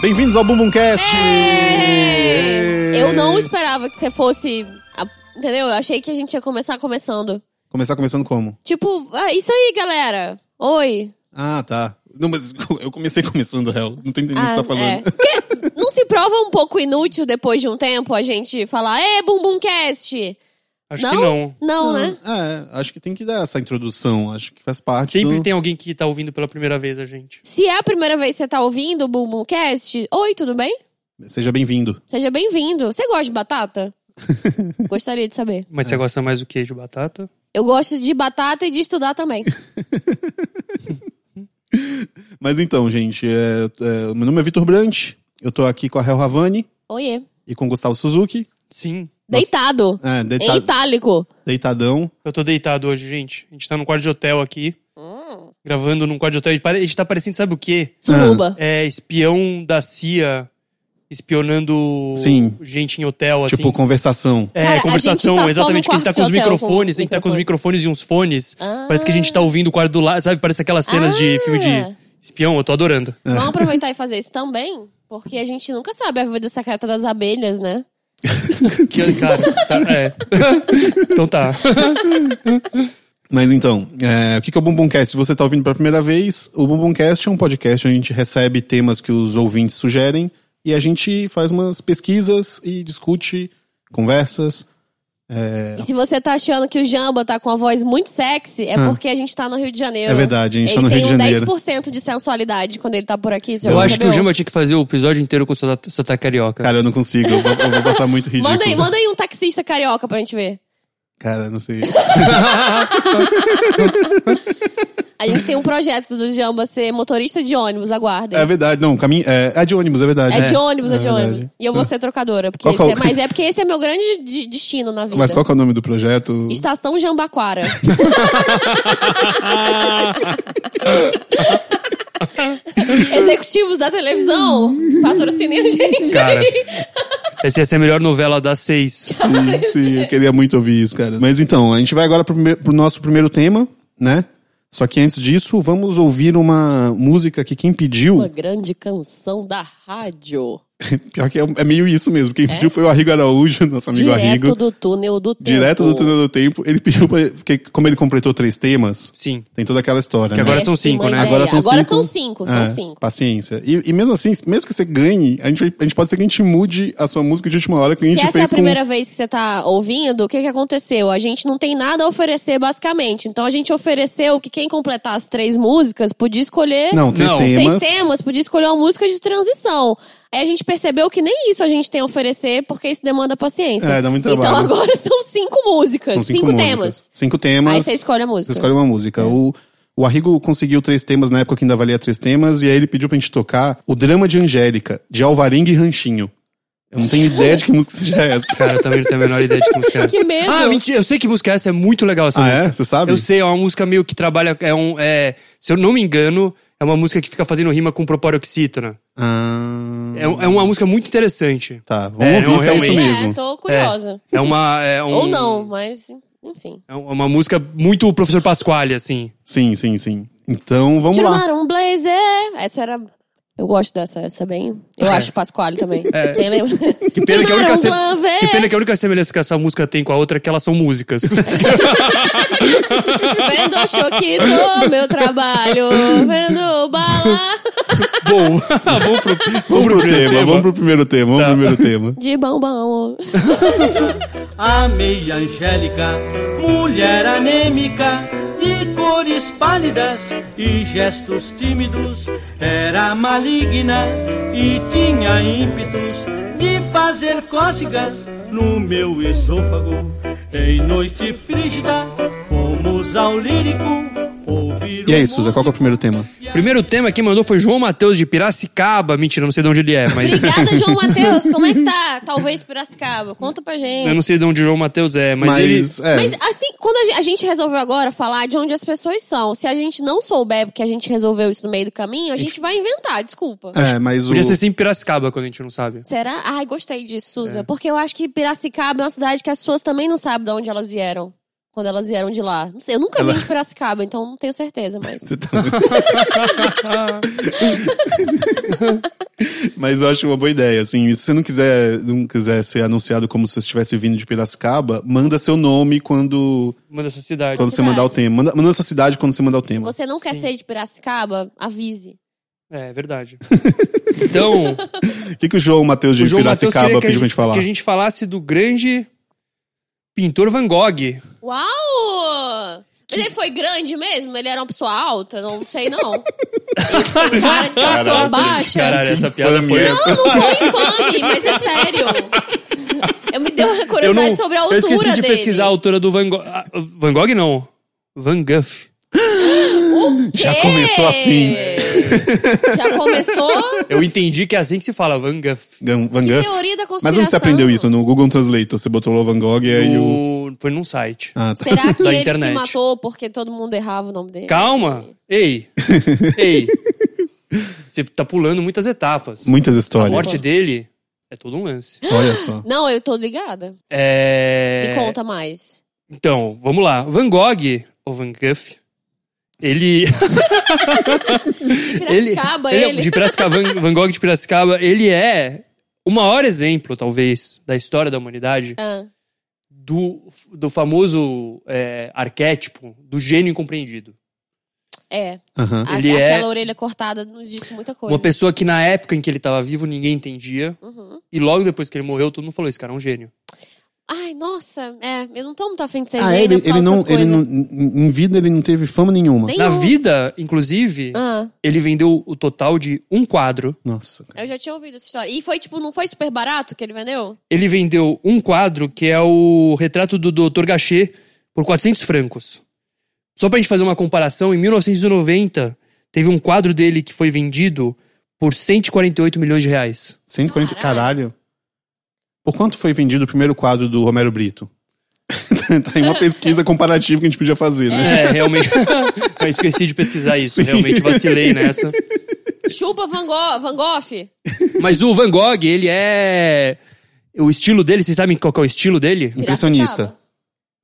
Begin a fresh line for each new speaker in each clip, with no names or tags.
bem-vindos ao Bumbumcast!
É! Eu não esperava que você fosse. a- Entendeu? Eu achei que a gente ia começar começando.
Começar começando como?
Tipo, ah, isso aí, galera. Oi.
Ah, tá. Não, mas eu comecei começando, réu. Não tô entendendo o que
Ah,
você tá falando.
é. Porque não se prova um pouco inútil depois de um tempo a gente falar, é Bumbumcast?
Acho que não.
Não, né?
É, acho que tem que dar essa introdução. Acho que faz parte
Sempre
do...
tem alguém que tá ouvindo pela primeira vez a gente.
Se é a primeira vez que você tá ouvindo o Bumbumcast, oi, tudo bem?
Seja bem-vindo.
Seja bem-vindo. Você gosta de batata? Gostaria de saber.
Mas
É.
você gosta mais do que de batata?
Eu gosto de batata e de estudar também.
Mas então, gente, é, é, meu nome é Vitor Brant. Eu tô aqui com a Hel Havani
Oiê.
e com o Gustavo Suzuki.
Sim.
Deitado.
É, deita-
Em itálico.
Ah. deitadão.
Eu tô deitado hoje, gente. A gente tá num quarto de hotel aqui,
Hum.
gravando num quarto de hotel. A gente pare- A gente tá parecendo, sabe o quê?
Suruba.
É espião da CIA espionando
Sim.
gente em hotel, assim.
Tipo, conversação.
É,
Cara, a
conversação,
gente tá só
exatamente.
no
Tem que tá
quarto
com os
de hotel
microfones,
com
tem que tá com os microfones e uns fones.
Ah.
Parece que a gente tá ouvindo o quarto do lado, sabe? Parece aquelas cenas de
Ah.
filme de espião, eu tô adorando.
É.
Vamos aproveitar e fazer isso também, porque a gente nunca sabe a vida secreta das abelhas, né?
Que, cara, tá, é. então tá.
Mas então, é, o que que é o Bumbumcast? Se você está ouvindo pela primeira vez, o Bumbumcast é um podcast onde a gente recebe temas que os ouvintes sugerem e a gente faz umas pesquisas e discute conversas. É.
E se você tá achando que o Jamba tá com a voz muito sexy, é
Ah.
porque a gente tá no Rio de Janeiro.
É verdade, a gente
ele
tá no
tem
Rio de Janeiro.
um 10% de sensualidade quando ele tá por aqui. você já
Eu acho que o
percebeu?
Jamba tinha que fazer o episódio inteiro com o sota- sotaque carioca.
Cara, eu não consigo, eu vou, eu vou passar muito
é
ridículo.
Manda aí, manda aí um taxista carioca pra gente ver.
Cara, não sei.
A gente tem um projeto do Jamba ser motorista de ônibus, aguardem.
É verdade, não, caminho, é, é de ônibus, é verdade.
É de ônibus, é, de
verdade. Hum.
ônibus. E eu vou ser trocadora. Porque
Qual que é o-
esse é- mas é porque esse é meu grande de- destino na vida.
Mas qual que é o nome do projeto?
Estação Jambaquara. Executivos da televisão, patrocinem a gente.
Cara, essa ia ser a melhor novela das seis.
Sim, sim, eu queria muito ouvir isso, cara. Mas então, a gente vai agora pro, primeiro- pro nosso primeiro tema, né? Só que antes disso, vamos ouvir uma música que quem pediu.
Uma grande canção da rádio.
Pior que é, é meio isso mesmo. Quem pediu foi o Arrigo Araújo, nosso amigo
Direto
Arrigo.
do túnel do tempo.
Direto do túnel do tempo. Ele pediu pra. Porque como ele completou três temas,
Sim.
tem toda aquela história.
Que
né?
agora são cinco, né?
Agora são cinco. Agora são
É,
cinco, são cinco.
Paciência. E, e mesmo assim, mesmo que você ganhe, a gente, a gente pode ser que a gente mude a sua música de última hora que a gente
Se essa é
fez
a primeira vez que você tá ouvindo, o que que aconteceu? A gente não tem nada a oferecer, basicamente. Então a gente ofereceu que quem completar as três músicas podia escolher...
com. Não, três
Não.
temas.
Três temas, podia escolher uma música de transição. Aí a gente percebeu que nem isso a gente tem a oferecer, porque isso demanda paciência.
É, dá muito
então
trabalho.
agora são cinco músicas,
com
cinco,
músicas.
temas.
Cinco temas.
Aí você escolhe a
Você
música.
escolhe uma música. O, o Arrigo conseguiu três temas na época que ainda valia três temas, e aí ele pediu pra gente tocar o Drama de Angélica, de Alvarenga e Ranchinho. Eu não tenho ideia de que música seja essa.
Cara, eu também não tenho a menor ideia de que música é essa.
Que medo.
Ah, mentira, eu sei que música é essa, é muito legal essa
Ah,
música.
é? Você sabe?
Eu sei, é uma música meio que trabalha, é um, é, se eu não me engano, é uma música que fica fazendo rima com proparoxítona.
Ah,
É, é uma música muito interessante.
tá, vamos
É,
ouvir
não,
se é isso
realmente.
mesmo.
É, tô curiosa.
É uma, é um-
Ou não, mas enfim.
É uma música muito Professor Pasquale, assim.
Sim, sim, sim. Então, vamos lá.
Tiraram um blazer. Essa era... Eu gosto dessa, essa é bem... Eu acho Pasquale também.
É.
Quem lembra? Que
Pena que, a única
um
se-
blazer.
que pena que a única semelhança que essa música tem com a outra é que elas são músicas.
Vendo choquito, meu trabalho. Vendo bala
Bom, vamos pro,
Vamos pro
primeiro
tema, vamos pro primeiro tema, vamos
Tá.
pro primeiro tema.
de bombom.
Amei Angélica, mulher anêmica, de cores pálidas e gestos tímidos, era maligna e tinha ímpetos de fazer cócegas no meu esôfago. Em noite frígida, fomos ao lírico ouvir
E é
um
isso, Suza, qual que é o primeiro tema?
Primeiro tema que mandou foi João Matheus de Piracicaba. Mentira, eu não sei de onde ele é, mas.
Obrigada, João Matheus. Como é que tá? Talvez Piracicaba. Conta pra gente.
eu não sei de onde o João Matheus é, mas, ele.
é,
Mas assim, quando a gen- a gente resolveu agora falar de onde as pessoas são, se a gente não souber porque a gente resolveu isso no meio do caminho, a gente vai inventar, desculpa.
é, mas o...
Podia ser sempre Piracicaba quando a gente não sabe.
Será? é Ai, gostei disso, Suza. Porque eu acho que Piracicaba é uma cidade que as pessoas também não sabem de onde elas vieram. Quando elas vieram de lá. Não sei, eu nunca vim de Piracicaba, então não tenho certeza, mas.
Você tá... Mas eu acho uma boa ideia, assim. e Se você não quiser, não quiser ser anunciado como se você estivesse vindo de Piracicaba, manda seu nome quando,
Uma dessas cidades.
quando você mandar o tema. Manda, manda sua cidade quando você mandar o tema.
Você não quer
Sim.
ser de Piracicaba? Avise.
É, é verdade. Então,
O que, que o João Matheus de
o João Matheus
Piracicaba
queria que
pediu pra
a, gente,
gente falar?
que a gente falasse do grande pintor Van Gogh.
Uau! Mas ele foi grande mesmo? Ele era uma pessoa alta? Não sei, não. Ele foi um cara de ser uma pessoa
Caralho,
baixa?
Caralho, essa piada
infame
foi...
é
Não, não foi infame, mas é sério. Eu me dei uma
Eu,
curiosidade
não,
é sobre a
eu
altura
esqueci de
dele.
pesquisar a altura do Van Gogh. Ah, Van Gogh não. Van Gogh.
Já começou assim.
É.
assim.
Já começou?
Eu entendi que é assim que se fala, Van Gogh.
Gan- Van
Que é
Gogh?
teoria da conspiração?
Mas onde você aprendeu isso? né? No Google Translator. Você botou lá Van Gogh É, e aí o...
No- Foi num site.
Ah, tá.
Será que
Da
ele se
internet.
matou porque todo mundo errava o nome dele?
Calma! Ei! Ei! Você tá pulando muitas etapas.
Muitas
A
histórias.
morte dele é todo um lance.
Ah,
Olha só.
Não, eu tô ligada.
É...
Me conta mais.
Então, vamos lá. Van Gogh, ou Van Gogh, ele...
De Piracicaba,
ele,
ele.
é De Piracicaba, Van, Van Gogh de Piracicaba, ele é o maior exemplo, talvez, da história da humanidade
Ah,
do, do famoso é, arquétipo do gênio incompreendido.
é.
Aham.
A-
Ele é-
aquela orelha cortada nos disse muita coisa.
Uma pessoa que na época em que ele estava vivo ninguém entendia.
Uhum.
E logo depois que ele morreu, todo mundo falou: esse cara é um gênio.
Ai, nossa. É, eu não tô muito afim de ser
Ah,
gênio
ele,
por
ele
causa
não,
dessas
ele
coisas.
não, em em vida ele não teve fama nenhuma.
Nem-
Na
Nenhum.
vida, inclusive,
Ah,
ele vendeu o total de um quadro.
Nossa.
eu já tinha ouvido essa história. E foi, tipo, não foi super barato que ele vendeu?
Ele vendeu um quadro que é o retrato do Dr. Gachet por 400 francos. Só pra gente fazer uma comparação, em 1990 teve um quadro dele que foi vendido por 148 milhões de reais.
140,
Caralho.
caralho. Por quanto foi vendido o primeiro quadro do Romero Brito? tá em uma pesquisa comparativa que a gente podia fazer, né?
É, realmente. Eu esqueci de pesquisar isso, realmente vacilei nessa.
Chupa Van Gogh, Van Gogh.
Mas o Van Gogh, ele é. O estilo dele, vocês sabem qual que é o estilo dele?
Impressionista.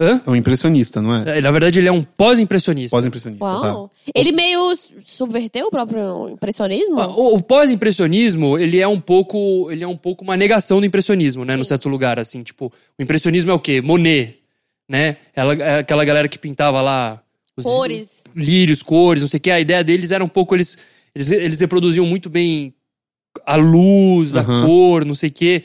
Hã?
É um impressionista, não é?
É, Na verdade, ele é um pós-impressionista.
Pós-impressionista.
Uau.
Tá.
Ele meio subverteu o próprio impressionismo?
O, o pós-impressionismo, ele é um pouco, ele é um pouco uma negação do impressionismo, né, no certo lugar assim, tipo, o impressionismo é o quê? Monet, né? Ela é aquela galera que pintava lá os
Cores.
lírios, cores, não sei o quê. A ideia deles era um pouco eles eles, eles reproduziam muito bem a luz, a
Aham.
cor, não sei o quê.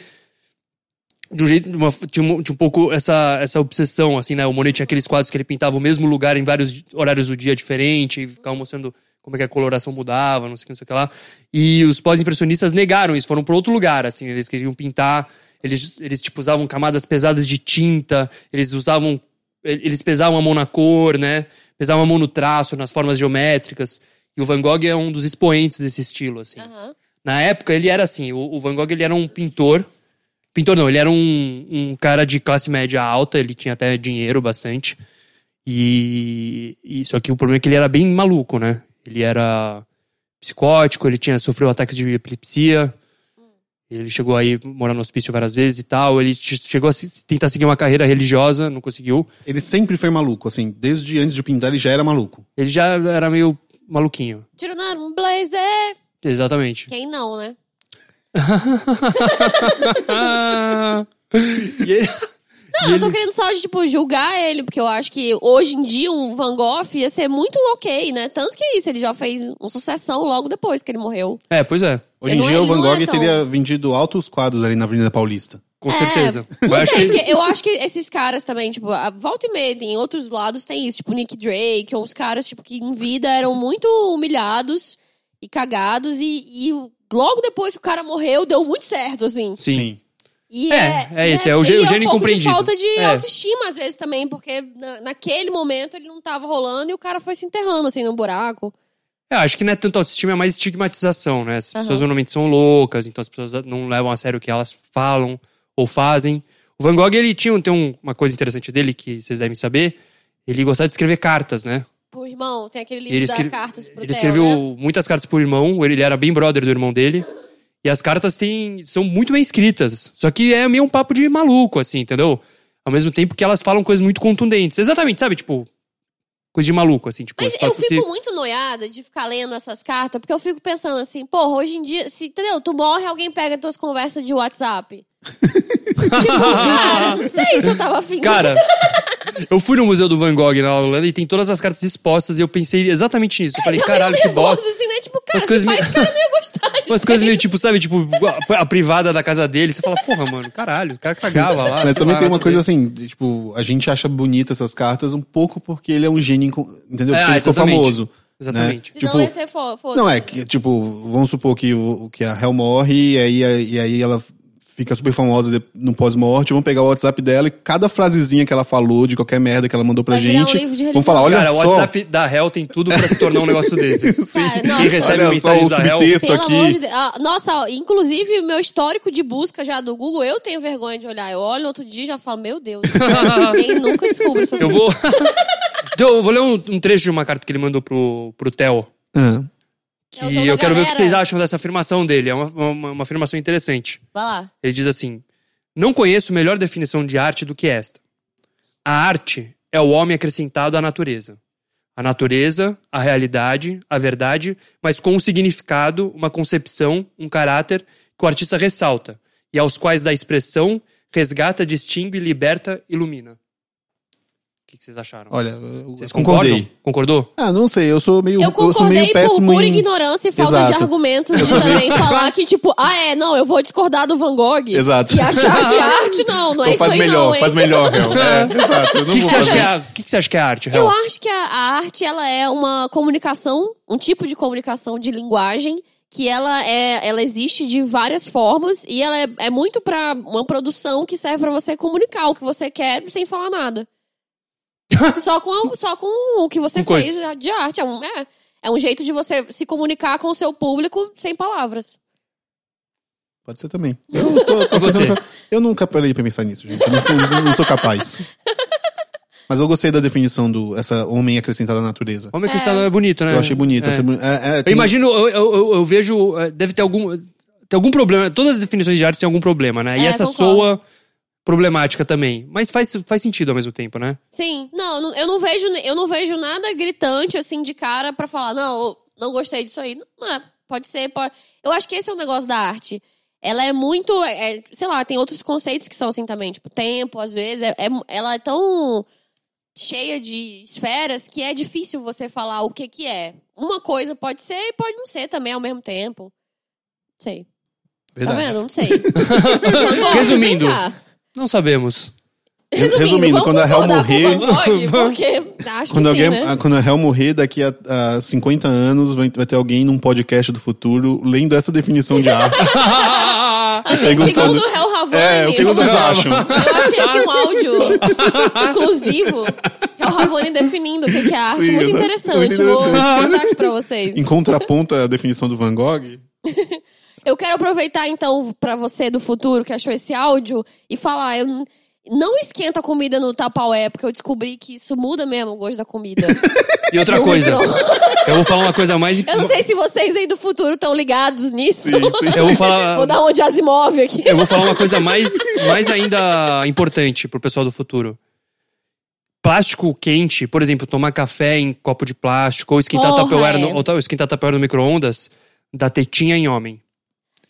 De um jeito, de uma- tinha, um, tinha um pouco essa, essa obsessão, assim, né? O Monet tinha aqueles quadros que ele pintava o mesmo lugar em vários di- horários do dia diferente, e ficava mostrando como é que a coloração mudava, não sei o que, não sei o que lá. E os pós-impressionistas negaram isso, foram para outro lugar, assim, eles queriam pintar, eles, eles, tipo, usavam camadas pesadas de tinta, eles usavam, eles pesavam a mão na cor, né? Pesavam a mão no traço, nas formas geométricas. E o Van Gogh é um dos expoentes desse estilo, assim.
Aham.
Na época, ele era assim: o, o Van Gogh ele era um pintor. Pintor não, ele era um, um cara de classe média alta, ele tinha até dinheiro bastante. E, e- Só que o problema é que ele era bem maluco, né? Ele era psicótico, ele tinha sofreu ataques de epilepsia. Ele chegou aí morar no hospício várias vezes e tal. Ele che- chegou a se- tentar seguir uma carreira religiosa, não conseguiu.
Ele sempre foi maluco, assim. Desde antes de pintar ele já era maluco.
Ele já era meio maluquinho.
Tiro na um blazer.
Exatamente.
Quem não, né?
Ah, e ele-
Não, eu tô querendo só, tipo, julgar ele, porque eu acho que hoje em dia um Van Gogh ia ser muito ok, né? Tanto que é isso, ele já fez uma sucessão logo depois que ele morreu.
É, pois é.
Hoje em
Ele não
dia
é-
o Van
ele não é
Gogh
tão-
teria vendido altos quadros ali na Avenida Paulista.
Com certeza.
É,
Eu
não
acho
sei,
que-
porque eu acho que esses caras também, tipo, a volta e meia, em outros lados tem isso, tipo, Nick Drake, ou os caras, tipo, que em vida eram muito humilhados e cagados, e, e logo depois que o cara morreu, deu muito certo, assim.
Sim.
E
É,
é,
é esse,
né,
é o gê-
e
o gênio
um pouco
incompreendido.
De falta de
É.
autoestima, às vezes, também, porque na- naquele momento ele não tava rolando e o cara foi se enterrando, assim, num buraco.
Eu acho que não é tanto autoestima, é mais estigmatização, né? As pessoas normalmente são loucas, então as pessoas não levam a sério o que elas falam ou fazem. O Van Gogh, ele tinha um- tem um- uma coisa interessante dele que vocês devem saber. Ele gostava de escrever cartas, né?
Pô, irmão, tem aquele
ele
livro da
escre-
cartas pro
ele
Theo,
escreveu
né?
muitas cartas por irmão, ele era bem brother do irmão dele. E as cartas têm, são muito bem escritas. Só que é meio um papo de maluco, assim, entendeu? Ao mesmo tempo que elas falam coisas muito contundentes. Exatamente, sabe? Tipo, coisa de maluco, assim. Tipo,
Mas
esse
eu
papo que-
fico muito noiada de ficar lendo essas cartas, porque eu fico pensando assim, porra, hoje em dia, se, entendeu? Tu morre, alguém pega tuas conversas de WhatsApp. tipo, cara, não sei se eu tava afim de-
Cara, eu fui no Museu do Van Gogh na Holanda e tem todas as cartas expostas e eu pensei exatamente nisso. Eu falei,
Eu
caralho,
meio
que
nervoso,
bosta.
Assim, né? Tipo, cara,
Umas coisas
se pá,
meio-
esse cara não ia gostar de
Umas coisas meio tipo, sabe? Tipo, a, a privada da casa dele. Você fala, porra, mano, caralho, o cara cagava lá.
Mas
sei
também
lá,
tem uma
tá
coisa
ligado?
assim, de, tipo, a gente acha bonita essas cartas um pouco porque ele é um gênio, inco- entendeu?
É,
porque ele ficou
exatamente.
famoso.
Exatamente.
Né?
Senão
Tipo,
ia ser fo- foda.
Não, é que, tipo, vamos supor que, o, que a Hel morre e aí, e aí ela fica super famosa de- no pós-morte. Vamos pegar o WhatsApp dela e cada frasezinha que ela falou, de qualquer merda que ela mandou pra
Vai virar um
gente,
livro de
vamos falar,
religião.
olha
Cara,
só.
o WhatsApp da Hell tem tudo pra se tornar um negócio desses.
Cara,
Sim.
não,
Quem recebe
Olha só
mensagens
o
da Hel.
subtexto
Pelo
aqui.
amor de Deus. Ah, nossa, inclusive meu histórico de busca já do Google, eu tenho vergonha de olhar. Eu olho outro dia e já falo, meu Deus, ninguém nunca descobre sobre
Eu vou. Então, eu vou ler um, um trecho de uma carta que ele mandou pro, pro Theo.
Ah,
Que
Theozão É da
eu quero ver o que
galera.
vocês acham dessa afirmação dele. É uma, uma, uma afirmação interessante.
Vai lá.
Ele diz assim: Não conheço melhor definição de arte do que esta. A arte é o homem acrescentado à natureza. A natureza, a realidade, a verdade, mas com um significado, uma concepção, um caráter que o artista ressalta e aos quais dá expressão, resgata, distingue, liberta, ilumina. O que que vocês acharam?
olha, eu
Vocês concordam?
concordei.
Concordou?
Ah, não sei, eu sou meio,
Eu
eu sou
concordei
meio
por
péssimo
pura
em...
ignorância e falta de
Exato.
argumentos de também falar que, tipo, ah, é, não, eu vou discordar do Van Gogh.
Exato.
E achar que arte, não, não
Então
é isso
faz
aí
melhor,
não, hein?
faz melhor, Hel. É, exato. eu
O
não
que, que
vou
você acha
fazer.
que é a- o que que você acha que é a arte,
Eu
Hel?
acho que a, a arte, ela é uma comunicação, um tipo de comunicação de linguagem que ela é, ela existe de várias formas e ela é, é muito pra uma produção que serve pra você comunicar o que você quer sem falar nada. só com só com o que você
Com
fez
coisa.
de arte, é um, é, é um jeito de você se comunicar com o seu público sem palavras.
Pode ser também. Eu, tô- tô
E você?
tentando- eu nunca parei pra pensar nisso, gente. Eu não, não sou capaz. Mas eu gostei da definição do essa homem acrescentado à natureza.
Homem acrescentado é bonito, né?
Eu achei bonito.
É.
Eu, achei boni- é, é,
Eu
tem-
imagino, eu, eu- eu- eu vejo. eh, Deve ter algum. Tem algum problema. Todas as definições de arte têm algum problema, né? e
É,
essa
concordo.
soa problemática também. Mas faz, faz sentido ao mesmo tempo, né?
Sim, não, não- eu não vejo, eu não vejo nada gritante assim de cara pra falar, não, eu não gostei disso aí. Não, é, pode ser, pode. Eu acho que esse é o negócio da arte. Ela é muito, é, sei lá, tem outros conceitos que são assim também, tipo tempo, às vezes, é- é- ela é tão cheia de esferas que é difícil você falar o que que é. Uma coisa pode ser e pode não ser também ao mesmo tempo. Não Sei.
Verdade.
Tá vendo? Não sei. Vamos
Resumindo.
brincar.
Não sabemos.
Resumindo,
Resumindo,
vamos
quando a Hel
concordar com o
morrer-
Van Gogh, porque acho
Quando,
que sim,
alguém,
né?
ah, quando a Hel morrer, daqui a, a 50 anos, vai, vai ter alguém num podcast do futuro lendo essa definição de arte. perguntando.
Segundo o Hel Havani.
É, o que vocês
Vamos lá.
acham?
Eu achei aqui um áudio exclusivo. Hel Havani definindo o que que é arte.
Sim,
muito
exato.
interessante.
Muito
Vou
interessante.
contar aqui pra vocês.
Em contraponto à definição do Van Gogh,
Eu quero aproveitar, então, pra você do futuro que achou esse áudio e falar... Eu... n- Não esquenta a comida no tapaué, porque eu descobri que isso muda mesmo o gosto da comida.
E outra coisa. Eu vou falar uma coisa mais.
Eu não sei se vocês aí do futuro estão ligados nisso.
Sim, sim.
Eu vou falar.
Vou dar um de Asimov aqui.
Eu vou falar uma coisa mais, mais ainda importante pro pessoal do futuro. Plástico quente, por exemplo, tomar café em copo de plástico ou esquentar
Porra,
tapaué
é.
no, ou ta- esquentar tapaué no micro-ondas, dá tetinha em homem.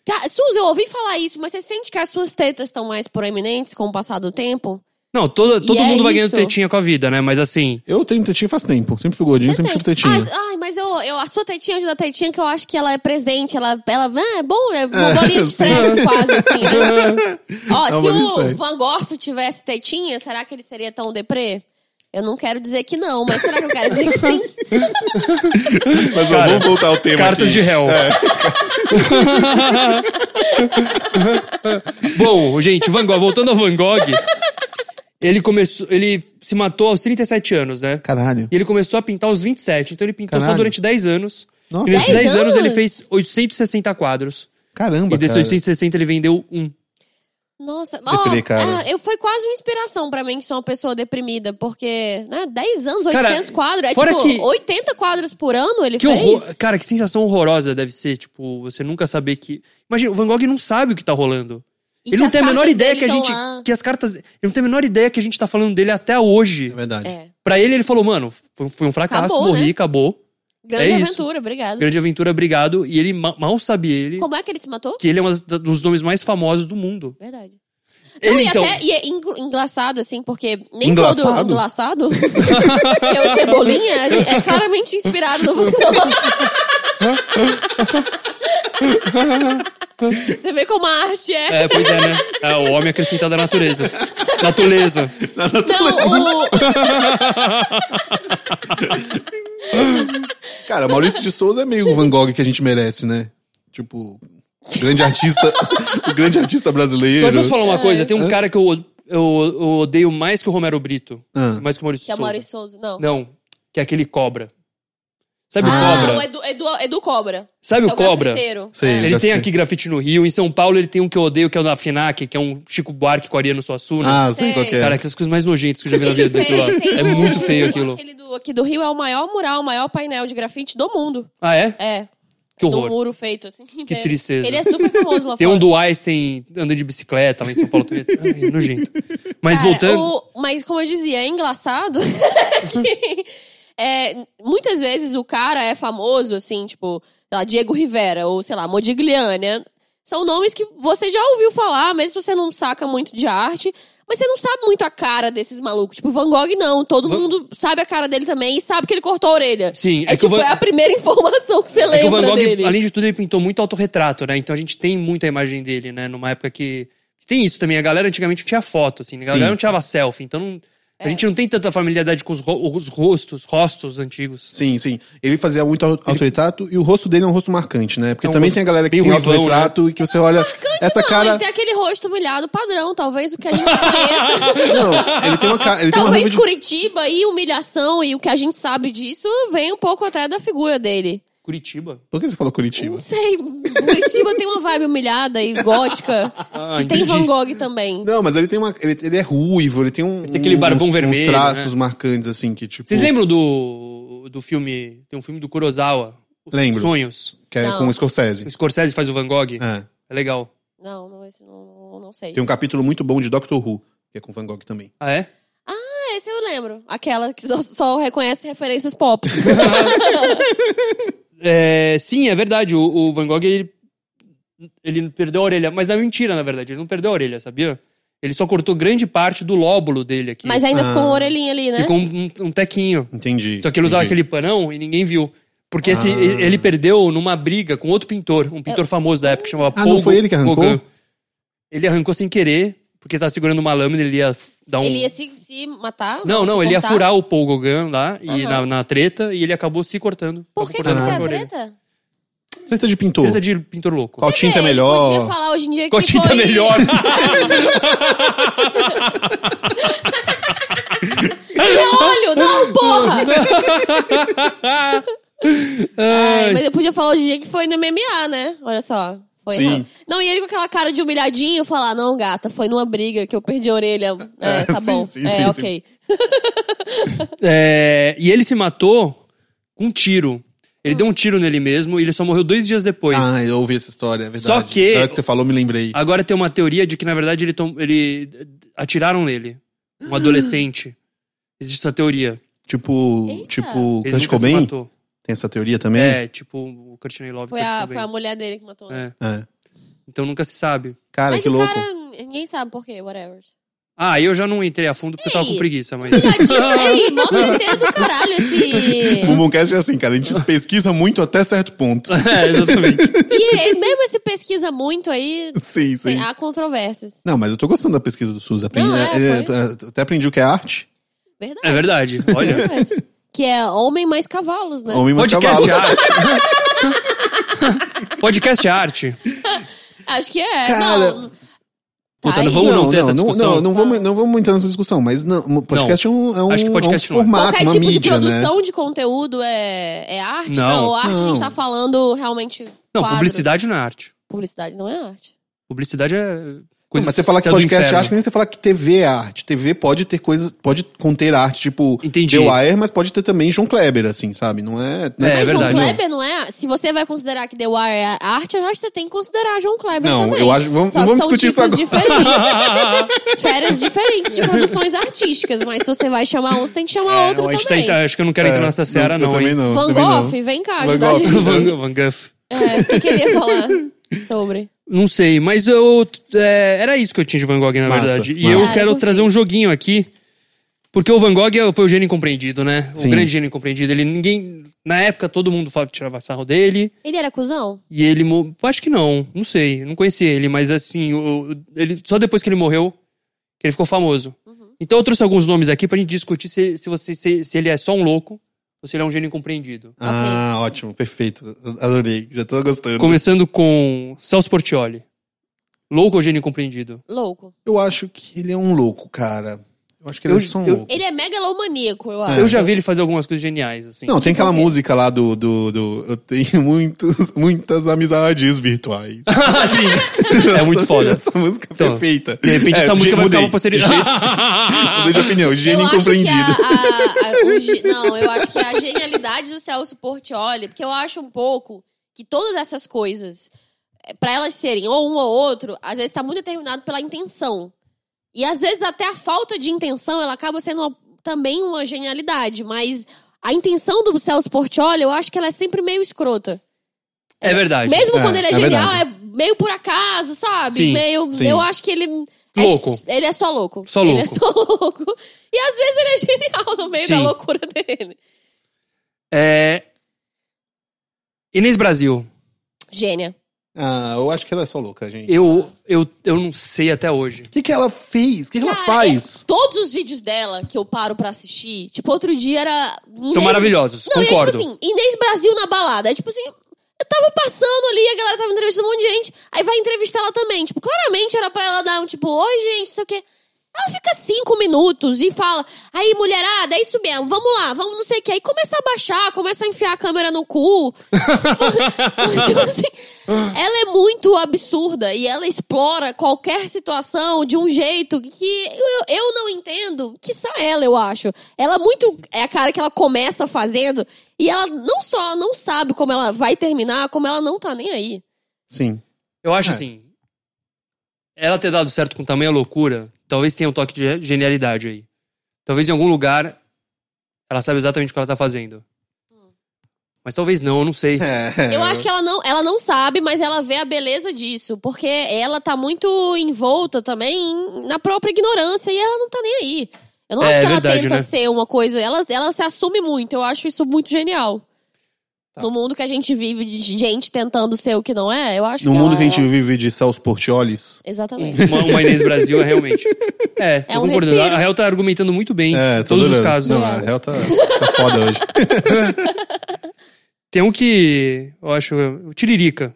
Cara, Suzy, eu ouvi falar isso, mas você sente que as suas tetas estão mais proeminentes com o passar do tempo?
Não, todo, todo
E é
mundo vai ganhando
isso.
tetinha com a vida, né? Mas assim,
eu tenho tetinha faz tempo. Sempre fui gordinho, sempre tive
Tem.
tetinha.
Ah, ai, mas eu, eu, a sua tetinha ajuda a tetinha que eu acho que ela é presente. Ela, ela ah, é bom, é uma bolinha de
sim.
estresse quase, assim, né? Ó,
É uma
se
bolinha de
o
estresse.
Van Gogh tivesse tetinha, será que ele seria tão deprê? Eu não quero dizer que não, mas será que eu quero dizer que sim?
Mas É. ó,
Cara,
vamos voltar ao tema
cartas
aqui.
de réu. Bom, gente, Van Gogh, voltando ao Van Gogh, ele começou, ele se matou aos 37 anos, né?
Caralho.
E ele começou a pintar aos 27, então ele pintou só
Caralho.
durante 10 anos.
Nossa.
E nesses 10,
10
anos? ele
anos?
fez 860 quadros.
Caramba,
E desses
cara.
860 ele vendeu um.
Nossa,
Deprê,
ó,
cara.
ah, eu foi quase uma inspiração pra mim que sou uma pessoa deprimida, porque, né, 10 anos,
Cara,
800 quadros, é
fora
tipo
que-
80 quadros por ano ele
Que
fez.
horror. Cara, que sensação horrorosa deve ser, tipo, você nunca saber que. Imagina, o Van Gogh não sabe o que tá rolando.
E que
ele não
as
tem a menor
cartas
ideia
dele
que a
tão
gente.
lá.
Que as cartas. Ele não tem a menor ideia que a gente tá falando dele até hoje.
É verdade.
É.
Pra ele, ele falou, mano, foi, foi um fracasso,
Acabou,
morri,
né?
acabou.
Grande
É isso.
aventura, obrigado.
Grande aventura, obrigado. E ele ma- mal sabe ele
Como é que ele se matou?
que ele é uma das- dos nomes mais famosos do mundo.
Verdade.
Ele,
Não, e
então-
até e é engr- engraçado, assim, porque nem todo
Engraçado?
engraçado, que é o Cebolinha, a gente- é claramente inspirado no Você vê como a arte é.
É, pois é, né? É, o homem acrescentado à natureza. Natureza.
Não, o,
Cara, Maurício de Souza é meio o Van Gogh que a gente merece, né? Tipo, grande artista, o grande artista brasileiro.
Mas posso falar uma coisa? Tem um cara que eu, eu, eu odeio mais que o Romero Brito.
Ah.
Mais que o Maurício
que é o
Souza.
Maurício Souza, não.
Não, que é aquele cobra. Sabe
Ah,
o
o
cobra?
Edu, Edu, Edu Cobra.
Sabe
É
o cobra?
grafiteiro.
Sei,
É.
Ele tem aqui grafite no Rio. Em São Paulo ele tem um que eu odeio, que é o da FINAC, que é um Chico Buarque com a Ariano Suassuna.
Ah, sei
Sei.
qual que é.
um Cara, aquelas coisas mais nojentas que eu já vi na vida daquilo lá.
Ele tem
É
um-
muito
um-
feio aquilo.
Aquele do, aqui do Rio é o maior mural, o maior painel de grafite do mundo.
Ah, é?
É.
Que
Do
horror.
muro feito, assim.
Que tristeza.
Ele é super famoso lá
Tem
fora.
um do Einstein andando de bicicleta lá em São Paulo também. Ai, é nojento. Mas
Cara,
voltando.
o- mas como eu dizia, é engraçado que é, muitas vezes o cara é famoso, assim, tipo, sei lá, Diego Rivera ou, sei lá, Modigliani. né? São nomes que você já ouviu falar, mesmo se você não saca muito de arte. Mas você não sabe muito a cara desses malucos. Tipo, Van Gogh, não. Todo
Van-
mundo sabe a cara dele também e sabe que ele cortou a orelha.
Sim,
é,
é que o
tipo,
Van-
é a primeira informação que você
É
lembra
que o Van Gogh,
dele.
além de tudo, ele pintou muito autorretrato, né? Então a gente tem muita imagem dele, né? Numa época que. Tem isso também, a galera antigamente não tinha foto, assim, a galera
Sim.
não tirava selfie, então não-
É.
a gente não tem tanta familiaridade com os, ro- os rostos, rostos antigos.
Sim, sim. Ele fazia muito au- autorretrato e o rosto dele é um rosto marcante, né? Porque
É um
também
rosto
tem a galera que
bem
tem
ruivão,
autorretrato e que você olha. essa
não, então.
cara.
ele tem aquele rosto humilhado padrão, talvez o que a gente conheça.
Não, ele tem uma cara. Ele tem uma
Talvez
raiva de...
Curitiba e humilhação e o que a gente sabe disso vem um pouco até da figura dele.
Curitiba?
Por que você falou Curitiba?
Não sei, Curitiba tem uma vibe humilhada e gótica.
Ah,
que tem
entendi.
Van Gogh também.
Não, mas ele tem uma. Ele, ele é ruivo, ele tem um.
tem aquele barbão
uns,
vermelho, né?
Uns traços marcantes, assim, que tipo.
Vocês lembram do, do filme. Tem um filme do Kurosawa, Os
Lembro.
Sonhos.
Que é
Não.
com o
O
Scorsese.
Scorsese faz o Van Gogh. É,
É.
legal.
Não, não, esse não, não sei.
Tem um capítulo muito bom de Doctor Who, que é com Van Gogh também.
Ah, é?
Ah, esse eu lembro. Aquela que só, só reconhece referências pop.
É, sim, é verdade. O, o Van Gogh, ele, ele perdeu a orelha. Mas é mentira, na verdade. Ele não perdeu a orelha, sabia? Ele só cortou grande parte do lóbulo dele aqui.
Mas ainda
Ah.
ficou uma orelhinha ali, né?
Ficou um, um tequinho.
Entendi.
Só que ele usava
entendi.
aquele panão e ninguém viu. Porque esse,
Ah.
ele ele perdeu numa briga com outro pintor, um pintor famoso da época, que chamava
Ah, não foi ele que arrancou?
Gauguin. Ele arrancou sem querer, porque tava segurando uma lâmina, ele ia f- dar um...
Ele ia se, se matar?
Não, não,
se
ele ia
cortar.
furar o Paul Gauguin lá, e
Aham.
na, na treta, e ele acabou se cortando.
Por que que
Acabou
ele
cortando
é
a
a
orelha.
treta?
Treta de pintor.
Treta de pintor louco.
Qual tinta é
Ele Podia
melhor?
falar hoje em dia que
Com a tinta
foi...
melhor.
É óleo, não, porra! Ai,
Ai,
mas eu podia falar hoje em dia que foi no MMA, né? Olha só. Foi
Sim.
errado. Não, e ele com aquela cara de humilhadinho falar, não, gata, foi numa briga que eu perdi a orelha. É,
É,
tá
sim,
bom.
sim,
é,
sim,
ok.
é, e ele se matou com um tiro. Ele deu um tiro nele mesmo e ele só morreu dois dias depois.
Ah, eu ouvi essa história, é verdade.
Só que- Ah.
Na hora que você falou, me lembrei.
Agora tem uma teoria de que, na verdade, ele, tom- ele atiraram nele. Um adolescente. Existe essa teoria.
Tipo.
Eita.
Tipo.
Ele
Kurt
nunca se
Cobain? Tem
matou.
essa teoria também?
É, tipo o Courtney Love.
Foi
Kurt
a,
Cobain.
foi a mulher dele que matou. né?
É,
É.
Então nunca se sabe.
Cara,
Mas
que
o
louco.
cara, ninguém sabe por quê, whatever.
Ah, eu já não entrei a fundo porque eu tava
Ei.
com preguiça,
Já
mas...
disse aí, mó griteiro do caralho esse...
O Bumbumcast é assim, cara. A gente pesquisa muito até certo ponto.
é, exatamente.
E é, mesmo esse pesquisa muito aí,
sim, sim.
tem- há controvérsias.
Não, mas eu tô gostando da pesquisa do SUS. Aprendi-
Não, é,
é, é, até aprendi o que é arte.
Verdade.
É verdade, olha.
verdade. Que é homem mais cavalos, né?
Homem mais
Podcast
cavalo.
é arte. Podcast é arte.
Acho que é.
Cara,
não,
Puta,
Aí-
não vamos não, ter essa
não,
discussão.
não, não vamos, não vamos entrar nessa discussão, mas não, um podcast é um, é um,
Acho que
é
podcast não
um
é.
formato,
Qualquer
uma
tipo
mídia,
de
né?
produção de conteúdo é, é arte?
Não.
Não, arte a
Não.
gente tá falando realmente.
Não,
quadros.
publicidade não é arte.
Publicidade não é arte.
Publicidade é Coisa
mas você falar que
saiu do
podcast é
inferno.
arte, que nem você falar que TV é arte. TV pode ter coisas, pode conter arte, tipo
Entendi.
The Wire, mas pode ter também João Kleber, assim, sabe? Não é. não
É,
Mas João
verdade.
Kleber não é. Se você vai considerar que The Wire é arte, eu acho que você tem que considerar João Kleber
Não,
também.
eu acho- vamos-
Só que
vamos
são
discutir isso
tipos diferentes. esferas diferentes de produções artísticas. Mas se você vai chamar um, você tem que chamar
É,
outro
não, a gente tá-
também.
tá- acho que eu não quero entrar nessa seara,
eu
não,
também
hein?
É, não.
Van
também não.
Gogh, vem cá,
Van
ajudar a
Gogh.
gente.
Van, Van Gogh.
É, o que queria falar sobre?
Não sei, mas eu. é, era isso que eu tinha de Van Gogh, na
Massa,
verdade. E
massa.
eu
Ah, eu
quero
curti.
trazer um joguinho aqui. Porque o Van Gogh foi o gênio incompreendido, né?
Sim.
O grande gênio incompreendido. Ele ninguém. Na época, todo mundo falava que tirava sarro dele.
Ele era cuzão?
E ele. mo- Acho que não, não sei. Não conheci ele, mas assim. o- ele, só depois que ele morreu, que ele ficou famoso. Então eu trouxe alguns nomes aqui pra gente discutir se, se, você, se, se ele é só um louco ou se ele é um gênio incompreendido.
Ah, ótimo, perfeito. Adorei, já tô gostando.
Começando com Celso Portioli. Louco ou gênio incompreendido?
Louco.
Eu acho que ele é um louco, cara. Eu acho que ele
Eu-
é só um
eu-
louco.
Ele é megalomaníaco, eu
É,
acho.
Eu já vi ele fazer algumas coisas geniais, assim.
Não, tá tem aquela
Tipo o quê?
música lá do, do, do- Eu tenho muitos, muitas amizades virtuais.
Assim, é muito foda.
Essa música é
Então,
perfeita.
De repente
É,
essa música
ge-
vai
mudei.
ficar uma Ah! posteridade.
Mudei de opinião, gênio
eu acho que a,
incompreendido.
a- a- o ge- não, eu acho que a genialidade do Celso Portioli, porque eu acho um pouco que todas essas coisas, eh, pra elas serem ou um ou outro, às vezes tá muito determinado pela intenção. E às vezes até a falta de intenção, ela acaba sendo uma- também uma genialidade, mas a intenção do Celso Portioli, eu acho que ela é sempre meio escrota.
É verdade.
Mesmo
É,
quando ele é,
é
genial,
verdade.
é meio por acaso, sabe?
Sim,
meio.
sim.
Eu acho que ele. é-
Louco.
ele é só louco.
Só
Ele é
louco.
só louco. E às vezes ele é genial no meio
Sim.
da loucura dele.
É... Inês Brasil,
Gênia.
Ah, eu acho que ela é só louca, gente. O
eu, eu, eu não sei até hoje.
que, que ela fez? O que, que ela
Cara,
faz?
eu- todos os vídeos dela que eu paro pra assistir, tipo, outro dia era. um
São maravilhosos,
Não, e
concordo.
é tipo assim, Inês Brasil na balada. É tipo assim, eu tava passando ali, a galera tava entrevistando um monte de gente. Aí vai entrevistar ela também. Tipo, claramente era pra ela dar um tipo, oi, gente, não sei o quê. Ela fica cinco minutos e fala, aí, mulherada, é isso mesmo, vamos lá, vamos não sei o quê. Aí começa a baixar, começa a enfiar a câmera no cu. tipo assim, ela é muito absurda e ela explora qualquer situação de um jeito que eu, eu não entendo. Que só ela, eu acho. Ela muito. É a cara que ela começa fazendo e ela não só não sabe como ela vai terminar, como ela não tá nem aí.
Sim.
Eu acho
É.
assim. Ela ter dado certo com tamanha loucura, talvez tenha um toque de genialidade aí. Talvez em algum lugar ela sabe exatamente o que ela tá fazendo.
Hum.
Mas talvez não, eu não sei.
É,
Eu acho que ela não, ela não sabe, mas ela vê a beleza disso, porque ela tá muito envolta também na própria ignorância e ela não tá nem aí. Eu não
É,
acho que ela
verdade,
tenta
né?
ser uma coisa, ela, ela se assume muito, eu acho isso muito genial.
Tá.
No mundo que a gente vive de gente tentando ser o que não é, eu acho
No
que
mundo
ela-
que a gente
ela-
vive de Celso Portiolis.
Exatamente.
Um, Uma, uma Inês Brasil é realmente. É, tô
É um
concordando.
respiro.
A Real tá argumentando muito bem
É,
em
tô
todos os
adorando.
casos.
Não, a
É.
real tá, tá foda hoje.
Tem um que eu acho. O Tiririca.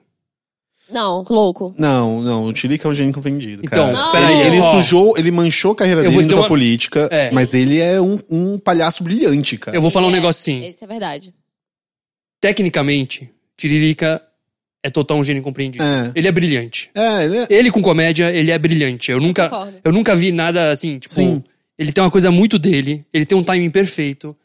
Não, louco.
Não, não, o Tilica é um gênio compreendido,
Então,
cara.
Não.
peraí.
Ele
ó,
sujou, ele manchou a carreira
Eu vou
dele
dizer
com a
uma-
política,
É.
mas ele é um, um palhaço brilhante, cara.
Eu vou falar um
É,
negócio assim.
Isso é verdade.
Tecnicamente, Tiririca é total um gênio compreendido.
É.
Ele é brilhante.
É, ele é...
Ele com comédia, ele é brilhante. Eu nunca,
concordo.
eu nunca vi nada assim, tipo.
Sim.
Ele tem uma coisa muito dele, ele tem um timing perfeito.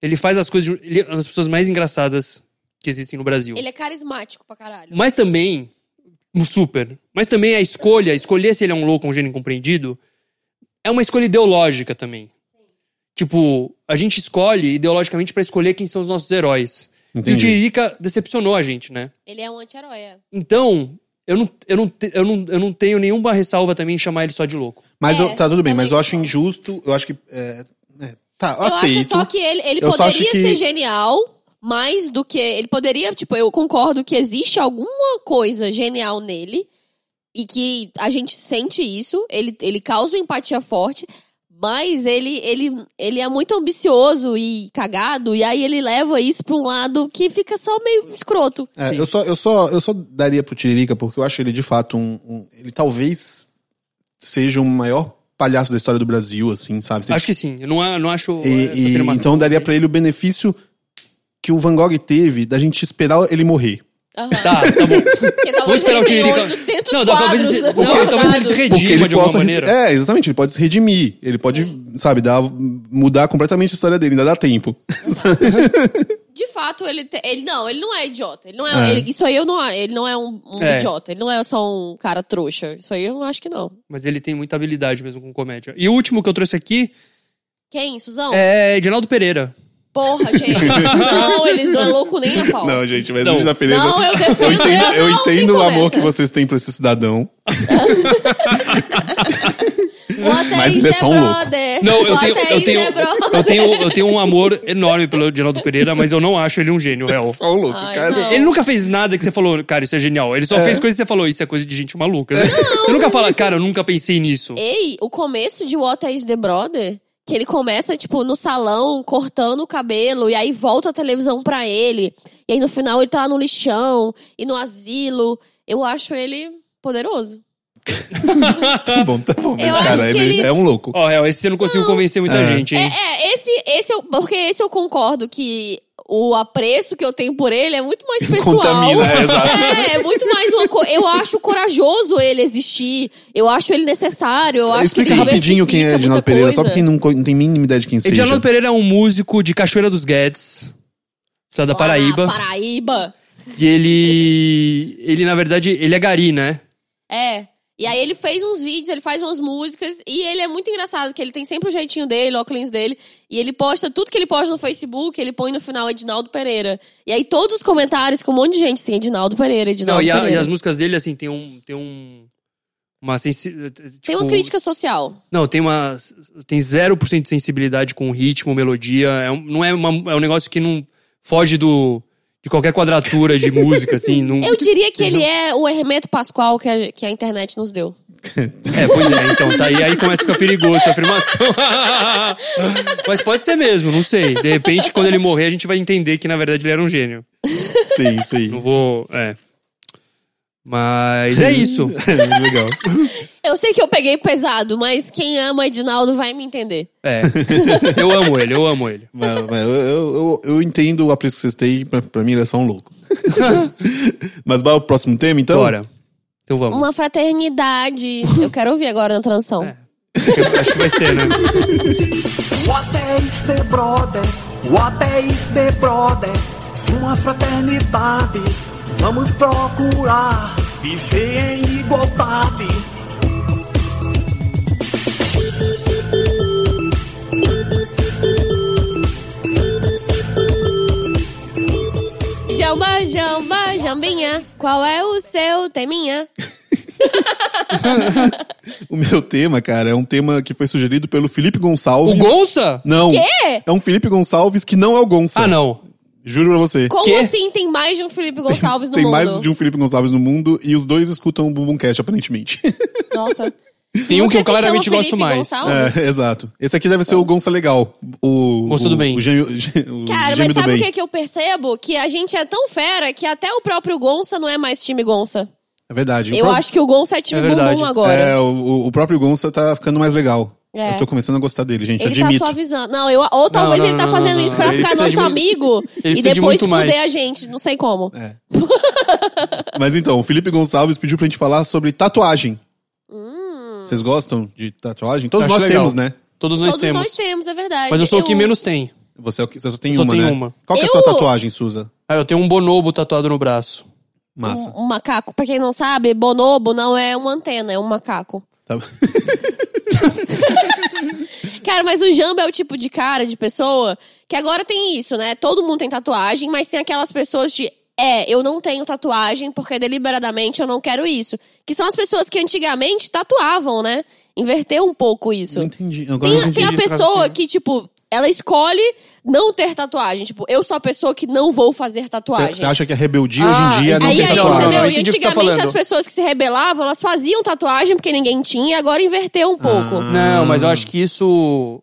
Ele faz as coisas. de- Ele é uma das pessoas mais engraçadas que existem no Brasil.
Ele é carismático pra caralho.
Mas também, no super, mas também a escolha, escolher se ele é um louco ou um gênio incompreendido, é uma escolha ideológica também. Tipo, a gente escolhe ideologicamente pra escolher quem são os nossos heróis. E o
Entendi.
Tiririca decepcionou a gente, né?
Ele é um anti-herói. é.
Então, eu não, eu, não, te- eu, não, eu não tenho nenhuma ressalva também em chamar ele só de louco.
Mas
É,
eu- tá tudo bem, mas eu
também.
acho injusto, eu acho que. É, é, tá, eu
Eu acho
aceito.
só que ele, ele
Eu só acho
poderia
que-
ser genial, mais do que. Ele poderia, tipo, eu concordo que existe alguma coisa genial nele e que a gente sente isso, ele, ele causa uma empatia forte. Mas ele, ele, ele é muito ambicioso e cagado, e aí ele leva isso pra um lado que fica só meio escroto.
É,
Sim.
eu, só, eu, só, eu só daria pro Tiririca, porque eu acho ele de fato um. um- ele talvez seja o maior palhaço da história do Brasil, assim, sabe? Você
Acho que sim. Eu não, a- não acho essa
E- e-
afirmação.
então daria pra ele o benefício que o Van Gogh teve da gente esperar ele morrer.
Aham.
Tá, tá bom.
Porque
Vou
talvez
esperar
ele
o
tenha
Tiririca-
800
Não,
quadros.
talvez, ele se- não, talvez ele se
guardados.
Porque
redima de alguma
possa
maneira.
É, exatamente, ele pode se redimir. Ele pode, sabe, dar, mudar completamente a história dele, ainda dá tempo.
De fato, ele, te- ele não, ele não é idiota. Ele não
É.
é, ele- isso aí eu não, a- ele não é um, um
É.
idiota. Ele não é só um cara trouxa. Isso aí eu não acho que não.
Mas ele tem muita habilidade mesmo com comédia. E o último que eu trouxe aqui
Quem, Suzão?
é Edinaldo Pereira.
Porra, gente. não, ele não é louco nem a pau.
Não, gente, mas
Não.
não. Pereira.
Não, eu defendo.
eu entendo,
não,
eu
não tem
entendo o amor
conversa.
que vocês têm pra esse cidadão.
What
Mas
is
ele é
the
só um louco.
brother?
Não, eu
What
tenho,
is
eu,
the
tenho,
brother?
eu, tenho, eu tenho um amor enorme pelo Edinaldo Pereira, mas eu não acho ele um gênio real.
Ó, o louco,
Ai,
cara.
não.
Ele nunca fez nada que você falou, cara, isso é genial. Ele só fez coisas que você falou, isso é coisa de gente maluca. Você nunca fala, cara, eu nunca pensei nisso.
Ei, o começo de What is the Brother, que ele começa, tipo, no salão, cortando o cabelo, e aí volta a televisão pra ele. E aí no final ele tá lá no lixão e no asilo. Eu acho ele poderoso.
Tá bom, tá bom.
Eu
Mas,
acho
cara,
que
ele,
ele-
é um louco.
Ó, real, esse você não conseguiu convencer muita gente,
É,
hein?
é, esse, esse eu, porque esse eu concordo que o apreço que eu tenho por ele é muito mais pessoal.
Contamina, é, exato.
É, é muito mais uma coisa. Eu acho corajoso ele existir. Eu acho ele necessário. Eu acho
Explica
que ele
rapidinho quem é
diversifica
Edinaldo
muita
Pereira, só
coisa.
pra quem não, co- não tem mínima ideia de quem seja.
Edinaldo Pereira é um músico de Cachoeira dos Guedes, cidade da
Lá na
Paraíba.
Paraíba.
E ele. Ele, na verdade, ele é Gari, né?
É. E aí ele fez uns vídeos, ele faz umas músicas e ele é muito engraçado, que ele tem sempre o jeitinho dele, o óculos dele, e ele posta tudo que ele posta no Facebook, ele põe no final Edinaldo Pereira. E aí todos os comentários com um monte de gente, assim, Edinaldo Pereira, Edinaldo
Não, e, a-
Pereira.
e as músicas dele, assim, tem um. Tem um. Uma sensi...
Tem uma
tipo,
crítica social.
Não, tem uma. Tem 0% de sensibilidade com ritmo, melodia. É um, não é, uma- é um negócio que não foge do. De qualquer quadratura de música, assim. Não...
Eu diria que ele é o Hermeto Pascoal que a, que a internet nos deu.
É, pois é, então, tá aí, aí começa a ficar perigoso essa afirmação. Mas pode ser mesmo, não sei. De repente, quando ele morrer, a gente vai entender que, na verdade, ele era um gênio.
Sim, sim.
Não vou. É. Mas é isso.
Legal.
Eu sei que eu peguei pesado, mas quem ama Edinaldo vai me entender.
É. Eu amo ele, eu amo ele.
Mas, mas eu, eu, eu- eu entendo o apreço que vocês têm, pra, pra mim ele é só um louco. mas bora pro próximo tema, então?
Bora. Então vamos.
Uma fraternidade. Eu quero ouvir agora na transição.
É. Acho que vai ser, né?
What is the brother? What is the brother? Uma fraternidade, vamos procurar viver em igualdade.
Jamba, jamba, jambinha, qual é o seu teminha?
O meu tema, cara, é um tema que foi sugerido pelo Felipe Gonçalves.
O Gonça?
Não.
Quê?
É um Felipe Gonçalves que não é o Gonça.
Ah, não.
Juro pra você.
Como
Quê?
assim tem mais de um Felipe Gonçalves no
Tem
mundo?
mais de um Felipe Gonçalves no mundo e os dois escutam o Bumbumcast, aparentemente. É,
Nossa.
Tem um
Você
que eu
se
claramente
chama
gosto
Felipe
mais.
Gonçalves?
é, exato. Esse aqui deve ser o Gonça Legal. O,
Gonça
o-
do bem.
O gêmeo, o
Cara,
gêmeo do
mas sabe o
bem.
que, que eu percebo? Que a gente é tão fera que até o próprio Gonça não é mais time Gonça.
É verdade. O
Eu
pro-
acho que o Gonça é time
É verdade.
bumbum agora.
É, o, o próprio Gonça tá ficando mais legal.
É.
Eu tô começando a gostar dele, gente.
Ele
admito.
tá suavizando. Não, eu, ou talvez
não,
ele tá
não,
fazendo
não,
isso
não.
pra
Ele
ficar
precisa
nosso
de mu-
amigo e
precisa de
depois
muito
fuder
mais.
a gente. Não sei como.
Mas então, o Felipe Gonçalves pediu pra gente falar sobre tatuagem.
Hum.
Vocês gostam de tatuagem? Todos
Acho
nós
legal.
temos, né?
Todos nós
Todos
temos.
nós temos, é verdade.
Mas eu sou o que menos tem.
Você, é o que- você só tem
Só
uma,
tenho
né?
uma.
Qual que é a
Eu-
sua tatuagem, Suza?
Ah, eu tenho um bonobo tatuado no braço.
Massa.
Um macaco. Pra quem não sabe, bonobo não é uma antena, é um macaco.
Tá-
Cara, mas o Jamba é o tipo de cara, de pessoa, que agora tem isso, né? Todo mundo tem tatuagem, mas tem aquelas pessoas de. É, eu não tenho tatuagem porque deliberadamente eu não quero isso. Que são as pessoas que antigamente tatuavam, né? Inverteu um pouco isso.
Não entendi. Agora Então, eu não
Tem, tem
entendi.
a
isso,
pessoa
raciocínio.
que, tipo, ela escolhe não ter tatuagem. Tipo, eu sou a pessoa que não vou fazer tatuagem.
Você acha que a rebeldia hoje em dia é
Ah,
não
Aí,
tem
aí,
não,
tatuagem?
entendeu?
não, eu
e
entendi o que você tá
antigamente
falando.
as pessoas que se rebelavam, elas faziam tatuagem porque ninguém tinha, agora inverteu um pouco.
Ah,
Não, mas eu acho que isso.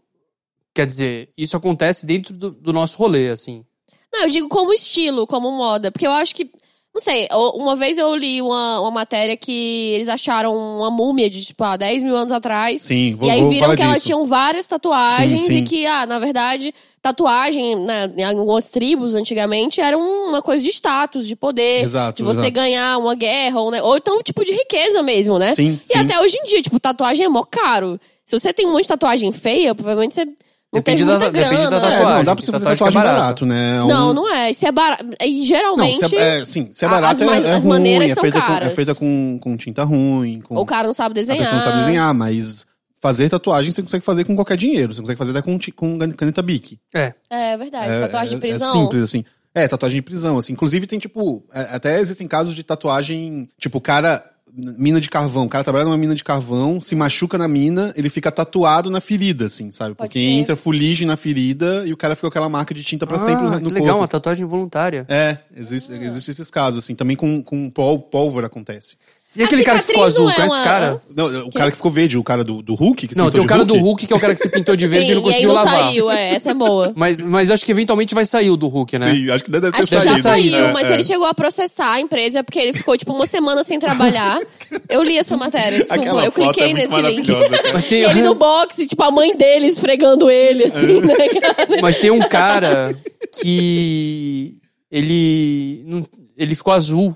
Quer dizer, isso acontece dentro do, do nosso rolê, assim.
Não, eu digo como estilo, como moda. Porque eu acho que. Não sei, eu- uma vez eu li uma, uma matéria que eles acharam uma múmia de, tipo, há 10 mil anos atrás.
Sim, vou-
E aí
vou
viram
falar
que ela
disso.
tinha um várias tatuagens
Sim, sim.
e que, ah, na verdade, tatuagem, né, em algumas tribos antigamente, era uma coisa de status, de poder.
Exato,
De você
exato.
ganhar uma guerra, ou, né, ou então, tipo, de riqueza mesmo, né?
Sim,
E
sim.
até hoje em dia, tipo, tatuagem é mó caro. Se você tem um monte de tatuagem feia, provavelmente você não
Depende
tem muita
da-
grana.
depende da
É, não, dá pra
Tatuagem,
você fazer
tatuagem que é
tatuagem
barato.
barato, né? É um-
Não, não é. Isso é barato. E
Não,
geralmente.
se é, é, sim, se é
a-
barato,
as ma-
é, é
as
ruim,
maneiras
é
são
feita, com, é
caras.
feita com, com tinta ruim, com
O cara não sabe
é, a
desenhar.
pessoa não sabe desenhar, mas fazer tatuagem você consegue fazer com qualquer dinheiro, você consegue fazer até com, ti- com caneta bic.
É.
É verdade. tatuagem de prisão.
simples, assim. É, tatuagem de prisão, assim. Inclusive tem, tipo, é- até existem casos de tatuagem, tipo, o cara, mina de carvão, o cara trabalha numa mina de carvão, se machuca na mina, ele fica tatuado na ferida, assim, sabe?
Pode
Porque
crer.
entra fuligem na ferida e o cara fica com aquela marca de tinta pra sempre
Ah,
no,
que
no
legal,
corpo.
uma tatuagem voluntária.
É, existe,
Ah.
existe esses casos, assim. Também com, com pól- pólvora acontece.
E aquele
A
cara que ficou
cicatriz
azul,
não é
conhece
uma-
esse cara?
Não, o cara que ficou verde, o cara do, do Hulk? Que se
Não,
pintou
tem o
de
cara do Hulk, que é o cara que se pintou de verde
Sim,
e não
aí
conseguiu
não
lavar.
saiu, é. Essa é boa.
Mas, mas acho que eventualmente vai sair o do Hulk, né?
Sim, acho que deve ter
Acho que
saído.
já saiu,
É,
mas
é.
ele chegou a processar a empresa porque ele ficou, tipo, uma semana sem trabalhar. Eu li essa matéria, desculpa.
Aquela
eu
foto
cliquei
é muito
nesse link.
maravilhosa, cara.
Mas
E
tem, um
ele no boxe, tipo, a mãe dele esfregando ele,
É.
assim, né, cara?
mas tem um cara que ele não- ele ficou azul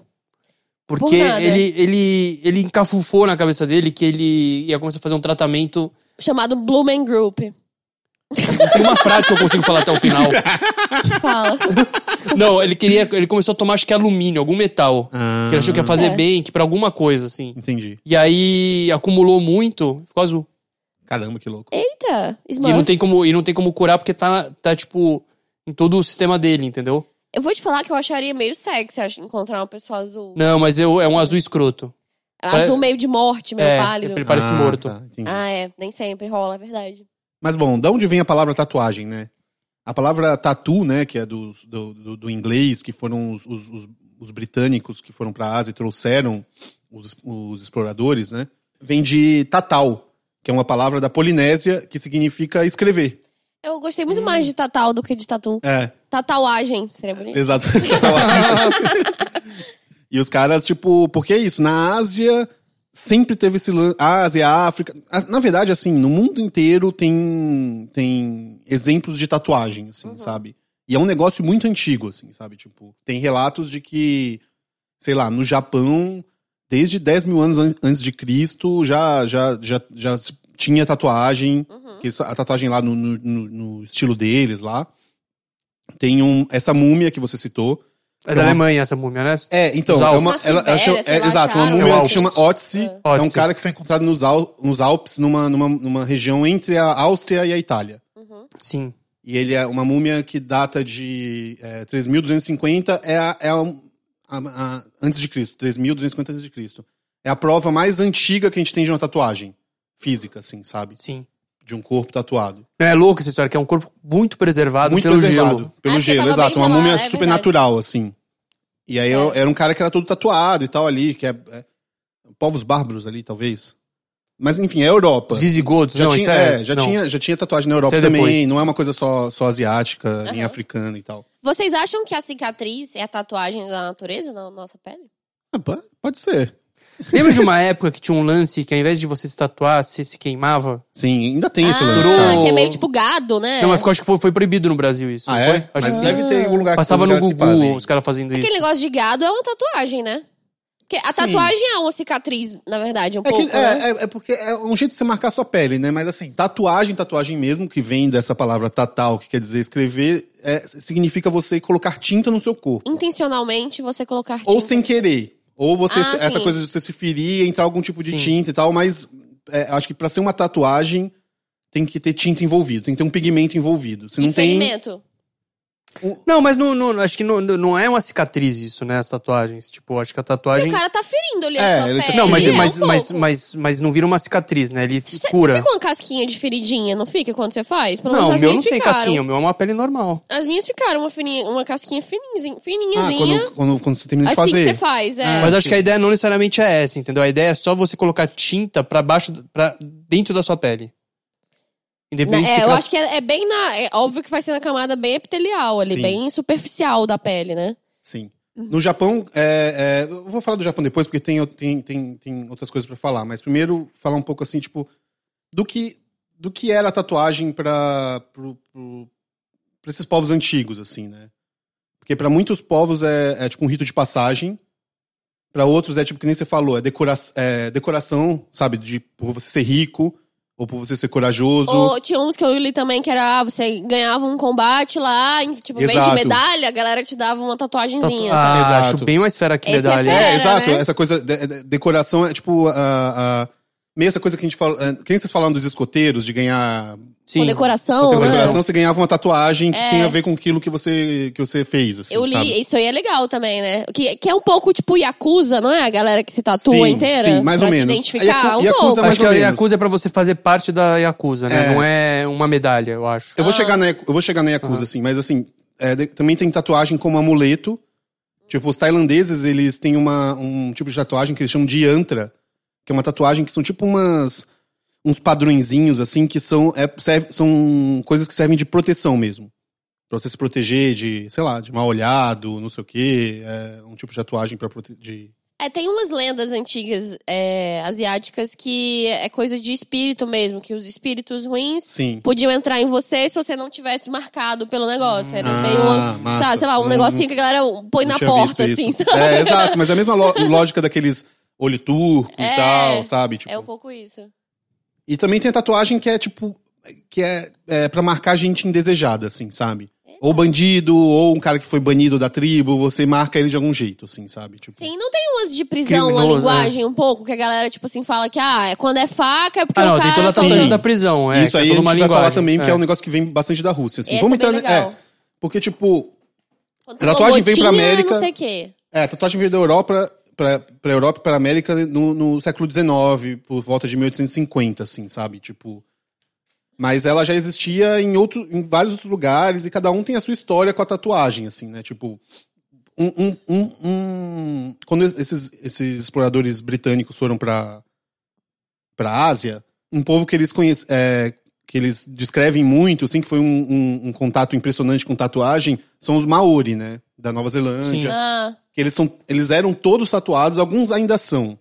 porque
Por nada.
ele, ele ele encafufou na cabeça dele que ele ia começar a fazer um tratamento.
Chamado Blumen Group.
Tem uma frase que eu consigo falar até o final.
Fala.
Não, ele queria ele começou a tomar acho que é alumínio, algum metal.
Ah.
Que ele achou que ia fazer
É.
bem, que pra alguma coisa assim.
Entendi.
E aí acumulou muito, ficou azul.
Caramba, que louco.
Eita,
E
Smurfs.
não tem como e não tem como curar porque tá tá tipo em todo o sistema dele, entendeu?
Eu vou te falar que eu acharia meio sexy acho, encontrar uma pessoa azul.
Não, mas eu, é um azul escroto.
Azul meio de morte, meio
é,
pálido.
ele parece
Ah,
morto.
tá, entendi.
Ah, é. Nem sempre rola, é verdade.
Mas bom, da onde vem a palavra tatuagem, né? A palavra tatu, né, que é do, do, do- do inglês, que foram os, os- os- os britânicos que foram para a Ásia e trouxeram os, os exploradores, né? Vem de tatal, que é uma palavra da Polinésia que significa escrever.
Eu gostei muito
Hum.
mais de tatal do que de tatu.
É,
Tatauagem, seria bonito?
exato. Tatuagem. e os caras, tipo, porque é isso, na Ásia sempre teve esse lance. Ásia, África. a- Na verdade, assim, no mundo inteiro tem, tem exemplos de tatuagem, assim, sabe? E é um negócio muito antigo, assim, sabe? Tipo, tem relatos de que, sei lá, no Japão, desde 10 mil anos an- antes de Cristo, já, já, já, já se- tinha tatuagem. que isso- a tatuagem lá no, no- no- no estilo deles lá. Tem um, essa múmia que você citou,
É da Alemanha essa múmia, né?
é, então,
Os
é
Alpes.
uma,
Na
ela, ela
Sibéria,
chama-
sei
é,
lá,
exato, uma
acharam.
múmia
É o
que chama Otzi, é um
Otzi.
cara que foi encontrado nos, Al- nos Alpes, numa, numa, numa região entre a Áustria e a Itália.
Sim.
E ele é uma múmia que data de é, 3.250 é a, é a, a- a- antes de Cristo, 3.250 antes de Cristo. É a prova mais antiga que a gente tem de uma tatuagem física, assim, sabe?
Sim.
De um corpo tatuado.
É louco essa história, que é um corpo muito preservado
muito
pelo
preservado.
gelo.
Pelo
Ah, porque
gelo,
tava
exato.
bem
Uma múmia
gelado, é
super natural, assim. E aí eu- era um cara que era todo tatuado e tal ali, que é, é- povos bárbaros ali, talvez. Mas enfim, é Europa.
Visigodos,
Já,
não,
tinha,
isso é...
é, já,
não.
tinha, já tinha tatuagem na Europa
Isso é
também,
depois.
não é uma coisa só, só asiática, nem
Aham.
africana e tal.
Vocês acham que a cicatriz é a tatuagem da natureza na nossa pele?
Ah, po- pode ser.
Lembra de uma época que tinha um lance que ao invés de você se tatuar, você se queimava?
Sim, ainda tem esse lance.
Durou-
que é meio tipo gado, né?
Não, mas ficou- acho que foi, foi proibido no Brasil isso.
Ah,
não
é?
foi? Acho que
Mas
sim.
deve ter algum lugar que
Passava
tem
no
uns lugares que
Google
fazem.
os caras fazendo
Aquele
isso.
negócio de gado é uma tatuagem, né? Porque a
Sim.
tatuagem é uma cicatriz, na verdade, um
É,
pouco,
que- é-
né?
é- é porque é um jeito de você marcar sua pele, né? Mas assim, tatuagem, tatuagem mesmo, que vem dessa palavra tatal, que quer dizer escrever, é, significa você colocar tinta no seu corpo.
Intencionalmente você colocar tinta.
Ou sem querer. Ou você,
Ah,
essa
sim.
coisa de você se ferir, entrar algum tipo de
Sim.
tinta e tal, mas é, acho que pra ser uma tatuagem tem que ter tinta envolvido, tem que ter um pigmento envolvido. Se não
E
tem.
ferimento.
Não, mas não, não- acho que não, não é uma cicatriz isso, né? As tatuagens. Tipo, acho que a tatuagem...
O cara tá ferindo ali
É,
a sua
ele-
pele.
Não, mas,
é
mas,
um
mas,
pouco.
mas, mas não vira uma cicatriz, né? Ele
Você-
cura.
Fica uma casquinha de feridinha, não fica quando você faz? Pelo menos
Não, o
as
meu não
minhas
tem
ficaram.
casquinha, o meu é uma pele normal.
As minhas ficaram uma, fininha, uma casquinha fininzinha,
Ah,
fininhazinha.
quando, quando, Ah, quando você termina de
assim que
fazer.
você faz, é.
Ah.
Mas acho que a ideia não necessariamente é essa, entendeu? A ideia é só você colocar tinta pra baixo, para dentro da sua pele.
Na-
Independente
é,
se
eu
ela-
acho que é, é bem na. É óbvio que vai ser na camada bem epitelial ali,
Sim.
bem superficial da pele, né?
Sim. No Japão, é, é, eu vou falar do Japão depois, porque tem, tem, tem, tem outras coisas pra falar. Mas primeiro, falar um pouco assim, tipo, do que, do que era a tatuagem pra, pro, pro, pra esses povos antigos, assim, né? Porque pra muitos povos é, é tipo um rito de passagem. Pra outros é tipo, que nem você falou, é, decora é decoração, sabe? De, por você ser rico, ou por você ser corajoso.
Ou tinha uns que eu li também que era, ah, você ganhava um combate lá, em, tipo, em vez de
Exato.
medalha, a galera te dava uma tatuagenzinha, é sabe?
Ah,
Exato.
acho bem mais fera que
Esse é
medalha.
fera.
É, exato.
né?
Essa coisa, de- de- decoração é tipo. a a- meio essa coisa que a gente fala. é, Quem vocês falaram dos escoteiros, de ganhar.
Com
Sim.
decoração,
Com
né?
decoração, você ganhava uma tatuagem que tem a ver com aquilo que você, que você fez. assim,
É. Eu li,
sabe?
isso aí é legal também, né? Que, que é um pouco tipo Yakuza, não é? A galera que se tatua
Sim,
inteira?
sim, mais
pra
ou
se
menos.
identificar,
A Yaku-
um
Yakuza
pouco.
é mais
acho que
ou
a
menos.
Yakuza é pra você fazer parte da Yakuza, né? Não é uma medalha, eu acho.
Ah.
Eu vou chegar na, eu vou chegar na Yakuza, assim, mas assim, é, de- também tem tatuagem como amuleto. Tipo, os tailandeses, eles têm uma, um tipo de tatuagem que eles chamam de yantra, que é uma tatuagem que são tipo umas uns padrõezinhos, assim, que são, é, serve- são coisas que servem de proteção mesmo. Pra você se proteger de, sei lá, de mal olhado, não sei o quê. É um tipo de tatuagem pra proteger.
É, tem umas lendas antigas é, asiáticas que é coisa de espírito mesmo, que os espíritos ruins
Sim.
podiam entrar em você se você não tivesse marcado pelo negócio. Era
Ah,
meio, uma-
massa.
sabe, sei lá, um
Não-
negocinho
não-
que a galera põe
Não
na
tinha
porta,
visto isso.
assim, sabe?
É, exato, mas é a mesma lo- lógica daqueles olho turco
É,
e tal, sabe? Tipo,
É um pouco isso.
E também tem a tatuagem que é tipo. que é, é pra marcar gente indesejada, assim, sabe? Ou bandido, ou um cara que foi banido da tribo, você marca ele de algum jeito, assim, sabe? Tipo,
Sim, não tem umas de prisão, uma
né?
Criminoso,
linguagem um pouco, que a galera, tipo assim, fala que, ah, é quando é faca é porque
Ah,
o
não,
cara...
tem toda a
só-
tatuagem
Sim.
da prisão. É,
Isso
que é
aí a
toda
gente
uma
vai
linguagem.
falar também, porque é. um negócio que vem bastante da Rússia, assim.
Essa é bem legal.
É, porque, tipo,
Quando
A tatuagem veio pra
botinha,
América.
Não sei o quê.
é, a tatuagem veio da Europa pra, pra Europa e pra América no, no século XIX, por volta de 1850, assim, sabe? Tipo. Mas ela já existia em, outro, em vários outros lugares e cada um tem a sua história com a tatuagem, assim, né? Tipo, um, um- um- um- quando esses, esses exploradores britânicos foram para para Ásia, um povo que eles conhecem, que eles descrevem muito, assim, que foi um, um- um contato impressionante com tatuagem, são os Maori, né? Da Nova Zelândia.
Ah,
Que eles são, eles eram todos tatuados, alguns ainda são.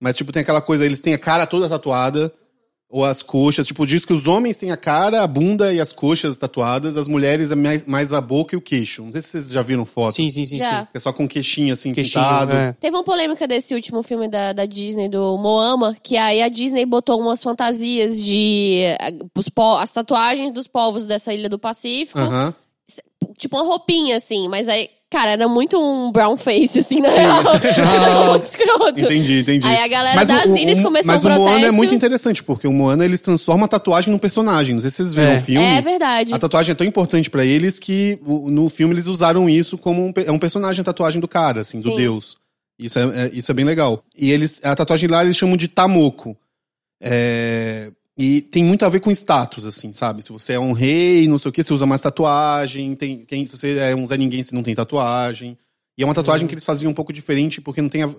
Mas, tipo, tem aquela coisa, eles têm a cara toda tatuada, ou as coxas. Tipo, diz que os homens têm a cara, a bunda e as coxas tatuadas, as mulheres é mais, mais a boca e o queixo. Não sei se vocês já viram foto.
Sim, sim, sim,
Já.
sim.
É só com queixinho, assim,
Queixinho,
pintado.
é.
teve uma polêmica desse último filme da, da Disney, do Moama, que aí a Disney botou umas fantasias de... eh, Os, po- as tatuagens dos povos dessa ilha do Pacífico.
Aham.
Tipo uma roupinha, assim, mas aí... Cara, era muito um brown face, assim, na real. Era muito escroto.
Ah, Entendi, entendi.
Aí a galera da
o-
Zines
o-
começou
Mas
um
o Moana é
protesto.
muito interessante, porque o Moana, eles transformam a tatuagem num personagem. Não sei se vocês viram
É.
o filme.
É verdade.
A tatuagem é tão importante pra eles que o- no filme eles usaram isso como um, pe- é um personagem a tatuagem do cara, assim, do
Sim.
deus. Isso é, é- isso é bem legal. E eles a tatuagem lá eles chamam de tamoco. É, e tem muito a ver com status, assim, sabe? Se você é um rei, não sei o que, você usa mais tatuagem. Tem, quem, se você é um Zé Ninguém, você não tem tatuagem. E é uma tatuagem
Uhum.
que eles faziam um pouco diferente, porque não tem a,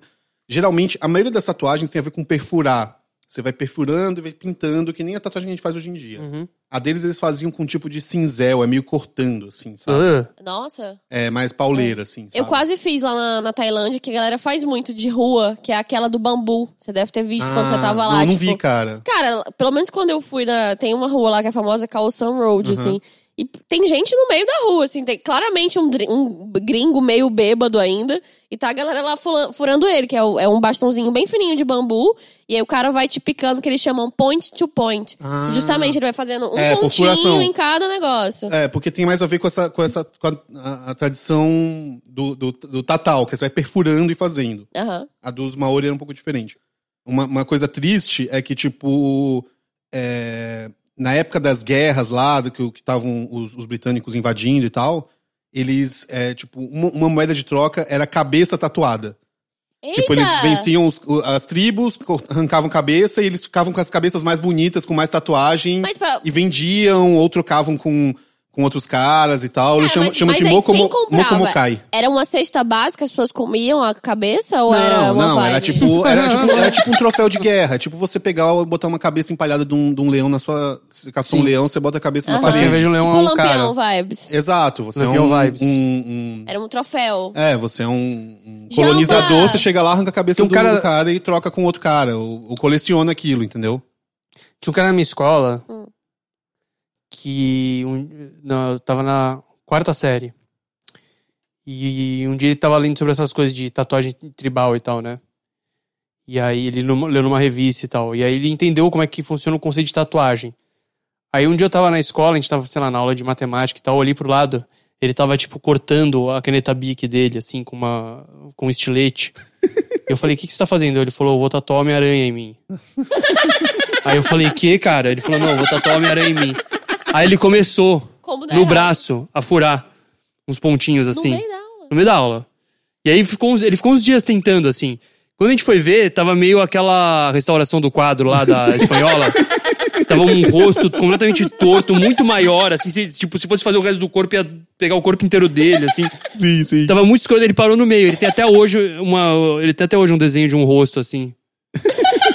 Geralmente, a maioria das tatuagens tem a ver com perfurar. Você vai perfurando e vai pintando, que nem a tatuagem que a gente faz hoje em dia.
Uhum.
A deles eles faziam com um tipo de cinzel, é meio cortando, assim, sabe?
Ah,
Nossa.
É mais pauleira, assim. Sabe?
Eu quase fiz lá na, na Tailândia, que a galera faz muito de rua, que é aquela do bambu. Você deve ter visto quando você
Ah,
tava lá.
Não, eu não
tipo,
vi, cara.
Cara, pelo menos quando eu fui na. Tem uma rua lá que é a famosa Calção Road,
Uhum.
assim. E p- tem gente no meio da rua, assim. Tem claramente um, dri- um gringo meio bêbado ainda. E tá a galera lá fula- furando ele, que é, o- é um bastãozinho bem fininho de bambu. E aí o cara vai te picando, que eles chamam point to point.
Ah.
Justamente, ele vai fazendo um
É, por furação.
pontinho em cada negócio.
É, porque tem mais a ver com essa, com essa com a, a- a tradição do, do, do tatal, que você vai perfurando e fazendo.
Aham.
A dos Maori era um pouco diferente. Uma, uma coisa triste é que, tipo, é, na época das guerras lá, do que o- que estavam os, os britânicos invadindo e tal, eles, é, tipo, uma, uma moeda de troca era cabeça tatuada. Tipo, eles
Eita!
venciam os- o- as tribos, co- arrancavam cabeça e eles ficavam com as cabeças mais bonitas, com mais tatuagem.
Mas pra-
E vendiam ou trocavam com, com com outros caras e tal. Ele
Cara,
chama,
mas-
chama
mas
de
aí
Moco,
quem
Mo-
comprava?
Moco Mokai.
Era uma cesta básica, as pessoas comiam a cabeça ou
Não,
era uma
não,
vibe?
era tipo, era, tipo, era tipo um troféu de guerra. É Tipo você pegar e botar uma cabeça empalhada de um, de um leão na sua. Se caçou um
Sim.
leão, você bota a cabeça na
Aham.
parede.
Quem veja o leão
Tipo
é um cara.
Lampião vibes.
Exato, você é
Lampião
um,
vibes.
um- um-
Era um troféu.
É, você é um, um
Jamba!
colonizador, você chega lá, arranca a cabeça
Tem um
do,
cara-
do cara e troca com outro cara. Ou, ou coleciona aquilo, entendeu?
Tinha um cara na minha escola
Hum.
que. um- não, eu tava na quarta série. E um dia ele tava lendo sobre essas coisas de tatuagem tribal e tal, né? E aí ele numa- leu numa revista e tal. E aí ele entendeu como é que funciona o conceito de tatuagem. Aí um dia eu tava na escola, a gente tava, sei lá, na aula de matemática e tal, eu olhei pro lado, ele tava, tipo, cortando a caneta Bic dele, assim, com uma. com um estilete. Eu falei, o que, que você tá fazendo? Ele falou, eu vou tatuar Homem-Aranha em mim. Aí eu falei, que, cara? Ele falou, não, eu vou tatuar Homem-Aranha em mim. Aí ele começou,
Como dá
no
errado.
braço, a furar uns pontinhos
Não
assim.
vem da aula.
No meio da aula. E aí ficou uns- ele ficou uns dias tentando, assim. Quando a gente foi ver, tava meio aquela restauração do quadro lá da espanhola. tava um rosto completamente torto, muito maior, assim, se- tipo, se fosse fazer o resto do corpo, ia pegar o corpo inteiro dele, assim.
Sim, sim.
Então-
Tava muito escuro, ele parou no meio. Ele tem até hoje uma. Ele tem até hoje um desenho de um rosto, assim.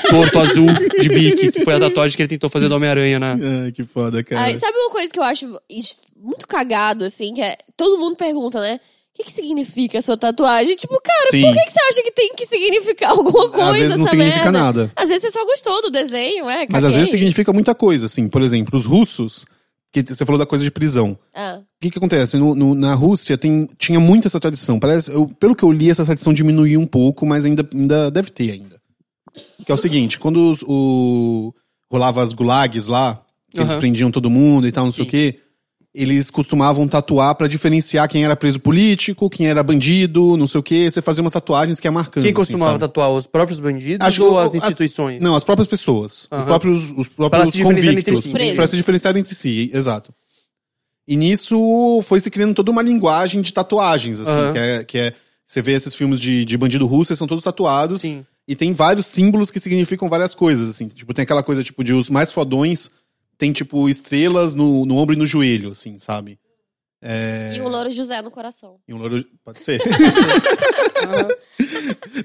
torto azul de bique, que foi a tatuagem que ele tentou fazer do Homem-Aranha, né?
Ai, Ah, que foda, cara.
Ai, sabe uma coisa que eu acho is- muito cagado, assim, que é. Todo mundo pergunta, né? O que, que significa a sua tatuagem? Tipo, cara,
Sim.
por que, que você acha que tem que significar alguma coisa?
Às vezes não
essa
significa
merda?
nada.
Às vezes você só gostou do desenho, é?
Mas
caguei.
às vezes significa muita coisa, assim. Por exemplo, os russos, que você falou da coisa de prisão.
Ah.
O que, que acontece? No- no- na Rússia tem- tinha muito essa tradição. Parece, eu- pelo que eu li, essa tradição diminuiu um pouco, mas ainda, ainda deve ter ainda. Que é o seguinte, quando os- o, rolava as gulags lá, que eles
Aham.
prendiam todo mundo e tal, não sei
Sim.
o quê, eles costumavam tatuar pra diferenciar quem era preso político, quem era bandido, não sei o quê. Você fazia umas tatuagens que é marcando.
Quem
assim,
costumava
sabe?
tatuar? Os próprios bandidos
Acho que
ou
o-
as
a-
instituições?
Não, as próprias pessoas.
Aham.
Os próprios, os
Pra
próprios
se diferenciar entre
convictos.
si.
Presos.
Pra se diferenciar entre si, exato. E nisso foi se criando toda uma linguagem de tatuagens, assim,
Aham.
que, é, que é. Você vê esses filmes de, de bandido russo, eles são todos tatuados.
Sim.
E tem vários símbolos que significam várias coisas, assim. Tipo, tem aquela coisa, tipo, de os mais fodões tem, tipo, estrelas no, no ombro e no joelho, assim, sabe?
E
É.
o Louro José no coração.
E um louro. Pode ser.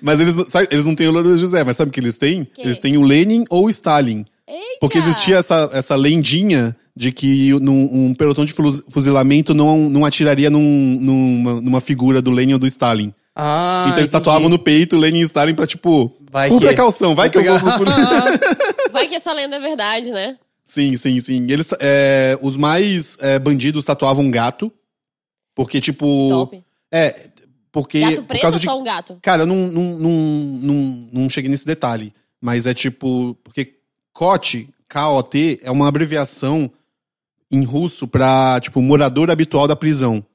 mas eles, não- sabe, eles não têm o louro José, mas sabe o que eles têm?
Quê?
Eles têm o Lenin ou o Stalin.
Eita!
Porque existia essa, essa lendinha de que num- um pelotão de fuz- fuzilamento não, não atiraria num- numa, numa figura do Lenin ou do Stalin.
Ah,
então eles
entendi.
tatuavam no peito Lenin e Stalin pra, tipo,
Vai
por
que- é.
precaução, vai que eu vou...
Vai que essa lenda é verdade, né?
sim, sim, sim. E Eles, é, os mais é, bandidos tatuavam gato, porque, tipo...
Top.
É, porque...
Gato
por
preto
causa
ou
de
só um gato?
Cara, eu não, não, não, não, não cheguei nesse detalhe. Mas é tipo. Porque COT, K-O-T, é uma abreviação em russo pra, tipo, morador habitual da prisão.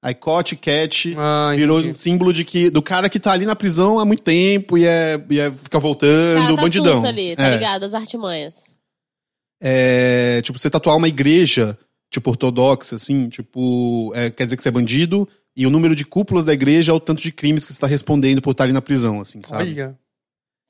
Aí COT, CAT,
Ah,
virou um
entendi.
símbolo de que, do cara que tá ali na prisão há muito tempo e, é, e é, fica
O
voltando,
cara tá
bandidão.
sussa ali, tá
é.
ligado? As artimanhas.
É, tipo, você tatuar uma igreja, tipo, ortodoxa, assim, tipo, é, quer dizer que você é bandido, e o número de cúpulas da igreja é o tanto de crimes que você tá respondendo por estar ali na prisão, assim, sabe?
Olha.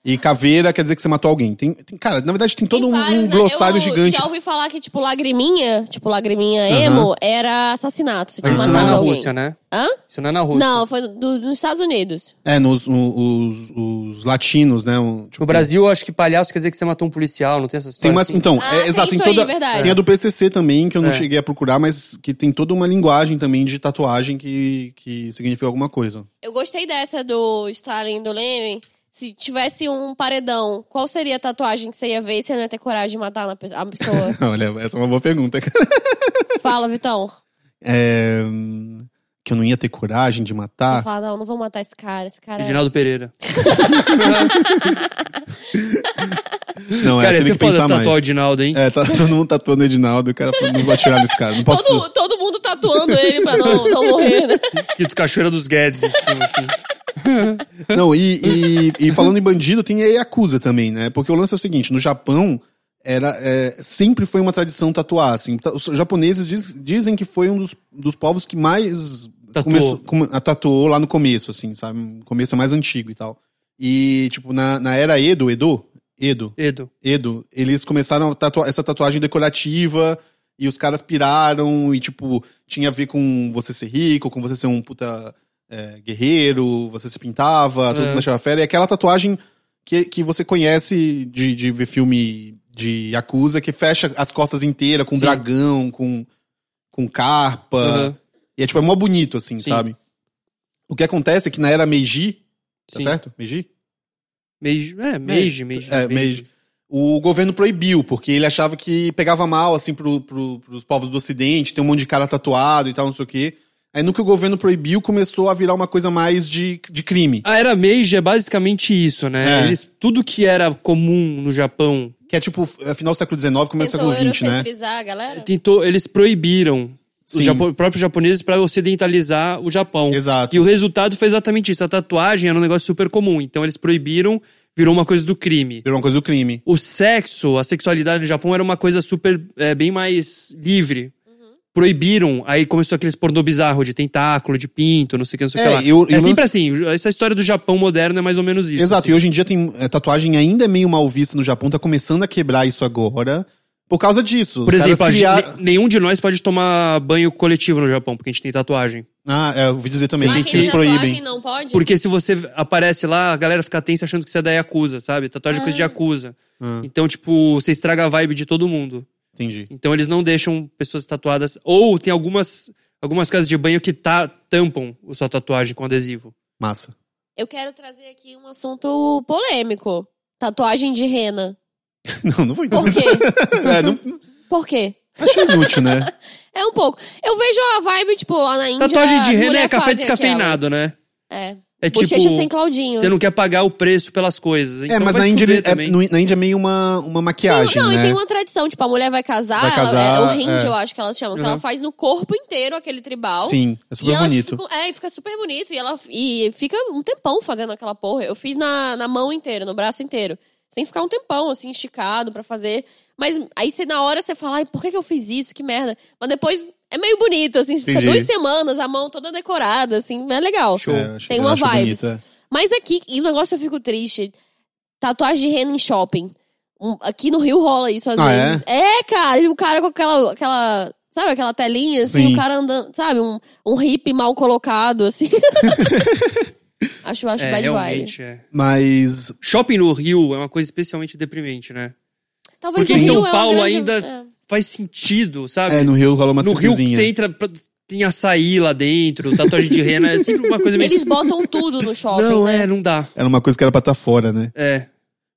E caveira quer dizer que você matou alguém. Tem, tem- cara, na verdade tem todo
Tem
um,
vários,
um
né?
glossário
Eu
gigante.
já ouvi falar que, tipo, lagriminha, tipo, lagriminha emo, era assassinato. Você tinha
Mas isso
Mas
não é
matado
na
alguém.
Rússia, né?
Hã?
Isso não é na Rússia.
Não, foi do- dos Estados Unidos.
É, nos o- os, os latinos, né? um, tipo,
No Brasil, eu acho que palhaço quer dizer que você matou um policial, não tem essa história.
Tem mais,
assim?
então,
Ah,
é,
tem
exato, tem
isso aí,
toda.
verdade.
tem a do PCC também, que eu não
É.
cheguei a procurar, mas que tem toda uma linguagem também de tatuagem que, que significa alguma coisa.
Eu gostei dessa do Stalin e do Lenin. Se tivesse um paredão, qual seria a tatuagem que você ia ver e você não ia ter coragem de matar na pe- a pessoa?
Olha, essa é uma boa pergunta, cara.
Fala, Vitão.
É, hum, que eu não ia ter coragem de matar.
Fala, não, não vou matar esse cara. Esse cara é
Reginaldo Pereira.
Não, é,
cara,
teve
esse
que
foda
pensar
tatuar o
mais.
Edinaldo, hein?
É, tá todo mundo tatuando o Edinaldo, o cara falou, não vou atirar nesse cara. Não posso.
Todo, todo mundo tatuando ele pra não, não morrer, né?
É.
Quito Cachoeira dos Guedes. em cima, assim.
Não, e, e- e falando em bandido, tem a Yakuza também, né? Porque o lance é o seguinte, no Japão, era, é, sempre foi uma tradição tatuar, assim. Ta- Os japoneses diz- dizem que foi um dos, dos povos que mais
Tatuou.
começou- come- a tatuou lá no começo, assim, sabe? O começo é mais antigo e tal. E, tipo, na, na era Edo, Edo? Edo,
Edo.
Edo, eles começaram a tatua- essa tatuagem decorativa E os caras piraram e, tipo, tinha a ver com você ser rico, com você ser um puta é, guerreiro, você se pintava, todo
É.
mundo achava fera. E aquela tatuagem que, que você conhece de, de ver filme de Yakuza, que fecha as costas inteiras com
Sim.
dragão, com, com carpa.
Uhum.
E é, tipo, é mó bonito, assim,
Sim.
sabe? O que acontece é que na era Meiji, tá
Sim.
certo? Meiji?
Meiji, é, Meiji, Meiji.
É, Meiji. O governo proibiu, porque ele achava que pegava mal, assim, pro, pro, pros povos do ocidente, tem um monte de cara tatuado e tal, não sei o quê. Aí no que o governo proibiu, começou a virar uma coisa mais de, de crime.
A era Meiji é basicamente isso, né?
É.
Eles, tudo que era comum no Japão,
Que é tipo, é final do século XIX, começo do
Tentou
século XX, né?
eurocentrizar a galera.
tentou, eles proibiram
Sim.
os japo- próprios japoneses pra ocidentalizar o Japão.
Exato.
E o resultado foi exatamente isso. A tatuagem era um negócio super comum. Então eles proibiram, virou uma coisa do crime.
Virou uma coisa do crime.
O sexo, a sexualidade no Japão era uma coisa super, é, bem mais livre. Proibiram, aí começou aqueles pornô bizarro de tentáculo, de pinto, não sei o que, não sei o
É,
que lá.
e o- e o
é
lance-
sempre assim, essa história do Japão moderno é mais ou menos isso.
Exato,
assim.
e hoje em dia tem é, tatuagem ainda é meio mal vista no Japão, tá começando a quebrar isso agora. Por causa disso. Os
Por
caras
exemplo, a gente-
criaram-
ne- nenhum de nós pode tomar banho coletivo no Japão, porque a gente tem tatuagem.
Ah, é, eu ouvi dizer também
Ah, quem
que
tem
eles
tatuagem
proíbem.
não pode?
Porque se você aparece lá, a galera fica tensa achando que você é da Yakuza, sabe? Tatuagem é
Ah.
coisa de Yakuza.
Ah.
Então, tipo, você estraga a vibe de todo mundo.
Entendi.
Então eles não deixam pessoas tatuadas. Ou tem algumas, algumas casas de banho que tá, tampam a sua tatuagem com adesivo.
Massa.
Eu quero trazer aqui um assunto polêmico. Tatuagem de rena.
Não, não vou
Por
entender.
quê?
É, não,
Por quê?
achei inútil, né?
É um pouco. Eu vejo a vibe, tipo, lá na Índia...
Tatuagem de
as
rena é
mulheres
café
fazem
descafeinado,
aquelas.
né?
É.
É
Bochecha
tipo,
sem Claudinho.
Você não quer pagar o preço pelas coisas. Então
é, mas
vai
na
se
Índia,
fuder
ele- é,
também.
no- na Índia é meio uma, uma maquiagem,
não,
né?
e tem uma tradição, tipo, a mulher vai casar,
Vai casar,
ela, é o hindi,
é.
eu acho que elas chamam, que ela
Uhum.
faz no corpo inteiro aquele tribal.
Sim, é
e
super
ela
bonito.
Fica, é, e fica super bonito. E ela e fica um tempão fazendo aquela porra. Eu fiz na, na mão inteira, no braço inteiro. Você tem que ficar um tempão, assim, esticado pra fazer. Mas aí você, na hora, você fala, ai, por que, que eu fiz isso? Que merda. Mas depois é meio bonito, assim, você fica
Entendi.
duas semanas, a mão toda decorada, assim, é legal.
Show. É, achei-
tem uma assim.
achei
vibes.
bonito, é.
Mas aqui, e o negócio eu fico triste. Tatuagem de rena em shopping. Um- aqui no Rio rola isso às
Ah,
vezes. É? cara, e o cara com aquela. aquela sabe aquela telinha, assim,
Sim.
o cara andando. Sabe, um, um hippie mal colocado, assim. acho acho
É,
bad vibe.
realmente, é.
Mas
Shopping no Rio é uma coisa especialmente deprimente, né?
Talvez
Porque
o
em São
Rio é uma
Paulo
grande-
ainda
é.
faz sentido, sabe?
é, no Rio rola uma
no Rio que
tribuzinha.
você entra, pra- tem açaí lá dentro, tatuagem de rena, é sempre uma coisa meio...
Eles botam tudo no shopping,
não,
né?
é, não dá.
Era uma coisa que era pra estar fora, né?
É.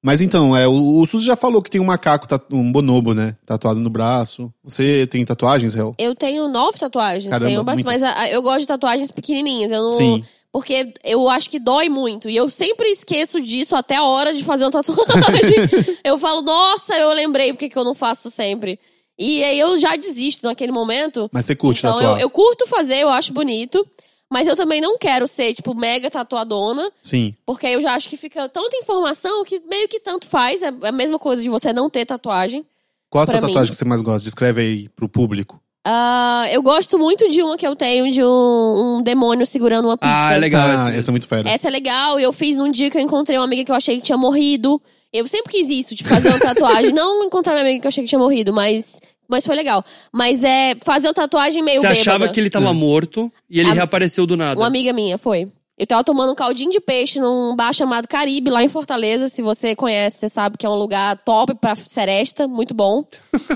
Mas então, é, o, o Suzy já falou que tem um macaco, tatu- um bonobo, né? Tatuado no braço. Você tem tatuagens, Hel?
Eu tenho nove tatuagens,
Caramba,
tenho bastante,
muita.
mas a- a- eu gosto de tatuagens pequenininhas. Eu não,
Sim.
Porque eu acho que dói muito. E eu sempre esqueço disso até a hora de fazer uma tatuagem. eu falo, nossa, eu lembrei porque que eu não faço sempre. E aí eu já desisto naquele momento.
Mas você curte
então eu,
tatuar?
eu curto fazer, eu acho bonito. Mas eu também não quero ser, tipo, mega tatuadona.
Sim.
Porque aí eu já acho que fica tanta informação que meio que tanto faz. É a mesma coisa de você não ter tatuagem.
Qual a sua
Pra mim.
tatuagem que você mais gosta? Descreve aí pro público.
Ah, eu gosto muito de uma que eu tenho, de um, um demônio segurando uma pizza.
Ah, é legal
ah,
essa.
essa é muito fera.
Essa é legal, e eu fiz num dia que eu encontrei uma amiga que eu achei que tinha morrido. Eu sempre quis isso, de fazer uma tatuagem. Não encontrar minha amiga que eu achei que tinha morrido, mas, mas foi legal. Mas é fazer uma tatuagem meio
Você
bêbada.
achava que ele
É.
tava morto e ele reapareceu do nada.
Uma amiga minha, foi. Eu tava tomando um caldinho de peixe num bar chamado Caribe, lá em Fortaleza. Se você conhece, você sabe que é um lugar top pra seresta, muito bom.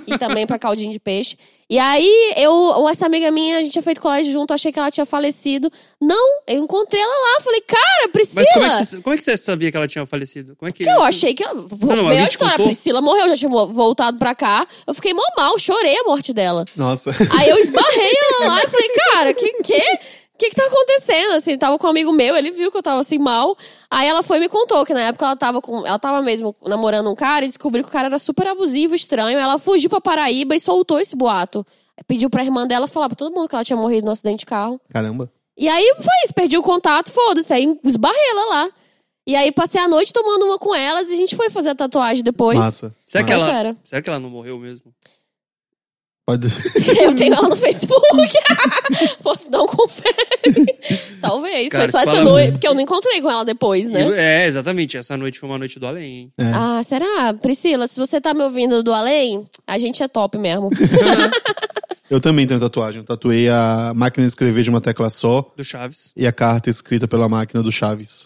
E também pra caldinho de peixe. E aí, eu, essa amiga minha, a gente tinha feito colégio junto, achei que ela tinha falecido. Não, eu encontrei ela lá, falei, cara, Priscila!
Mas como é, que você, como é que você sabia que ela tinha falecido? Como é que...
Que eu achei que ela. Vou,
Não, não,
veio
alguém
a
te
história.
contou?
A Priscila morreu, já tinha mo- voltado pra cá. Eu fiquei mó mal, chorei a morte dela.
Nossa.
Aí eu esbarrei ela lá e falei, cara, que que? que que tá acontecendo? Assim, tava com um amigo meu, ele viu que eu tava assim mal. Aí ela foi e me contou que na época ela tava com. Ela tava mesmo namorando um cara e descobriu que o cara era super abusivo, estranho. Ela fugiu pra Paraíba e soltou esse boato. Pediu pra irmã dela falar pra todo mundo que ela tinha morrido num acidente de carro.
Caramba.
E aí foi isso, perdi o contato, foda-se, aí esbarrei ela lá. E aí passei a noite tomando uma com elas e a gente foi fazer a tatuagem depois.
Massa.
Será que
Ah,
ela...
fera.
Será que ela não morreu mesmo?
Pode...
Eu tenho ela no Facebook. Posso dar um confere. Talvez.
Cara,
foi só
isso
essa
fala
noite.
muito.
Porque eu não encontrei com ela depois, né?
É, exatamente. Essa noite foi uma noite do além, hein?
É.
Ah, será? Priscila, se você tá me ouvindo do além, a gente é top mesmo.
Eu também tenho tatuagem. Eu tatuei a máquina de escrever de uma tecla só
Do Chaves.
e a carta escrita pela máquina do Chaves.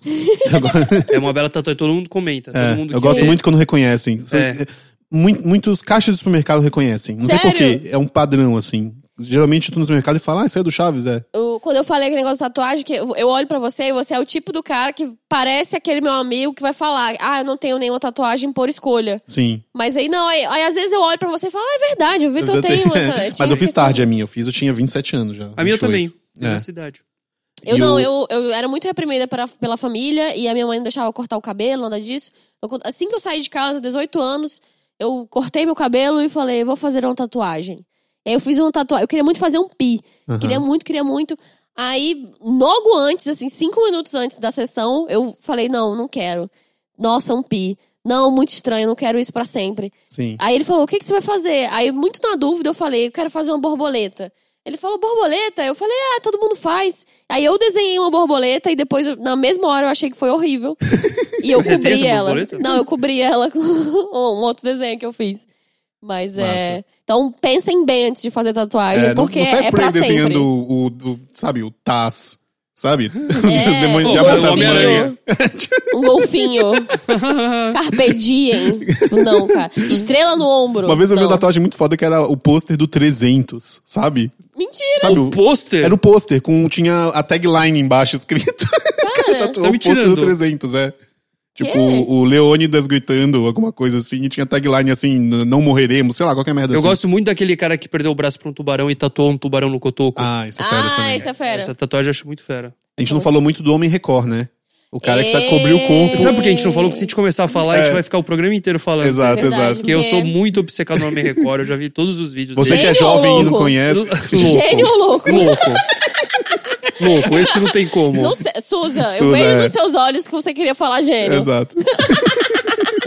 É uma bela tatuagem, todo mundo comenta.
É,
todo mundo
eu
que-
gosto muito quando reconhecem. Você-
É.
Mui- muitos caixas de supermercado reconhecem. Não sei
Sério?
porquê. É um padrão, assim. Geralmente tu no supermercado e fala, ah, isso aí é do Chaves, é.
Eu- quando eu falei aquele negócio da tatuagem, que eu eu olho pra você e você é o tipo do cara que parece aquele meu amigo que vai falar: Ah, eu não tenho nenhuma tatuagem por escolha.
Sim.
Mas aí não, aí, aí às vezes eu olho pra você e falo: Ah, é verdade, o Vitor
já
tem
tenho-
uma. eu tinha
Mas eu fiz
esquecido."
tarde a minha. Eu fiz, eu tinha 27 anos já.
A minha
28.
também.
É.
Nessa idade.
Eu
E
não,
o-
eu, eu era muito reprimida pela, pela família e a minha mãe não deixava eu cortar o cabelo, nada disso. Eu co- assim que eu saí de casa, 18 anos, eu cortei meu cabelo e falei, vou fazer uma tatuagem. E aí eu fiz uma tatuagem, eu queria muito fazer um pi.
Aham.
Queria muito, queria muito. Aí, logo antes, assim, cinco minutos antes da sessão, eu falei, não, não quero. Nossa, um pi. Não, muito estranho, não quero isso pra sempre.
Sim.
Aí ele falou: o que, que você vai fazer? Aí, muito na dúvida, eu falei: eu quero fazer uma borboleta. Ele falou: borboleta? Eu falei: ah, todo mundo faz. Aí eu desenhei uma borboleta e depois, eu- na mesma hora, eu achei que foi horrível. E eu
Você tem
cobri
essa
ela.
borboleta?
Não, eu cobri ela com um outro desenho que eu fiz. Mas é. Então pensem bem antes de fazer tatuagem,
É, não-
porque
não sai
é
por aí
pra
desenhando
sempre.
o, o- o- sabe, o Taz, sabe?
É,
o demônio de
o
abraçar as
Homem-Aranha.
paredes.
golfinho. um golfinho. Carpe diem. Não, cara. Estrela no ombro.
Uma vez eu vi um
não.
uma tatuagem muito foda que era o pôster do 300, sabe?
Mentira,
Sabe
O pôster?
Era um o pôster, com, tinha a tagline embaixo escrita.
cara.
Tatuou
Tá me
o pôster
tirando.
Tá do 300, é. Tipo,
É. Quê?
o Leônidas gritando alguma coisa assim, e tinha tagline assim, "N- não morreremos, sei lá, qualquer merda
Eu
assim.
gosto muito daquele cara que perdeu o braço pra um tubarão e tatuou um tubarão no cotoco.
Ah, isso é fera
Ah,
também.
isso é fera.
Essa tatuagem eu acho muito fera.
A gente não falou muito do Homem Record, né? O cara que tá, cobriu o
É.
corpo.
Sabe por que a gente não falou? Porque se a gente começar a falar, a gente vai ficar o programa inteiro falando.
É. Exato,
Verdade.
é exato.
Porque eu
Porque- é
sou muito obcecado no Homem Record, eu já vi todos os vídeos
Você que
dele.
é
Gênio
jovem e não
louco.
conhece.
Louco.
Gênio ou louco?
Louco. Louco, esse não tem como.
Não sei, Suza, eu
Suza,
vejo
é.
nos seus olhos que você queria falar gênio.
Exato.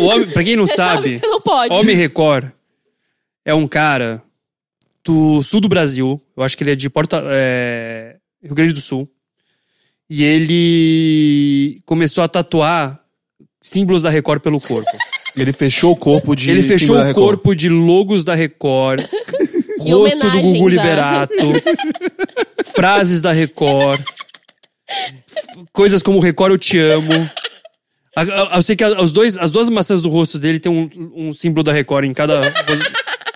O homem, pra quem não
Você sabe
sabe,
que você não pode.
Homem Record é um cara do sul do Brasil. Eu acho que ele é de Porta, é, Rio Grande do Sul. E ele começou a tatuar símbolos da Record pelo corpo.
Ele fechou o corpo de.
ele
símbolo
fechou
da
o
Record.
corpo de logos da Record,
E
rosto do Gugu
homenagens a-
Liberato, frases da Record, coisas como Record eu te amo. A- a- Eu sei que a- os dois, as duas maçãs do rosto dele tem um, um símbolo da Record em cada,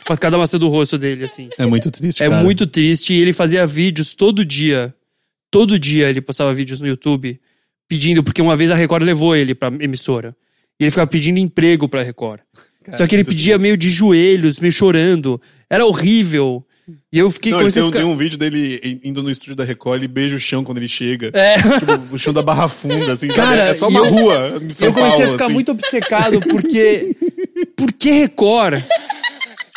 pra cada maçã do rosto dele, assim.
É muito triste.
É
cara.
muito triste. E ele fazia vídeos todo dia. Todo dia ele postava vídeos no YouTube pedindo, porque uma vez a Record levou ele pra emissora. E ele ficava pedindo emprego pra Record. Só que ele pedia meio de joelhos, meio chorando. Era horrível. E eu fiquei
Não, ele tem,
comecei a
um-
ficar...
tem um vídeo dele in- indo no estúdio da Record, ele beija o chão quando ele chega.
É.
Tipo, o chão da Barra Funda, assim. sabe?
Cara,
é só
e
uma
eu-
rua em São
eu comecei
Paulo,
a ficar
assim.
muito obcecado porque. Por que Record?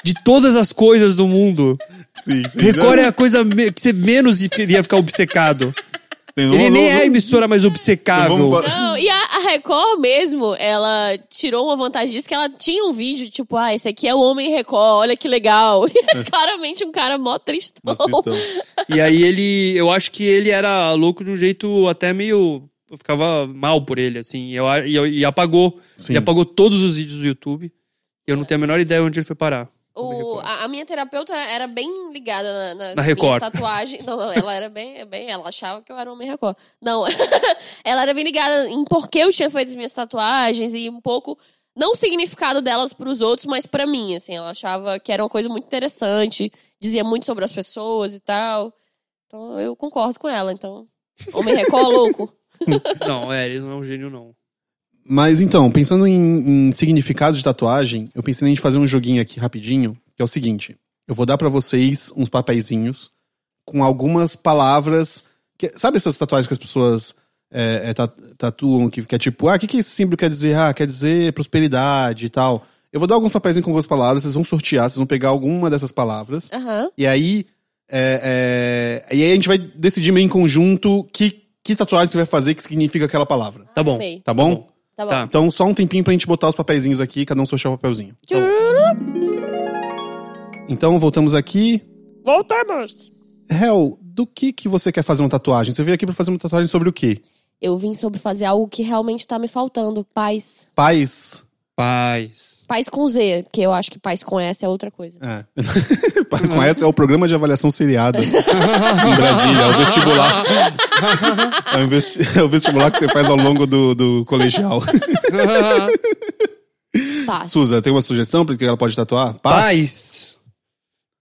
De todas as coisas do mundo.
Sim, sim.
Record é a coisa me- que você menos iria ficar obcecado.
Tem-
Ele
vamos-
nem
vamos-
é a emissora mais obcecável.
vamos- vamos-
Não, e a, a Record mesmo, ela tirou uma vantagem disso, que ela tinha um vídeo, tipo, ah, esse aqui é o Homem Record, olha que legal. E é claramente um cara mó tristão.
Assistam.
E aí ele, eu acho que ele era louco de um jeito até meio, eu ficava mal por ele, assim, e, eu, e, eu- e apagou,
Sim.
ele apagou todos os vídeos do YouTube, e eu não tenho a menor ideia onde ele é foi parar.
O- a, a minha terapeuta era bem ligada na, nas
Na Record.
minhas tatuagens. Não, não, ela era bem, bem. Ela achava que eu era homem Record. Não, ela era bem ligada em por que eu tinha feito as minhas tatuagens e um pouco. Não o significado delas pros outros, mas pra mim, assim. Ela achava que era uma coisa muito interessante, dizia muito sobre as pessoas e tal. Então eu concordo com ela, então. Homem Record, louco.
Não, é, ele não é um gênio não.
Mas então, pensando em, em significados de tatuagem, eu pensei em gente fazer um joguinho aqui rapidinho, que é o seguinte: eu vou dar pra vocês uns papeizinhos com algumas palavras. que- sabe essas tatuagens que as pessoas é, é, ta- tatuam, que, que é tipo, ah, o que, que esse símbolo quer dizer? Ah, quer dizer prosperidade e tal. Eu vou dar alguns papeizinhos com algumas palavras, vocês vão sortear, vocês vão pegar alguma dessas palavras.
Aham.
E aí. é, é, e aí a gente vai decidir meio em conjunto que, que tatuagem você vai fazer que significa aquela palavra.
Tá bom.
Amei.
Tá bom?
Tá bom.
Tá.
Então, só um tempinho pra gente botar os papeizinhos aqui, cada um sortear o papelzinho.
Tchururu.
Então, voltamos aqui.
Voltamos.
Hel, do que que você quer fazer uma tatuagem? Você veio aqui pra fazer uma tatuagem sobre o quê?
Eu vim sobre fazer algo que realmente tá me faltando. Paz.
Paz?
Paz.
Paz com Z, porque eu acho que paz com S é outra coisa.
É. Paz com essa é o programa de avaliação seriada em Brasília, é o vestibular. É o, vesti- é o vestibular que você faz ao longo do, do colegial.
Paz.
Suza, tem uma sugestão pra que ela pode tatuar? Paz?
Paz.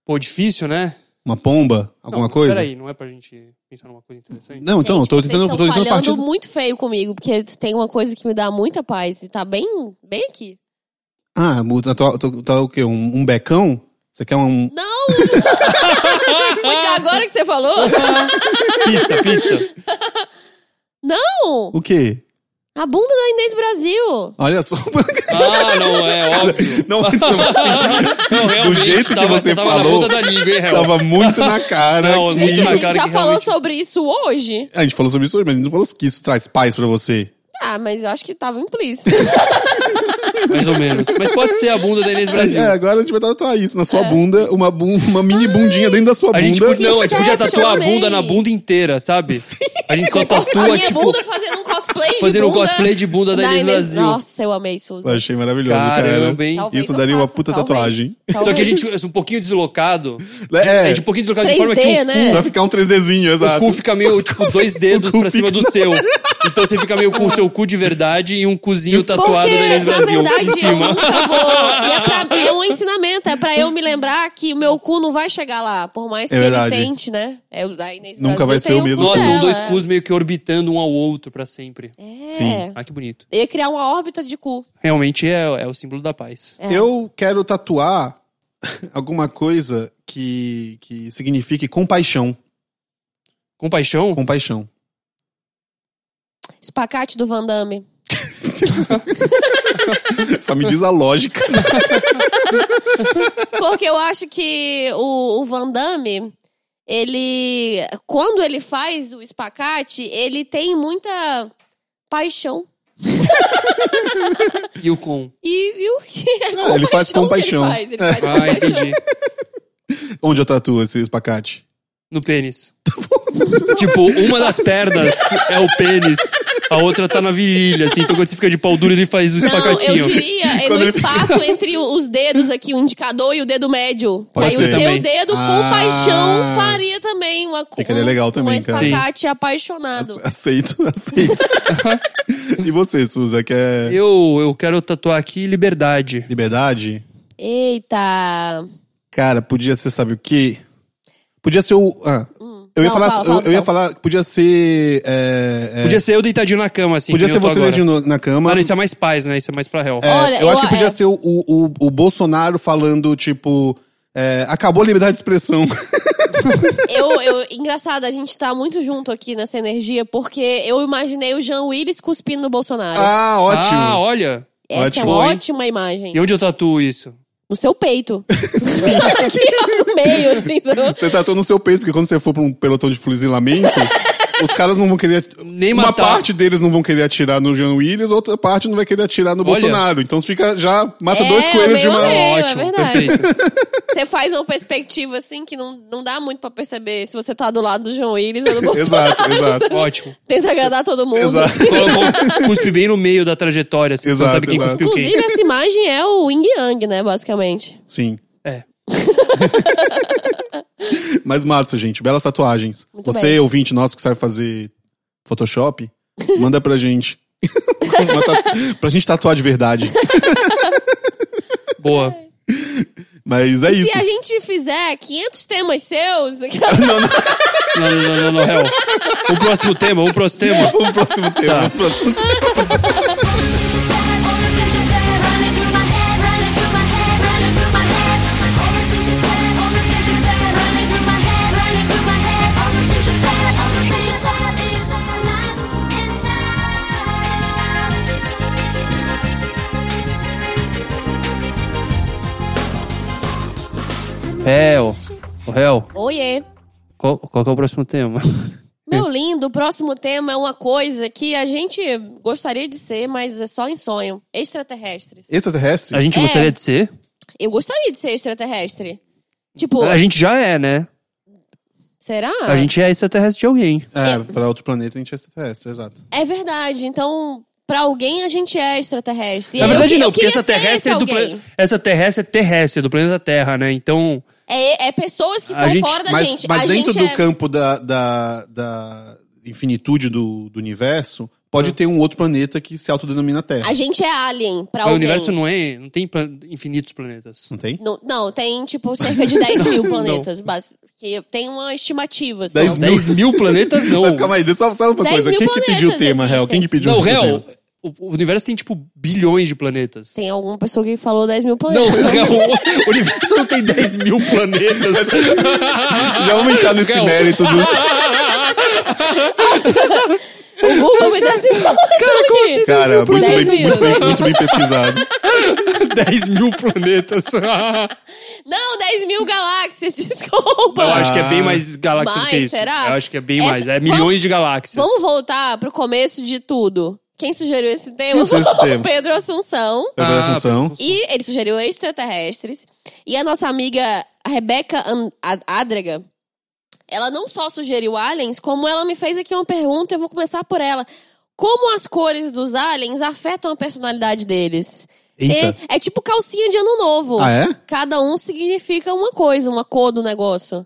Pô, difícil, né?
Uma pomba? Alguma coisa?
Peraí, não é pra gente pensar numa coisa interessante?
Não, então,
Gente,
eu tô
vocês
tentando,
estão
tô tentando
falhando
partir. do-
muito feio comigo, porque tem uma coisa que me dá muita paz e tá bem, bem aqui.
Ah, muda- tá, tá, tá o quê? Um, um becão? Você quer um.
Não! Porque agora que você falou?
Pizza, pizza.
Não!
O quê?
A bunda da Inês Brasil!
Olha só.
Ah, não, é óbvio.
Não, então, assim,
Não, realmente,
jeito que
tava,
você
tava
falou,
na ponta da língua, hein, Hel?
tava muito na cara.
é Não,
que-
muito
Gente,
na
a gente
cara
já
que
falou
realmente-
sobre isso hoje?
A gente falou sobre isso hoje, mas a gente não falou que isso traz paz pra você.
Ah, mas eu acho que tava implícito.
Mais ou menos. Mas pode ser a bunda da Inês Brasil.
É, agora a gente vai tatuar isso na sua
É.
bunda, uma, bun- uma mini bundinha dentro da sua
A
bunda.
gente, podia- não, a gente podia
Inception,
tatuar a
amei.
bunda na bunda inteira, sabe? A gente só
a
tatua,
minha
tipo,
bunda fazendo um cosplay de
fazendo um
bunda
cosplay de bunda da Inês Brasil.
Nossa, eu amei, Suzy.
Eu achei maravilhoso, cara.
Caramba, hein?
Talvez
Isso
eu
daria uma
faça,
puta
talvez.
tatuagem.
Talvez.
Só que a gente é um pouquinho deslocado. A
É,
gente é um pouquinho deslocado de forma que
3D,
o,
né?
vai ficar um 3Dzinho,
o
exato.
cu fica meio, tipo, dois dedos pra cima do seu. Então você fica meio com o seu cu de verdade e um cuzinho tatuado da Inês
Porque, na
Brasil em
verdade, é um eu
cima.
nunca vou. E é, pra- é um ensinamento, é pra eu me lembrar que o meu cu não vai chegar lá, por mais
É
que ele
verdade.
tente, né? É o da Inês
Nunca
Brasil,
vai ser
tem
o mesmo
cu
Nossa,
dela,
são dois
é.
cus meio que orbitando um ao outro pra sempre.
Sim.
É.
Ah, que bonito.
Eu ia criar uma órbita de cu.
Realmente é, é o símbolo da paz.
É.
Eu quero tatuar alguma coisa que, que signifique compaixão.
Compaixão?
Compaixão.
Espacate do Van Damme.
Só me diz a lógica.
Porque eu acho que o, o Van Damme, ele. Quando ele faz o espacate, ele tem muita paixão.
E o com?
E, e o que é
Ah, ele faz com paixão.
que Ele faz, ele faz
Ah,
com paixão.
entendi.
Onde eu tatuo esse espacate?
No pênis. tipo, uma das pernas é o pênis, a outra tá na virilha, assim. Então quando você fica de pau duro, ele faz o
Não, eu
espacatinho.
diria é
Quando
no
ele-
espaço entre os dedos aqui, o indicador e o dedo médio.
Pode
Aí o
ser.
seu
Também.
dedo
Ah. É
com paixão faria também uma cu-
Ficaria legal também,
um
cara.
espacate apaixonado.
Aceito, aceito. e você, Suza, quer
Eu, eu quero tatuar aqui liberdade.
liberdade?
Eita.
Cara, podia ser, sabe o quê? Podia ser o. ah,
Hum.
eu ia
Não,
falar.
fala,
eu-
fala,
eu, ia
então.
falar. Podia ser. é, é,
Podia ser eu deitadinho na cama, assim.
podia
que
ser
nem eu tô
você
agora.
dentro na cama.
Ah, não, isso é mais paz, né? Isso é mais pra réu.
É,
Olha,
eu acho
eu-
que podia
é.
ser o, o, o- o Bolsonaro falando, tipo. é, acabou a liberdade de expressão.
Eu, eu, engraçado, a gente tá muito junto aqui nessa energia, porque eu imaginei o Jean Willis cuspindo no Bolsonaro.
ah, ótimo.
Ah, olha.
Essa
ótimo,
é uma
hein?
ótima imagem.
E onde eu tatuo isso?
No seu peito. aqui, ó, no meio, assim. sabe?
Você tatuou no seu peito, porque quando você for pra um pelotão de fuzilamento, os caras não vão querer.
Nem
uma
matar.
parte deles não vão querer atirar no Jean Willis, outra parte não vai querer atirar no
Olha.
Bolsonaro. Então você fica já. Mata
É,
dois coelhos de
meio
uma.
a meio. É, é
Ótimo,
verdade.
perfeito.
Você faz uma perspectiva, assim, que não, não dá muito pra perceber se você tá do lado do João Willis ou do Bolsonaro.
Exato, exato.
Ótimo.
Tenta agradar todo mundo.
Exato.
Coloca o Cuspe bem no meio da trajetória, assim.
Exato,
você sabe quem
exato.
cuspiu quem.
Inclusive, essa imagem é o Ying Yang, né, basicamente.
Sim.
É.
Mas massa, gente. Belas tatuagens.
Muito
Você,
bem.
ouvinte nosso que sabe fazer Photoshop, manda pra gente. Uma tatu- pra gente tatuar de verdade.
Boa.
Mas é isso.
Se a gente fizer 500 temas seus...
Não, não, não, não, não, réu. O próximo tema, o próximo tema.
Vamos pro próximo tema.
Tá.
próximo tema.
Réu. Ô, réu.
Oiê.
Qual, qual que é o próximo tema? É.
Meu lindo, o próximo tema é uma coisa que a gente gostaria de ser, mas é só em sonho. Extraterrestres.
Extraterrestre?
A gente
É.
gostaria de ser?
Eu gostaria de ser extraterrestre. Tipo,
A gente já é, né?
será?
A gente é extraterrestre de alguém.
É, pra outro planeta a gente é extraterrestre, exato.
É verdade. Então, pra alguém a gente é extraterrestre. E
Na
eu
verdade,
que- eu
não, porque
queria
essa
ser esse
terrestre, é do
alguém.
plane- essa terrestre é terrestre, do planeta Terra, né? Então,
É, é pessoas que
A
são
gente-
fora da
Mas,
gente.
mas
a
dentro
gente
do
é...
campo da, da, da infinitude do, do universo, pode
Hum.
ter um outro planeta que se autodenomina Terra.
A gente é alien pra
o
alguém.
universo não é, não tem plan- infinitos planetas.
Não tem?
Não, não, tem tipo cerca de 10 mil planetas. bas- Que tem uma estimativa. Assim,
10
10
mil.
10 mil planetas não.
Mas calma aí, deixa eu só- só uma
10
coisa.
mil
Quem que pediu o
planetas
tema,
existem.
Hel? Quem que pediu
Não,
o tema?
real, o, o universo tem tipo bilhões de planetas.
Tem alguma pessoa que falou 10 mil
Não,
planetas.
real, o universo não tem 10 mil planetas.
Já vamos entrar nesse
Hel.
mérito
Ah,
do.
O Google me dá essa informação
assim
aqui.
Cara, muito bem,
10 mil.
muito, bem, muito bem pesquisado.
Ah, 10 é mil planetas.
Não, 10 mil galáxias, desculpa.
Eu acho que é
Ah.
bem mais galáxia do que
Mais,
isso.
será?
Eu acho que é bem
Essa-
mais. É
Vamos-
milhões de galáxias.
Vamos voltar pro começo de tudo. Quem sugeriu esse tema?
Quem sugeriu esse tema?
O Pedro Assunção.
Pedro
Ah,
Assunção.
E ele sugeriu extraterrestres. E a nossa amiga Rebeca An- A- Adrega, ela não só sugeriu aliens, como ela me fez aqui uma pergunta, eu vou começar por ela. Como as cores dos aliens afetam a personalidade deles?
Eita.
É, é tipo calcinha de ano novo.
Ah, é?
Cada um significa uma coisa, uma cor do negócio.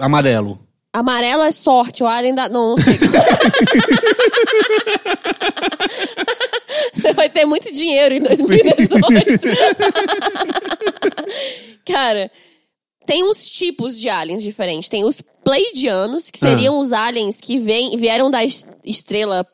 Amarelo.
Amarelo é sorte, o alien dá. Não, não sei. Você vai ter muito dinheiro em 2018. Cara, tem uns tipos de aliens diferentes. Tem os pleiadianos, que seriam
Ah.
os aliens que vêm, vieram da es- estrela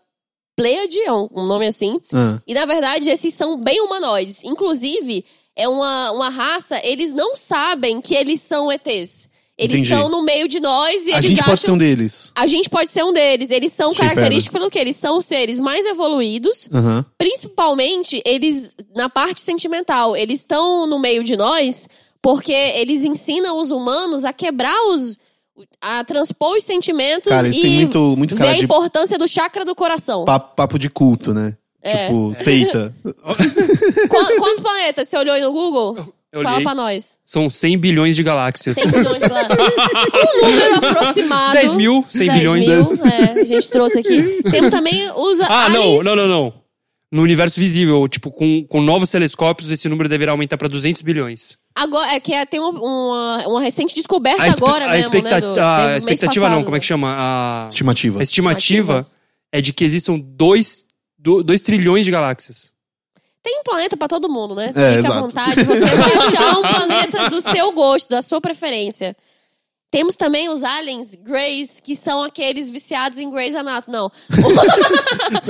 Pleiade, é um, um nome assim.
Ah.
E na verdade, esses são bem humanoides. Inclusive, é uma, uma raça, eles não sabem que eles são ETs. Eles
Entendi.
estão no meio de nós e
A
eles
gente
acham.
pode ser um deles.
A gente pode ser um deles. Eles são
Achei
característicos pelo que eles são seres mais evoluídos.
Aham.
Principalmente, eles, na parte sentimental, eles estão no meio de nós porque eles ensinam os humanos a quebrar os. a transpor os sentimentos
Cara, eles têm
e
muito, muito
ver
cara
a
de
importância do chakra do coração.
papo, papo de culto, né?
É.
Tipo, seita.
Qu- Quantos planetas você olhou aí no Google?
Eu
Fala
olhei.
pra nós.
São 100 bilhões de galáxias.
100 bilhões de planetas. Um número aproximado.
10 mil, 100 bilhões.
mil, é, a gente trouxe aqui. Temos também os
Ah, não,
aliens.
não, não, não. No universo visível, tipo, com, com novos telescópios, esse número deverá aumentar pra 200 bilhões.
Agora, é que é- tem uma, uma, uma recente descoberta
expe-
agora mesmo,
expecta-
né? do-
a
teve mês
expectativa
passado,
não, como é que
né?
chama? A,
Estimativa.
a estimativa é de que existam 2 trilhões de galáxias.
Tem um planeta pra todo mundo, né?
É,
Fica
exato.
à vontade, você vai achar um planeta do seu gosto, da sua preferência. Temos também os aliens Greys, que são aqueles viciados em Grey's Anatomy. Não.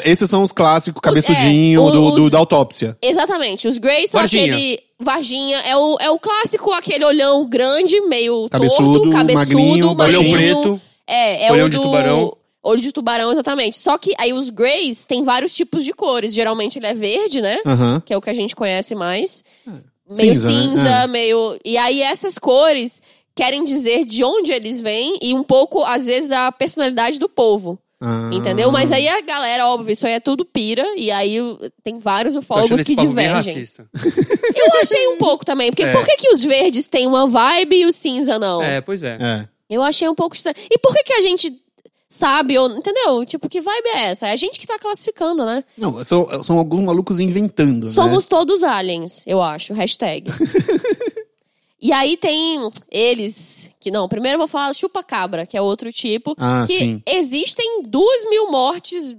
Esses são os clássicos, cabeçudinho
é,
do,
os-
do- da autópsia.
Exatamente. Os Greys são
Varginha.
aquele. Varginha. É o, é o clássico, aquele olhão grande, meio
Cabeçudo,
torto, cabeçudo,
magrinho, baixinho.
Olhão
Sim.
preto. tá
É, é
Olhão
o
de
do...
tubarão.
Olho de tubarão, exatamente. Só que aí os Greys tem vários tipos de cores. Geralmente ele é verde, né?
Ah.
Aham.
Que é o que a gente conhece mais. Meio
Cinza,
cinza,
né?
Ah.
É.
meio. E aí essas cores querem dizer de onde eles vêm e um pouco, às vezes, a personalidade do povo.
Ah.
Entendeu? Mas aí a galera, óbvio, isso aí é tudo pira. E aí o- tem vários
Tô achando
ufólogos
esse
que
papo bem
divergem.
racista.
Eu achei um pouco também. Porque
É.
por que, que os verdes têm uma vibe e o cinza não?
É, pois é.
É.
Eu achei um pouco estranho. E por que, que a gente sabe, ou, entendeu? Tipo, que vibe é essa? É a gente que tá classificando, né?
Não, são, são alguns malucos inventando. né?
Somos todos aliens, eu acho. Hashtag. e aí tem eles, que não, primeiro eu vou falar chupa-cabra, que é outro tipo.
Ah,
que
sim.
existem duas mil mortes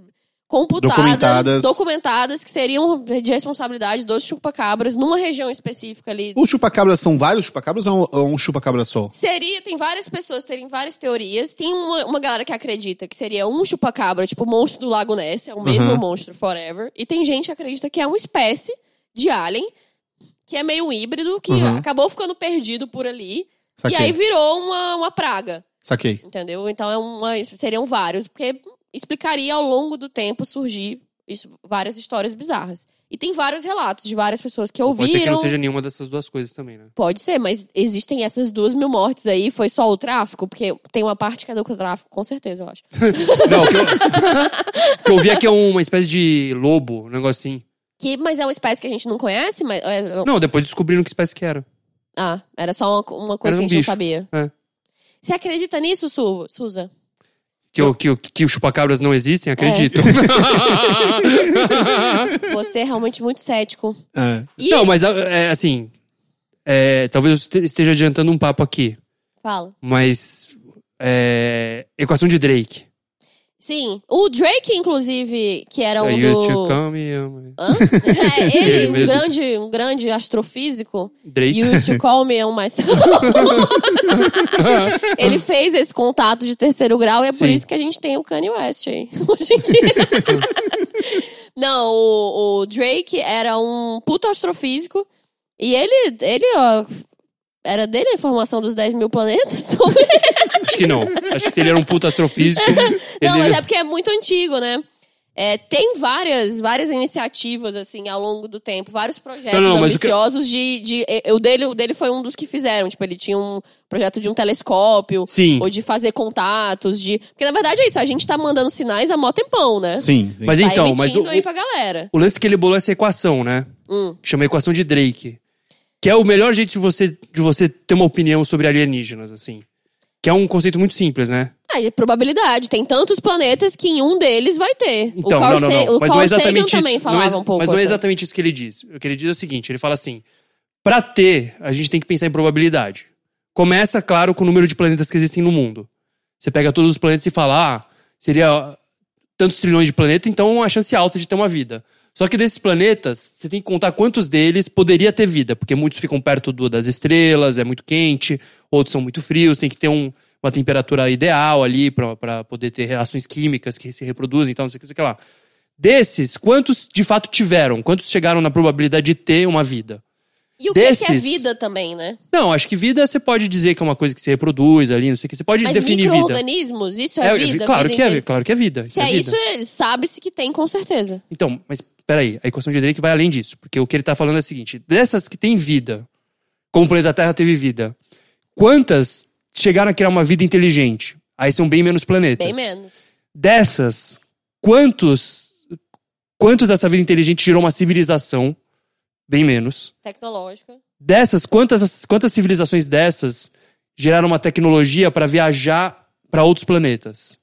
computadas,
Documentadas.
documentadas. que seriam de responsabilidade dos chupacabras numa região específica ali.
Os chupacabras são vários chupacabras ou é um, ou é um chupacabra só?
Seria, tem várias pessoas terem várias teorias. Tem uma, uma galera que acredita que seria um chupacabra, tipo o monstro do Lago Ness, é o mesmo
Uhum.
Aham.
monstro forever. E tem gente que acredita que é uma espécie de alien, que é meio híbrido, que
Uhum.
Aham.
acabou ficando perdido por ali.
Saquei.
E aí virou uma, uma praga,
Saquei.
entendeu? Então é uma, seriam vários, porque explicaria ao longo do tempo surgir isso- várias histórias bizarras. E tem vários relatos de várias pessoas que ouviram.
Pode ser que não seja nenhuma dessas duas coisas também, né?
Pode ser, mas existem essas duas mil mortes aí, foi só o tráfico? Porque tem uma parte que é do tráfico, com certeza, eu acho.
Não, o que eu, o que eu vi é que é uma espécie de lobo, um negocinho.
Que, mas é uma espécie que a gente não conhece, mas. é,
Não, depois descobriram que espécie que era.
Ah, era só uma, uma
Era
coisa
um
que a gente
bicho.
não sabia.
É.
Você acredita nisso, Su Suza?
Que, o- que, o- que os chupacabras não existem, acredito.
Você é realmente muito cético.
É.
E
não, mas é, assim. é, talvez eu este- esteja adiantando um papo aqui,
fala.
mas. é, equação de Drake.
Sim. O Drake, inclusive, que era um
I used to
do.
come me.
Hã? É, ele,
Ele
um,
mesmo.
grande, um grande astrofísico.
Drake.
Used to call me on myself. um ele fez esse contato de terceiro grau e é por
Sim.
isso que a gente tem o Kanye West aí. Hoje em dia. Não, o, o Drake era um puto astrofísico. E ele, ele, ó. Era dele a informação dos 10 mil planetas, então talvez.
Acho que não. Acho que se ele era um puto astrofísico.
Não,
ele-
mas é porque é muito antigo, né? É, tem várias, várias iniciativas, assim, ao longo do tempo, vários projetos
Não, não, mas o que-
ambiciosos de... de e- o, dele, o dele foi um dos que fizeram, tipo, ele tinha um projeto de um telescópio,
Sim.
ou de fazer contatos, de... Porque, na verdade, é isso, a gente tá mandando sinais há mó tempão, né?
Sim, sim.
Mas
Tá
então, mas
emitindo
o-
aí pra Hum. galera.
O lance que ele bolou é essa equação, né? Que chama equação de Drake. Que é o melhor jeito de você, de você ter uma opinião sobre alienígenas, assim. Que é um conceito muito simples, né?
Ah, e probabilidade, tem tantos planetas que em um deles vai ter.
Então,
o Carl,
não, não,
Sa-
não.
O
Mas
Carl
não é
Sagan
exatamente
também
isso. Não
falava
é,
um pouco
mas não é
assim.
exatamente isso que ele diz. O que ele diz é o seguinte, ele fala assim, pra ter, a gente tem que pensar em probabilidade. Começa, claro, com o número de planetas que existem no mundo. Você pega todos os planetas e fala, ah, seria tantos trilhões de planetas, então a chance é alta de ter uma vida. Só que desses planetas, você tem que contar quantos deles poderia ter vida, porque muitos ficam perto do- das estrelas, é muito quente, outros são muito frios, tem que ter um- uma temperatura ideal ali para poder ter reações químicas que se reproduzem, então não sei o que, não sei o que lá. Desses, quantos de fato tiveram? Quantos chegaram na probabilidade de ter uma vida?
E o que é que é
Desses-
vida também, né?
Não, acho que vida você pode dizer que é uma coisa que se reproduz ali, não sei o que. Você pode
Mas
definir vida.
micro-organismos, isso é, vida?
claro
vida
que
inteira?
é, claro que é vida.
Se é
vida.
isso, é- sabe-se que tem, com certeza.
Então, mas peraí, a equação de Drake vai além disso, porque o que ele tá falando é o seguinte: dessas que têm vida, como o planeta Terra teve vida, quantas chegaram a criar uma vida inteligente? Aí são bem menos planetas.
Bem menos.
Dessas, quantos quantos essa vida inteligente gerou uma civilização? Bem menos.
Tecnológica.
Dessas, quantas quantas civilizações dessas geraram uma tecnologia para viajar para outros planetas?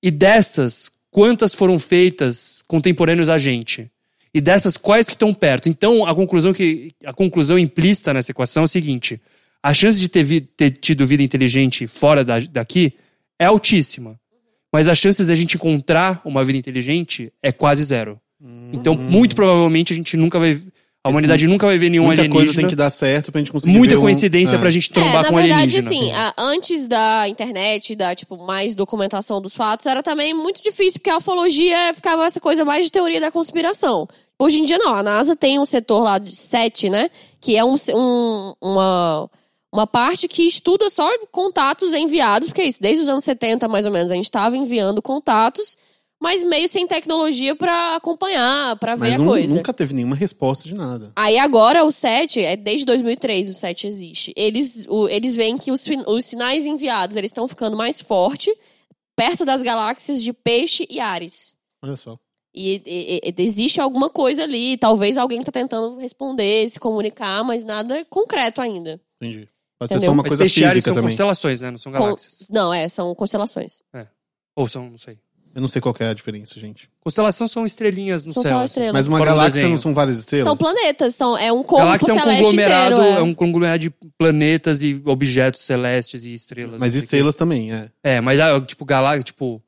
E dessas, quantas foram feitas contemporâneos a gente? E dessas, quais que estão perto? Então, a conclusão, que, a conclusão implícita nessa equação é o seguinte: a chance de ter, vi- ter tido vida inteligente fora da- daqui é altíssima. Mas as chances da gente encontrar uma vida inteligente é quase zero.
Hum.
Então, muito provavelmente, a gente nunca vai. A humanidade nunca vai ver nenhum
Muita
um alienígena.
coisa tem que dar certo pra gente conseguir ver
Muita
um-
coincidência
é.
pra gente
É,
trombar
na
com um
verdade,
alienígena.
assim, a- antes da internet, da, tipo, mais documentação dos fatos, era também muito difícil, porque a ufologia ficava essa coisa mais de teoria da conspiração. Hoje em dia, não. A NASA tem um setor lá de sete, né? Que é um, se- um- uma, uma parte que estuda só contatos enviados, porque é isso, desde os anos 70, mais ou menos, a gente estava enviando contatos, mas meio sem tecnologia pra acompanhar, pra ver
Mas
a
nu-
coisa.
nunca teve nenhuma resposta de nada.
Aí agora o 7, é desde 2003 o 7 existe. Eles, o- eles veem que os, fin- os sinais enviados eles estão ficando mais forte perto das galáxias de Peixe e Ares.
Olha só.
E, e- e- existe alguma coisa ali, talvez alguém tá tentando responder, se comunicar, mas nada concreto ainda.
Entendi. Pode ser
Entendeu?
só uma
Mas
coisa
peixeares
física
são
também.
constelações, né? Não são
Con-
galáxias.
Não, é, são constelações.
Ou são, não sei.
Eu não sei qual que é a diferença, gente.
Constelação são estrelinhas no
São
céu.
só
assim.
estrelas.
Mas uma
Fora do
galáxia
desenho.
não são várias estrelas?
São planetas, são, é um corpo
Galáxia é um
celeste
conglomerado,
inteiro. é.
é um conglomerado de planetas e objetos celestes e estrelas.
Mas
não sei o
estrelas também, é.
quê. É, mas ah, tipo galáxia, tipo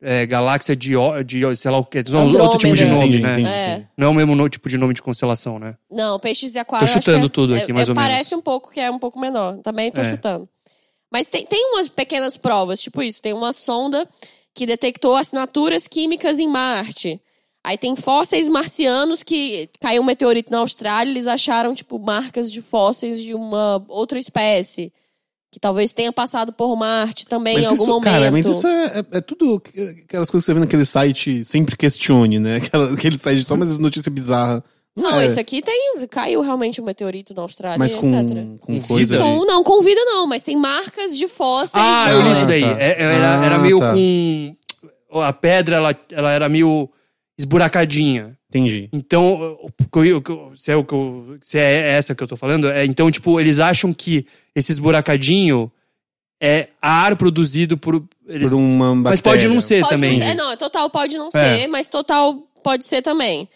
é, galáxia de, ó- de ó- sei lá o que, outro tipo de
Uhum. Andrômeda.
nome,
Entendi,
né?
entendi.
É.
entendi.
Não é o mesmo no- tipo de nome de constelação, né?
Não, peixes e aquário.
Tô
acho que
chutando
é-
tudo aqui,
é-
mais
é-
ou menos.
Parece um pouco que é um pouco menor. Também tô
É.
chutando. Mas tem, tem umas pequenas provas, tipo isso. Tem uma sonda que detectou assinaturas químicas em Marte. Aí tem fósseis marcianos que caiu um meteorito na Austrália, eles acharam, tipo, marcas de fósseis de uma outra espécie. Que talvez tenha passado por Marte também
Mas
em algum
isso,
momento.
cara, mas isso é, é- é tudo que- aquelas coisas que você vê naquele site sempre questione, né? Aquela, aquele site só umas notícias bizarras.
Não,
é,
isso aqui tem. Caiu realmente um meteorito na Austrália,
Mas
etc.
com, com
Com
coisa
vida?
de-
Com, não, com vida não, mas tem marcas de fósseis.
Ah,
na-
eu li isso
Ah,
daí.
tá.
É- é- era,
Ah,
era meio
tá.
com. A pedra, ela, ela era meio esburacadinha.
Entendi.
Então, o que eu- o que eu- se é, o que eu- se é essa que eu tô falando, é, então, tipo, eles acham que esses buracadinhos é ar produzido por. Eles,
Por uma bactéria.
mas pode não ser
Pode Não
também.
ser, é, não, é total pode não
É.
ser, mas total pode ser também.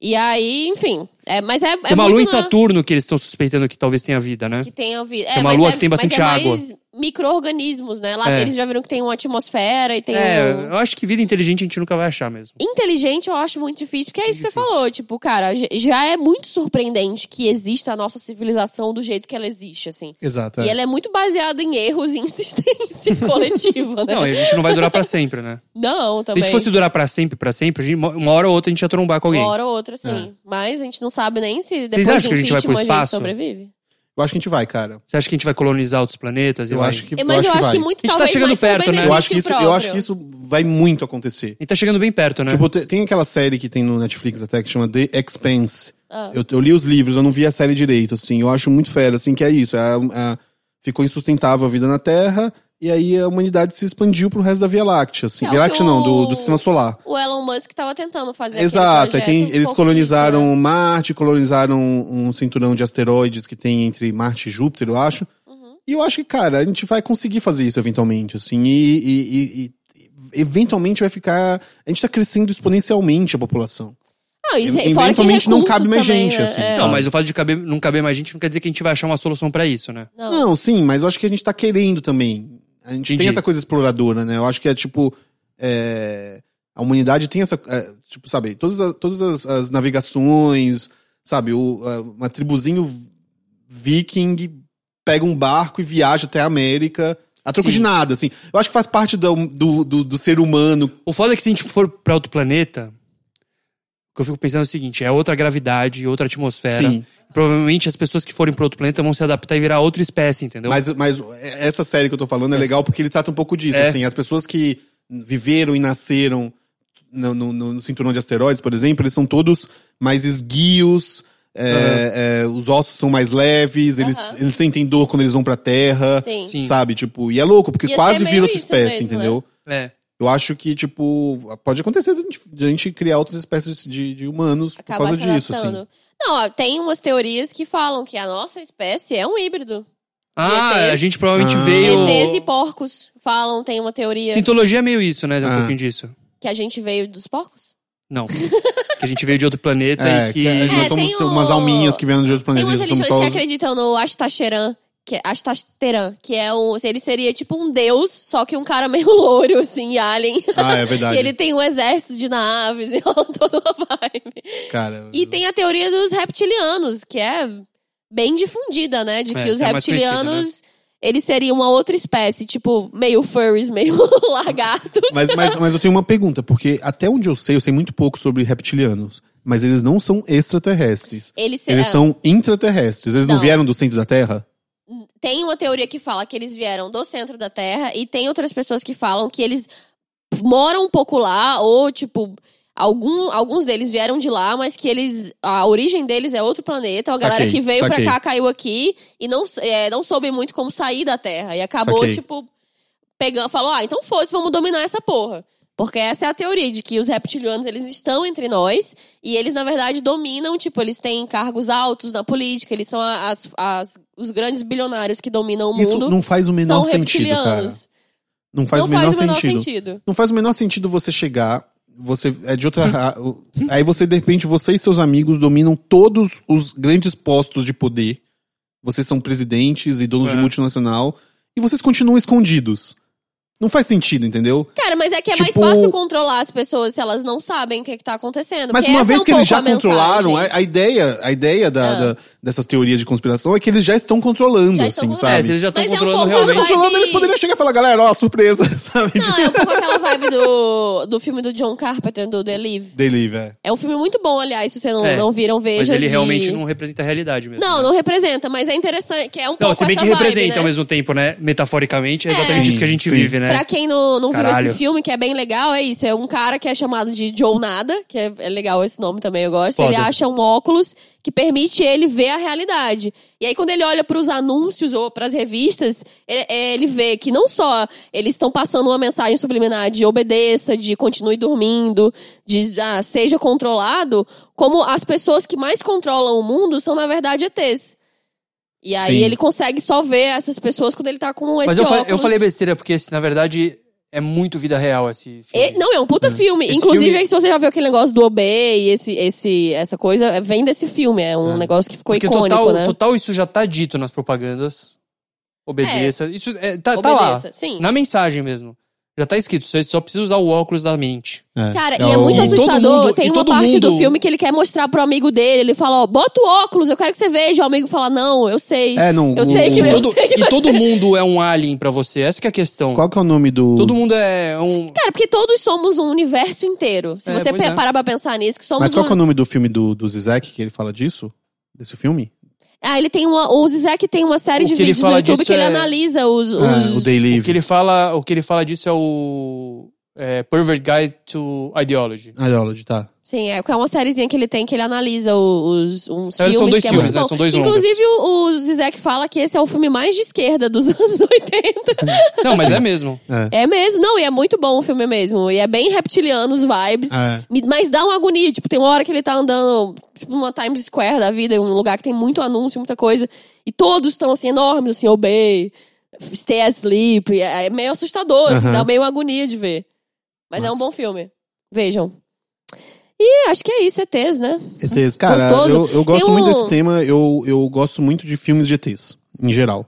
E aí, enfim. É, mas é, é
Tem uma
muito
lua em
na-
Saturno que eles estão suspeitando que talvez tenha vida, né?
que tenha vida. É,
Tem uma
mas
lua
é-
que tem
mas
bastante
é
água.
mais micro-organismos, né? Lá
É.
eles já viram que tem uma atmosfera e tem. um-
É, eu acho que vida inteligente a gente nunca vai achar mesmo.
Inteligente eu acho muito difícil, porque é isso que você falou. Tipo, cara, j- já é muito surpreendente que exista a nossa civilização do jeito que ela existe, assim.
Exato.
Tá.
é.
E ela é muito baseada em erros e insistência coletiva, né?
Não, e a gente não vai durar pra sempre, né?
Não,
Se a
também.
gente fosse durar pra sempre, pra sempre, a gente- uma hora ou outra a gente ia trombar com alguém.
Uma hora ou outra, sim. Mas a gente não sabe nem se depois
É.
do
acham que a gente vai pro
impeachment a gente
espaço?
sobrevive.
Eu acho que a gente vai, cara.
Você acha que a gente vai colonizar outros planetas? e
Eu
vai-
acho que
É, Mas eu acho
vai.
que muito
A gente tá
talvez
chegando
mais por
perto, né?
eu acho que
benefício
isso, eu acho
próprio.
que isso vai muito acontecer.
A gente tá chegando bem perto, né?
Tipo, te- tem aquela série que tem no Netflix até que chama The Expanse.
Ah.
Eu, eu li os livros, eu não vi a série direito, assim. Eu acho muito fera, assim, que é isso. é a- a- ficou insustentável a vida na Terra, e aí a humanidade se expandiu pro resto da Via Láctea, assim.
É, o
Via Láctea não, do,
que o-
do Sistema Solar.
O Elon Musk tava tentando fazer aquele
Exato, aí
projeto
tem-
um
eles
pouco
colonizaram
disso, né?
Marte, colonizaram um cinturão de asteroides que tem entre Marte e Júpiter, eu acho.
Uhum.
E eu acho que, cara, a gente vai conseguir fazer isso eventualmente, assim, e, e- e- e- eventualmente vai ficar. A gente tá crescendo exponencialmente a população.
Não, isso,
Eventualmente
fora que recursos
não cabe mais
também,
gente,
né?
assim,
É.
Não,
sabe?
mas o fato de caber- não caber mais gente não quer dizer que a gente vai achar uma solução pra isso, né?
Não.
Não, sim, mas eu acho que a gente tá querendo também. A gente
Entendi.
tem essa coisa exploradora, né? Eu acho que é tipo. é, A humanidade tem essa. é, tipo, sabe, todas, a- todas as, as navegações, sabe, o, a- uma tribuzinho viking pega um barco e viaja até a América. A troco
Sim.
de nada, assim. Eu acho que faz parte do, do, do, do ser humano.
O foda é que se a gente for pra outro planeta, o que eu fico pensando é o seguinte: é outra gravidade, outra atmosfera.
Sim.
Provavelmente as pessoas que forem pra outro planeta vão se adaptar e virar outra espécie, entendeu?
Mas, mas essa série que eu tô falando é legal porque ele trata um pouco disso,
É.
assim. As pessoas que viveram e nasceram no, no- no- no cinturão de asteroides, por exemplo, eles são todos mais esguios, é, é, os ossos são mais leves, eles,
Aham.
eles sentem dor quando eles vão pra terra,
Sim.
Sim.
sabe? Tipo, e é louco, porque
Ia ser
quase
meio
vira outra
isso
espécie,
mesmo, né?
entendeu?
É.
Eu acho que, tipo, pode acontecer de a gente, de a gente criar outras espécies de, de humanos por
Acabar
causa
se
disso,
adaptando.
assim.
Não, ó, tem umas teorias que falam que a nossa espécie é um híbrido.
Ah,
ETs.
a gente provavelmente
Ah.
ETs e
veio.
porcos falam, tem uma teoria
Sintologia é meio isso, né? Tem um
Ah.
pouquinho disso.
que a gente veio dos porcos.
Não. que a gente veio de outro planeta
É,
e que.
que a- nós
É,
somos
tem o-
umas alminhas que vieram de outros
Tem
planetas. e
umas
somos
religiões que
todos-
acreditam no Ashtacheran, que é Ashtacheran, que é um, ele seria tipo um deus, só que um cara meio louro assim, alien.
Ah, é verdade.
E ele tem um exército de naves e rola toda uma vibe.
Cara,
E tem a teoria dos reptilianos, que é bem difundida, né? De
É,
que os
essa é a mais
reptilianos, eles seriam uma outra espécie, tipo, meio furries, meio lagartos.
Mas, mas, mas eu tenho uma pergunta, porque até onde eu sei, eu sei muito pouco sobre reptilianos. Mas eles não são extraterrestres.
Eles, se-
Eles
é,
são intraterrestres. Eles não.
Não.
vieram do centro da Terra?
Tem uma teoria que fala que eles vieram do centro da Terra e tem outras pessoas que falam que eles moram um pouco lá ou, tipo... Algum, alguns deles vieram de lá, mas que eles. A origem deles é outro planeta. A galera
Saquei,
que veio
saquei.
pra cá caiu aqui e não, é, não soube muito como sair da Terra. E acabou,
Saquei.
tipo, pegando, falou, ah, então foda-se, vamos dominar essa porra. Porque essa é a teoria de que os reptilianos, eles estão entre nós e eles, na verdade, dominam, tipo, eles têm cargos altos na política, eles são a- as, as- os grandes bilionários que dominam o
Isso
mundo.
não faz o menor
são
sentido, cara.
reptilianos.
Não faz
não
o menor,
faz o menor
sentido.
sentido.
Não faz o menor sentido você chegar, você é de outra, ra- o- aí você de repente você e seus amigos dominam todos os grandes postos de poder. Vocês são presidentes e donos
É.
de multinacional e vocês continuam escondidos. Não faz sentido, entendeu?
Cara, mas é que é mais
Tipo-
fácil controlar as pessoas se elas não sabem o que, que tá acontecendo.
Mas
porque
uma
essa
vez
é um
que eles
pouco
já
a mensagem.
controlaram, é a, a ideia, a ideia da-
Ah.
da- dessas teorias de conspiração é que eles já estão controlando,
Já
assim, sabe?
estão controlando.
É, se eles já estão
Mas é um
controlando
pouco
realmente.
mais-
Controlando, eles poderiam chegar e falar, galera, ó, surpresa, sabe? Tipo,
Não, é um pouco aquela vibe do, do filme do John Carpenter, do The Live.
Delive, é.
É um filme muito bom, aliás, se vocês não,
É.
não viram, veja.
Mas ele
de-
realmente não representa a realidade mesmo.
Não,
né?
não representa, mas é interessante, que é um
Não,
pouco
se bem
essa
que representa
vibe, né?
ao mesmo tempo, né? Metaforicamente, é exatamente
Sim,
isso que a gente
sim.
vive,
né?
Pra quem não, não viu
Caralho.
esse filme, que é bem legal, é isso. É um cara que é chamado de Joe Nada, que é, é legal esse nome também, eu gosto.
Foda.
Ele acha um óculos que permite ele ver a realidade. E aí, quando ele olha pros anúncios ou pras revistas, ele, é, ele vê que não só eles estão passando uma mensagem subliminar de obedeça, de continue dormindo, de ah, seja controlado, como as pessoas que mais controlam o mundo são, na verdade, ETs. E aí
Sim.
ele consegue só ver essas pessoas quando ele tá com esse
Mas eu, fa- eu
óculos.
falei besteira, porque esse, na verdade é muito vida real esse filme.
E- não, é um puta filme.
Hum. Esse
Inclusive,
filme-
se você já viu aquele negócio do Obey, esse, esse, essa coisa, é- vem desse filme. É um negócio que ficou
porque
icônico,
total,
né?
total isso já tá dito nas propagandas. Obedeça. Isso é, tá, tá lá.
Obedeça, sim.
Na mensagem mesmo. Já tá escrito, você só precisa usar o óculos da mente.
Cara, e é muito
E todo
assustador.
mundo- e
Tem uma
todo
parte do
mundo-
filme que ele quer mostrar pro amigo dele. Ele fala, ó, bota o óculos, eu quero que você veja. O amigo fala, não, eu sei.
É, não,
Eu
o-
sei que...
Eu
eu
Todo-
sei que
e
vai
todo
ser."
mundo é um alien pra você. Essa que é a questão.
Qual que é o nome do.
Todo mundo é um.
Cara, porque todos somos um universo inteiro. Se
É,
você
pois
pe-
é.
parar pra pensar nisso, que somos
Mas qual
um...
que é o nome do filme do, do Zizek que ele fala disso? Desse filme?
Ah, ele tem uma... O Zizek tem uma série
O
de
que ele
vídeos no
fala
YouTube
disso
que ele
é-
analisa os... os...
Ah, o Day
O que
Live.
ele fala, o que ele fala disso é o é, Pervert Guide to Ideology.
Ideology, tá.
Sim, é, que é uma sériezinha que ele tem que ele analisa os, uns
É,
filmes.
são dois
que
filmes,
é muito
né?
bom.
São dois longas.
Inclusive, o, o Zizek fala que esse é o filme mais de esquerda dos anos 80.
Não, mas é mesmo.
é mesmo? Não, e é muito bom o filme mesmo. E é bem reptiliano os vibes.
É.
Me- Mas dá uma agonia. Tipo, tem uma hora que ele tá andando, tipo, numa Times Square da vida, um lugar que tem muito anúncio, muita coisa. E todos estão, assim, enormes, assim, obey, stay asleep. E É é meio assustador, assim,
Aham.
dá meio uma agonia de ver. Mas é um
Nossa.
bom filme. Vejam. E acho que é isso, ETs, né?
ETs, cara,
Gostoso.
eu, eu gosto
Tem um-
muito desse tema, eu, eu gosto muito de filmes de ETs, em geral.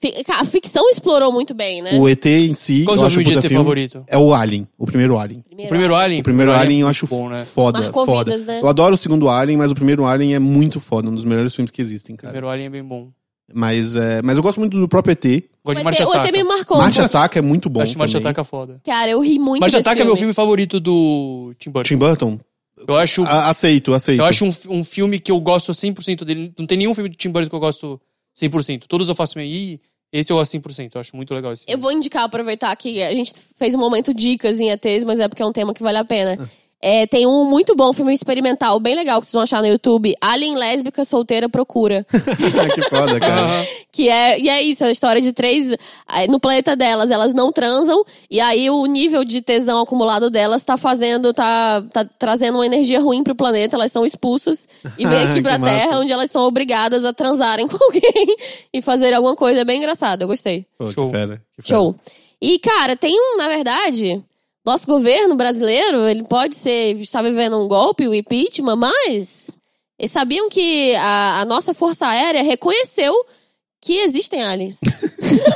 Fi- A ficção explorou muito bem, né?
O ET em si,
Qual
eu
é o
acho
seu
um
filme de
puta
ET
filme.
favorito?
É o Alien, o primeiro Alien.
O
Primeiro,
primeiro Alien?
O primeiro Alien é um eu acho
muito bom, né? O
foda,
Marcou
foda.
vidas, né?
Eu adoro o segundo Alien, mas o primeiro Alien é muito foda, um dos melhores filmes que existem, cara.
primeiro Alien é bem bom.
Mas, é, mas eu gosto muito do próprio ET.
Gosto de
O ET,
Marcha
o ET me
Ataca.
marcou.
Marcha Ataca é muito bom
Acho Marcha
também.
Ataca foda.
Cara, eu ri muito
Marcha
desse
Ataca é meu filme favorito do Tim Burton.
Tim Burton,
é Eu acho,
a- aceito, aceito.
eu acho um, fi- um filme que eu gosto 100% dele. Não tem nenhum filme do Tim Burton que eu gosto 100%. Todos eu faço meio... Ih, esse eu gosto 100%. Eu acho muito legal esse
Eu
filme.
vou indicar, aproveitar que a gente fez um momento dicas em ETs, mas é porque é um tema que vale a pena. É, tem um muito bom filme experimental, bem legal, que vocês vão achar no YouTube. Alien Lésbica Solteira Procura.
que foda, cara.
Que é, e é isso, é a história de três. aí, No planeta delas, elas não transam, e aí o nível de tesão acumulado delas tá fazendo, tá, tá trazendo uma energia ruim pro planeta, elas são expulsas e vêm
Que
aqui pra
massa.
Terra, onde elas são obrigadas a transarem com alguém e fazer alguma coisa. É bem engraçado, eu gostei.
Pô,
Show.
Que fera, que fera.
Show.
É.
E, cara, tem um, na verdade, nosso governo brasileiro, ele pode ser, está vivendo um golpe, um impeachment, mas eles sabiam que a, a nossa Força Aérea reconheceu que existem aliens.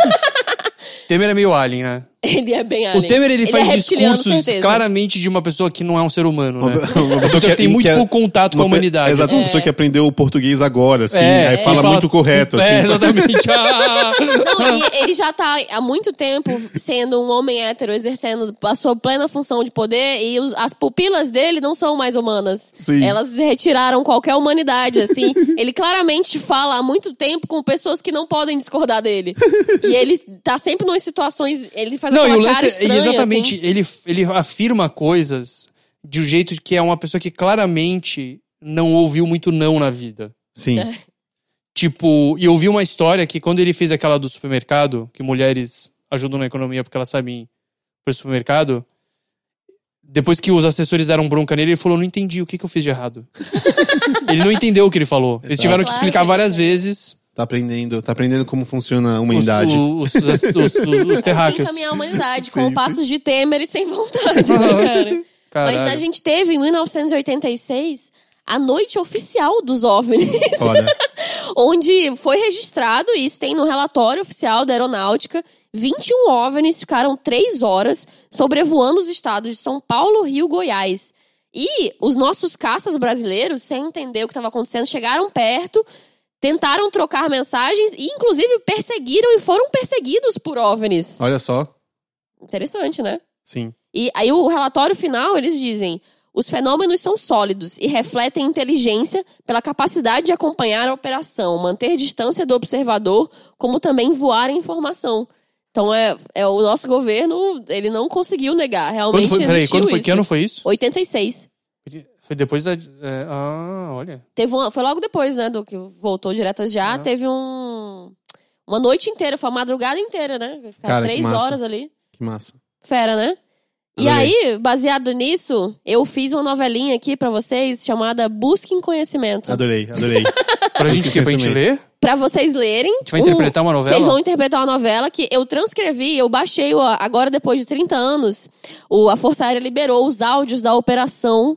Temer é meio Alien, né?
ele é bem alien.
O Temer, ele, faz
é reptiliano,
discursos
certeza.
claramente de uma pessoa que não é um ser humano, né?
Uma
pessoa que tem muito
que é-
pouco contato com a
Uma pe-
humanidade. né?
Exato, uma
É.
pessoa que aprendeu o português agora, assim,
É,
aí
é.
fala,
E fala-
muito correto, assim.
É, exatamente. Ah,
Não, e ele já tá há muito tempo sendo um homem hétero, exercendo a sua plena função de poder, e os- as pupilas dele não são mais humanas.
Sim.
Elas retiraram qualquer humanidade, assim. ele claramente fala há muito tempo com pessoas que não podem discordar dele. e ele tá sempre em situações. Ele faz
Não, e
aquela
o
cara
lance
estranha,
é exatamente,
assim.
ele, ele afirma coisas de um jeito que é uma pessoa que claramente não ouviu muito não na vida.
Sim.
É.
Tipo, e eu vi uma história que quando ele fez aquela do supermercado, que mulheres ajudam na economia porque elas sabem ir pro supermercado, depois que os assessores deram bronca nele, ele falou: não entendi o que, que eu fiz de errado. ele não entendeu o que ele falou. Eles tiveram que
Claro,
explicar várias
é.
vezes
Tá aprendendo, tá aprendendo como funciona a
os,
humanidade.
os, os, os- os- os
Assim
terráqueos.
encaminhar a humanidade,
Sim,
com
sim.
passos de Temer e sem vontade, né, cara? Mas a
Caralho.
gente teve, em 1986, a noite oficial dos OVNIs.
Foda.
onde foi registrado, e isso tem no relatório oficial da aeronáutica, 21 OVNIs ficaram três horas sobrevoando os estados de São Paulo, Rio, Goiás. E os nossos caças brasileiros, sem entender o que estava acontecendo, chegaram perto, tentaram trocar mensagens e, inclusive, perseguiram e foram perseguidos por OVNIs.
Olha só.
Interessante, né?
Sim.
E aí o relatório final, eles dizem: os fenômenos são sólidos e refletem inteligência pela capacidade de acompanhar a operação, manter distância do observador, como também voar a informação. Então é, é o nosso governo, ele não conseguiu negar. Realmente
Quando foi, peraí,
existiu
quando foi,
isso.
que ano foi isso?
86.
Foi depois da... é, ah, olha.
Teve uma, foi logo depois, né, do que voltou direto já.
Aham.
Teve um... Uma noite inteira, foi uma madrugada inteira, né? Ficar
Cara, que
três
massa.
horas ali.
Que massa.
Fera, né? E
Olha aí.
aí, baseado nisso, eu fiz uma novelinha aqui pra vocês chamada Busquem Conhecimento.
Tá. Adorei, adorei.
Pra gente que pra gente
pensamento.
ler? A
Pra vocês lerem. A
gente vai interpretar uma novela?
Uh, Vocês vão interpretar uma novela que eu transcrevi, eu baixei o- agora depois de 30 anos. O, a Força Aérea liberou os áudios da operação,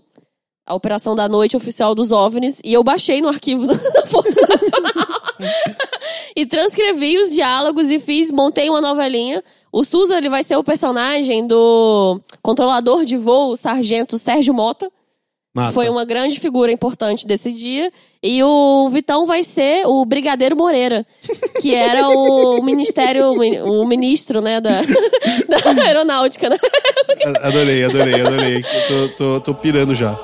a operação da noite oficial dos OVNIs, e eu baixei no arquivo da Força Nacional. e transcrevi os diálogos e fiz, montei uma novelinha. O Suza, ele vai ser o personagem do controlador de voo, sargento Sérgio Mota.
Massa.
Foi uma grande figura importante desse dia. E o Vitão vai ser o Brigadeiro Moreira, que era o ministério, o mini- o ministro, né, da, da aeronáutica, né?
A- Adorei, adorei, adorei. Eu tô, tô, tô pirando já.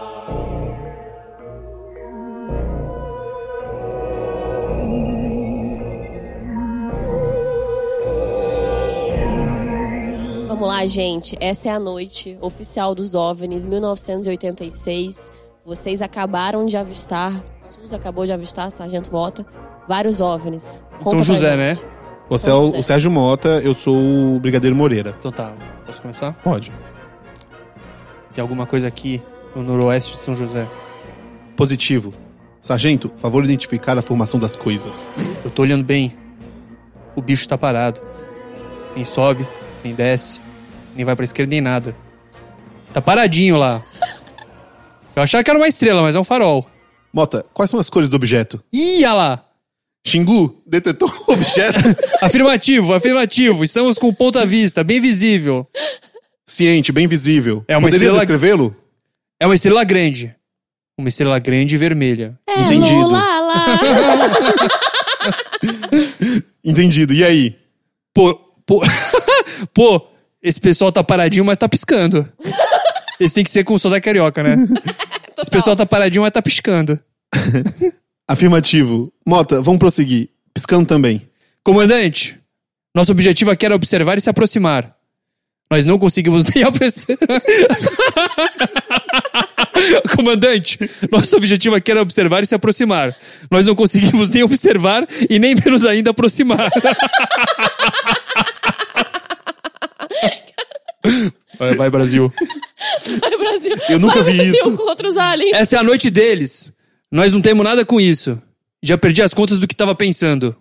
Vamos lá, gente. Essa é a noite oficial dos OVNIs, 1986. Vocês acabaram de avistar, o SUS acabou de avistar, Sargento Mota, vários OVNIs. Conta pra
José,
gente.
Você é o,
José.
o Sérgio Mota, eu sou o Brigadeiro Moreira.
Então tá, posso começar?
Pode.
Tem alguma coisa aqui no noroeste de São José.
Positivo. Sargento, favor identificar a formação das coisas.
Eu tô olhando bem. O bicho tá parado. Nem sobe, nem desce, nem vai pra esquerda, nem nada. Tá paradinho lá. Eu achava que era uma estrela, mas é um farol.
Mota, quais são as cores do objeto?
Ih, olha lá!
Xingu, detetor objeto.
Afirmativo, afirmativo. Estamos com o ponto à vista, bem visível.
Ciente, bem visível.
É uma
Poderia
estrela-
descrevê-lo?
É uma estrela grande. Uma estrela grande e vermelha.
É,
Entendido.
Lula, lá.
Entendido. E aí?
Pô, pô, pô, esse pessoal tá paradinho, mas tá piscando. Esse tem que ser com o sol da carioca, né? Esse pessoal tá paradinho, mas tá piscando.
Afirmativo. Mota, vamos prosseguir. Piscando também.
Comandante, nosso objetivo aqui era observar e se aproximar. Nós não conseguimos nem aproximar. Comandante, nosso objetivo aqui era observar e se aproximar. Nós não conseguimos nem observar e nem menos ainda aproximar. Vai, vai, Brasil.
Vai, Brasil.
Eu nunca
Vai,
vi
Brasil,
isso.
contra os aliens.
Essa é a noite deles. Nós não temos nada com isso. Já perdi as contas do que tava pensando.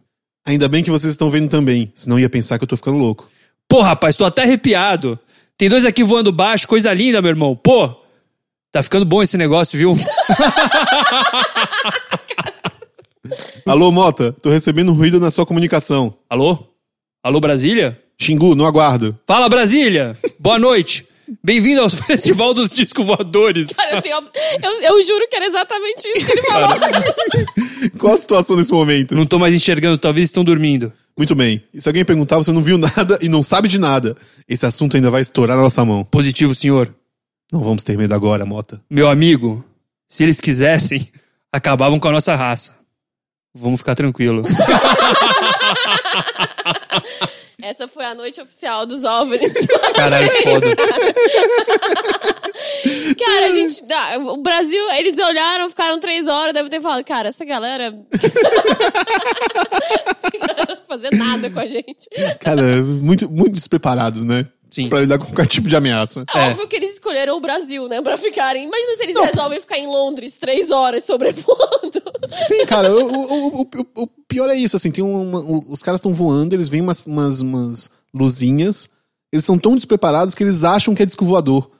Ainda bem que vocês estão vendo também, senão ia pensar que eu tô ficando louco.
Pô, rapaz, tô até arrepiado. Tem dois aqui voando baixo, coisa linda, meu irmão. Pô, tá ficando bom esse negócio, viu?
Alô, Mota, tô recebendo um ruído na sua comunicação.
Alô? Alô, Brasília?
Xingu, não aguardo.
Fala, Brasília! Boa noite! Bem-vindo ao Festival dos Disco Voadores.
Cara, eu, tenho- eu- eu juro que era exatamente isso que ele falou.
Qual a situação nesse momento?
Não tô mais enxergando, talvez estão dormindo.
Muito bem. E Se alguém perguntar, você não viu nada e não sabe de nada. Esse assunto ainda vai estourar na nossa mão.
Positivo, senhor.
Não vamos ter medo agora, Mota.
Meu amigo, se eles quisessem, acabavam com a nossa raça. Vamos ficar tranquilo.
Essa foi a noite oficial dos OVNIs.
Caralho, que foda.
cara, a gente. dá- O Brasil, eles olharam, ficaram três horas, devem ter falado, cara, essa galera. essa galera não vai fazer nada com a gente.
Cara, muito, muito despreparados, né?
Sim.
Pra lidar com qualquer tipo de ameaça.
É
É.
óbvio que eles escolheram o Brasil, né? Pra ficarem. Imagina se eles resolvem ficar em Londres três horas sobrevoando.
Sim, cara, o, o- o- o- o pior é isso, assim, tem uma, o- os caras estão voando, eles veem umas, umas, umas luzinhas, eles são tão despreparados que eles acham que é disco voador.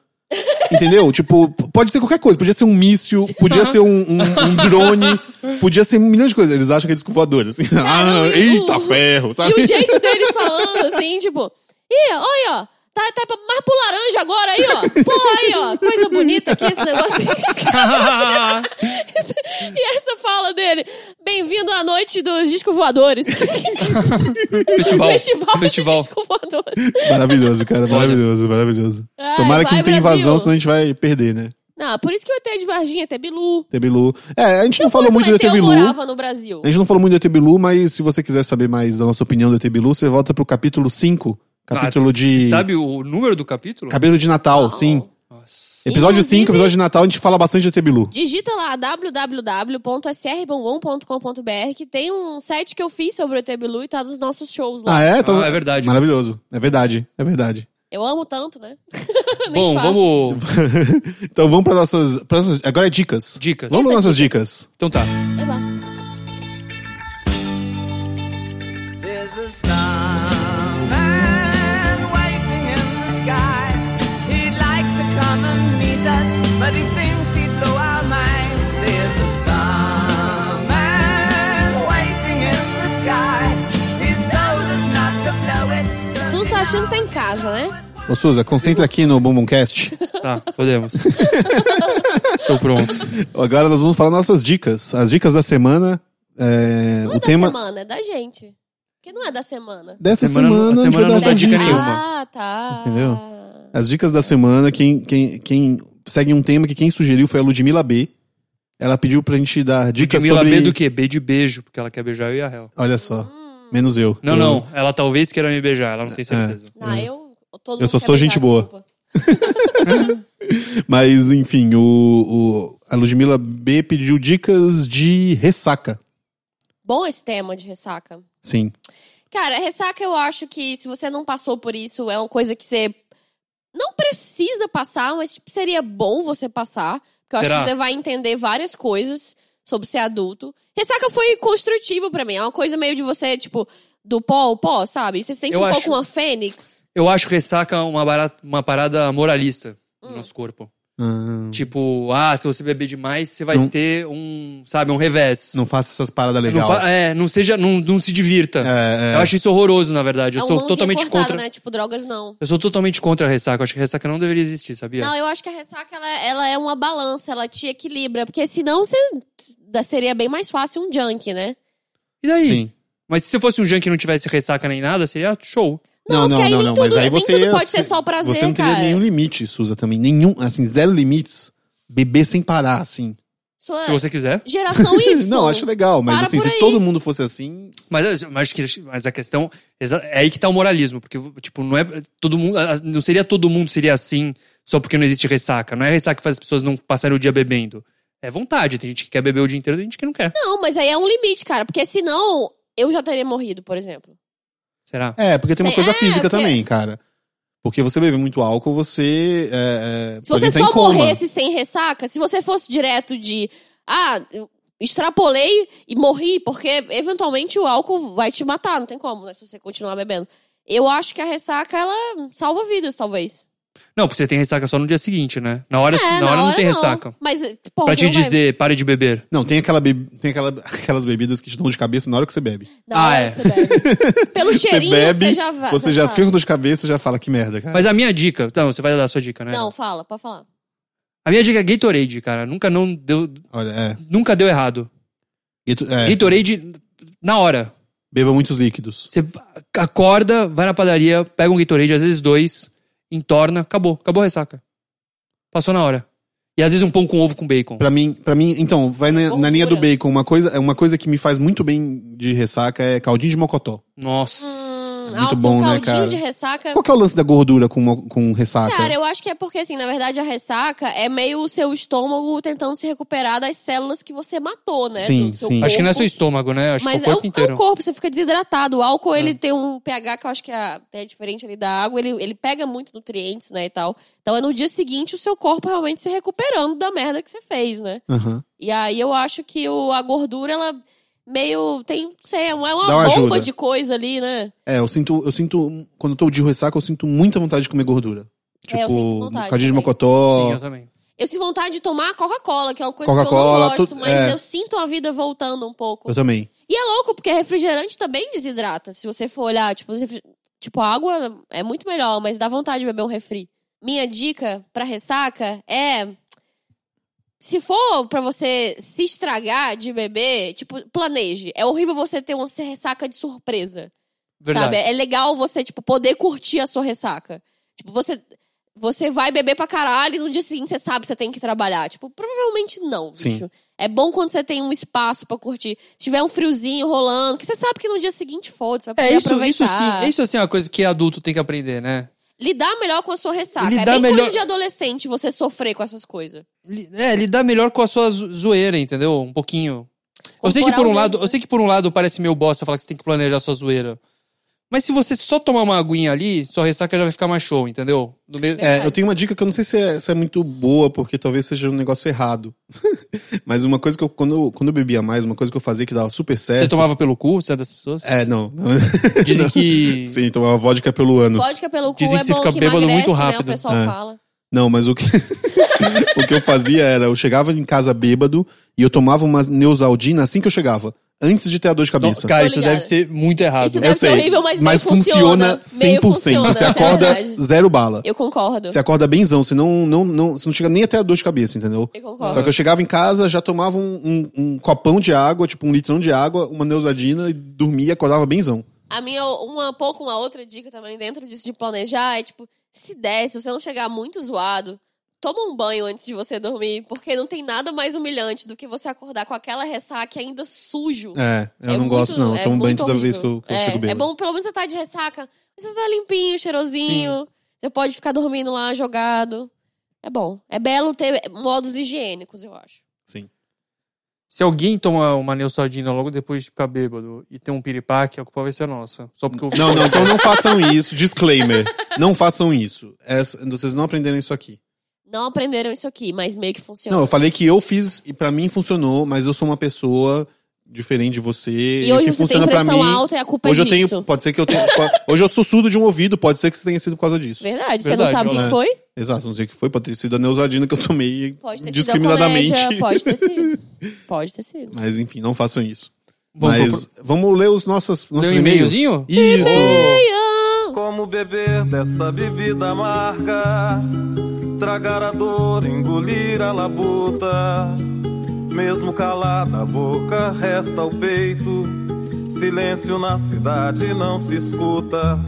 Entendeu? tipo, p- pode ser qualquer coisa, podia ser um míssil, podia ser um, um- um drone, podia ser um milhão de coisas. Eles acham que é disco voador, assim.
não,
ah,
e o-
eita ferro, sabe?
E o jeito deles falando, assim, tipo, ih, olha, ó, tá, tá pra- mais pro laranja agora aí, ó. Pô, aí, ó, coisa bonita aqui esse negócio. e essa fala dele, bem-vindo à noite dos disco voadores.
Festival.
Festival,
Festival.
de disco voadores.
Maravilhoso, cara, maravilhoso, maravilhoso.
Ai,
Tomara que
vai,
não tenha invasão,
Brasil.
senão a gente vai perder, né?
Não, por isso que o ET de Varginha é Tebilu.
Tebilu. É, a gente não falou
Pois
muito
o
do
ET eu
Tebilu.
morava no Brasil.
A gente não falou muito do ET Bilu, mas se você quiser saber mais da nossa opinião do ET Bilu, você volta pro capítulo 5. Capítulo
Ah,
de.
você Sabe o número do capítulo?
Cabelo de Natal, sim.
Nossa.
Episódio
Inclusive-
5, episódio de Natal, a gente fala bastante do ET Bilu.
Digita lá um www.srbombom.com.br que tem um site que eu fiz sobre o Tebilu e tá nos nossos shows lá.
Ah, é? Então,
Ah, é verdade.
Maravilhoso. É verdade, é verdade.
Eu amo tanto, né? Nem
Bom,
faço.
vamos.
Então vamos para nossas, pras nossas. Agora é dicas.
Dicas.
Vamos para nossas dicas.
Então tá.
Eba.
There's a starman waiting in the sky. He'd like to come and meet us, but he thinks he'd blow our minds. There's a starman waiting in the sky. He's told us not to blow it.
Tudo tá achando que tá em casa, né?
Ô, Suza, concentra aqui no Bumbumcast.
Tá, podemos. Estou pronto.
Tá Agora nós vamos falar nossas dicas. As dicas da semana. é,
Não é
o
da
tema.
semana, é da gente. Porque não é da semana.
Dessa
Semana
semana,
não- a
a gente
semana
vai dar
não dá
essas
dica
dicas.
nenhuma.
Ah, tá.
Entendeu? As dicas da semana, quem, quem, quem segue um tema que quem sugeriu foi a Ludmilla B. Ela pediu pra gente dar dicas
Camila
sobre...
B do quê? B de beijo, porque ela quer beijar eu e a Hel.
Olha só, menos eu.
Não,
eu, É.
não. Ela talvez queira me beijar, ela não tem certeza.
Não, Ah, eu... Todo
Eu
mundo
só
quer
sou gente boa.
desculpa.
Mas, enfim, o, o- a Ludmilla B pediu dicas de ressaca.
Bom esse tema de ressaca.
Sim.
Cara, ressaca eu acho que se você não passou por isso, é uma coisa que você não precisa passar, mas tipo, seria bom você passar. Porque eu
Será?
acho que você vai entender várias coisas sobre ser adulto. Ressaca foi construtivo pra mim. É uma coisa meio de você, tipo, do pó ao pó, sabe? Você se sente
Eu
um
acho-
pouco uma fênix.
Eu acho ressaca uma, barata, uma parada moralista
Hum.
no nosso corpo.
Ah,
Tipo, ah, se você beber demais, você vai
Não-
ter um, sabe, um revés.
não faça essas paradas
Não
legais.
fa- é, não seja, não, não se divirta.
É, é.
Eu acho isso horroroso, na verdade. Eu
é um
sou
mãozinha
totalmente
cortada,
contra.
né? Tipo, drogas não.
Eu sou totalmente contra a ressaca. Eu acho que a ressaca não deveria existir, sabia?
Não, eu acho que a ressaca, ela, ela é uma balança, ela te equilibra. Porque senão você da- seria bem mais fácil um junk, né?
E daí?
Sim.
Mas se você fosse um junk que não tivesse ressaca nem nada, seria show.
Não, porque aí nem tudo- nem tudo pode ser só prazer,
assim, Você não teria
cara.
nenhum limite, Suza, também. Nenhum, assim, zero limites. Beber sem parar, assim.
Sua
Se você quiser.
geração Y.
Não, acho legal, mas
Para
assim,
por
se
aí.
todo mundo fosse assim,
Mas, mas, que- mas a questão. exa- É aí que tá o moralismo. Porque, tipo, não é. Todo mundo. a- Não seria todo mundo seria assim só porque não existe ressaca. Não é ressaca que faz as pessoas não passarem o dia bebendo. É vontade. Tem gente que quer beber o dia inteiro, tem gente que não quer.
Não, mas aí é um limite, cara. Porque senão eu já teria morrido, por exemplo.
Será?
É, porque tem uma
Sei-
coisa
é,
física
porque-
também, cara. Porque você beber muito álcool, você. É, é,
Se
pode
você
entrar em
só
coma.
morresse sem ressaca, se você fosse direto de. Ah, eu extrapolei e morri, porque eventualmente o álcool vai te matar, não tem como, né? Se você continuar bebendo. Eu acho que a ressaca, ela salva vidas, talvez. É,
Não, porque você tem ressaca só no dia seguinte, né? Na hora, na hora não tem ressaca.
Mas, pô,
Pra
você
te
não vai-
dizer, pare de beber.
Não, tem, aquela be- tem aquela- aquelas bebidas que te dão dor de cabeça na hora que você bebe.
Na hora
Ah, é.
que você bebe. Pelo cheirinho,
você bebe,
você já vai.
você já fica com dor de cabeça e já fala que merda, cara.
Mas a minha dica. Então, você vai dar a sua dica, né?
Não,
É.
fala, pode falar.
A minha dica é Gatorade, cara. Nunca não deu.
Olha, é.
Nunca deu errado.
E tu- é,
Gatorade na hora.
Beba muitos líquidos.
Você acorda, vai na padaria, pega um Gatorade, às vezes dois, entorna, acabou. Acabou a ressaca. Passou na hora. E às vezes um pão com ovo com bacon.
Pra mim, pra mim, então, vai na, na linha do bacon. Uma coisa, é uma coisa que me faz muito bem de ressaca é caldinho de mocotó.
Nossa.
Hum,
Muito
nossa,
bom,
um
né,
caldinho
cara?
de ressaca.
Qual que é o lance da gordura com, mo- com ressaca?
Cara, eu acho que é porque, assim, na verdade, a ressaca é meio o seu estômago tentando se recuperar das células que você matou, né?
Sim,
do seu
sim.
Acho que não é
corpo.
seu estômago, né? Acho
Mas
que é o corpo
é, o,
inteiro. É.
é o corpo, você fica desidratado. O álcool, ele tem um pH que eu acho que é até diferente ali da água, ele, ele pega muito nutrientes, né, e tal. Então é no dia seguinte o seu corpo realmente se recuperando da merda que você fez, né?
Aham.
E aí eu acho que o, a gordura, ela meio tem, não sei, é uma, é uma
Dá uma
bomba
ajuda.
de coisa ali, né?
É, eu sinto, eu sinto. Quando eu tô de ressaca, eu sinto muita vontade de comer gordura. Tipo,
É, eu sinto vontade
caldinho de
também.
mocotó.
Sim, eu também.
Eu sinto vontade de tomar Coca-Cola, que é uma coisa
Coca-Cola,
que eu não gosto,
tudo-
mas
é.
eu sinto a vida voltando um pouco.
Eu também.
E é louco, porque refrigerante também desidrata. Se você for olhar, tipo, refri- tipo, a água é muito melhor, mas dá vontade de beber um refri. Minha dica pra ressaca é. Se for pra você se estragar de beber, tipo, planeje. É horrível você ter uma ressaca de surpresa.
Verdade.
É,
É Sabe? É legal você, tipo, poder curtir a sua ressaca. Tipo, você. você vai beber pra caralho e no dia seguinte você sabe que você tem que trabalhar. Tipo, provavelmente não, bicho.
Sim.
É bom quando você tem um espaço pra curtir. Se tiver um friozinho rolando, que você sabe que no dia seguinte foda, você vai
É,
poder
isso, isso
aproveitar.
sim. Isso assim é uma coisa que adulto tem que aprender, né?
Lidar melhor com a sua ressaca.
Lidar
é bem
melhor-
coisa de adolescente você sofrer com essas coisas.
Li- É, lidar melhor com a sua zo- zoeira, entendeu? Um pouquinho. Eu sei que por um
Corporalzinho,
lado, eu
né?
sei que por um lado parece meio bosta falar que você tem que planejar a sua zoeira. Mas se você só tomar uma aguinha ali, sua ressaca já vai ficar mais show, entendeu? Do meio-
É, eu tenho uma dica que eu não sei se é, se é muito boa, porque talvez seja um negócio errado. Mas uma coisa que eu, quando, eu- quando eu bebia mais, uma coisa que eu fazia que dava super certo.
Você tomava pelo cu, você é dessas pessoas?
É, não. não.
Dizem que
Sim, tomava vodka pelo ânus.
Vodka pelo cu
Dizem
é
que você
bom
fica
que
bêbado
emagrece,
muito
né?
rápido.
O pessoal
É.
fala.
Não, mas o que, o que eu fazia era, eu chegava em casa bêbado e eu tomava uma Neusaldina assim que eu chegava, antes de ter a dor de cabeça.
Cara,
Tô
isso
ligada.
deve ser muito errado. né?
Isso deve ser
sei,
horrível, mas,
mas
meio
funciona 100%.
Meio funciona,
você
isso é
acorda
verdade.
zero bala.
Eu concordo.
Você acorda benzão, você não, não, não, você não chega nem até a dor de cabeça, entendeu?
Eu
Só
concordo.
que eu chegava em casa, já tomava um, um- um copão de água, tipo um litrão de água, uma neusadina e dormia, e acordava benzão.
A minha, uma pouco, uma outra dica também dentro disso de planejar é tipo, se der, se você não chegar muito zoado, toma um banho antes de você dormir, porque não tem nada mais humilhante do que você acordar com aquela ressaca e ainda sujo.
É, eu
É
não
muito-
gosto não, eu
é
tomo banho
muito
toda vez
horrível.
que eu, que eu
é,
chego bêbado.
É bom, pelo menos você tá de ressaca, mas você tá limpinho, cheirosinho. Você pode ficar dormindo lá, jogado. É bom. É belo ter modos higiênicos, eu acho.
Sim.
Se alguém tomar uma Neosaldina logo depois de ficar bêbado e ter um piripaque, a culpa vai ser nossa. Só porque eu...
Não, não, então não façam isso, disclaimer. Não façam isso. Essa- vocês não aprenderam isso aqui.
Não aprenderam isso aqui, mas meio que funciona.
Não, eu falei que eu fiz e pra mim funcionou, mas eu sou uma pessoa diferente de você.
e
o que
hoje você tem
funciona pra
pressão
mim.
alta e a culpa
hoje
é
eu tenho,
disso.
pode ser que eu tenha, pode- hoje eu sou surdo de um ouvido, pode ser que tenha sido por causa disso.
Verdade, você não
Verdade,
sabe o
né?
que foi?
Exato, não sei o que foi, pode ter sido a neusadina que eu tomei
Pode ter
discriminadamente.
sido a comédia, pode ter sido. Pode ter sido.
Mas enfim, não façam isso.
Vamos
Mas vamos ler os nossos, nossos
um
e-mails.
e-mailzinho?
Isso.
Como beber dessa bebida amarga, tragar a dor, engolir a labuta. Mesmo calada a boca, resta o peito. Silêncio na cidade não se escuta.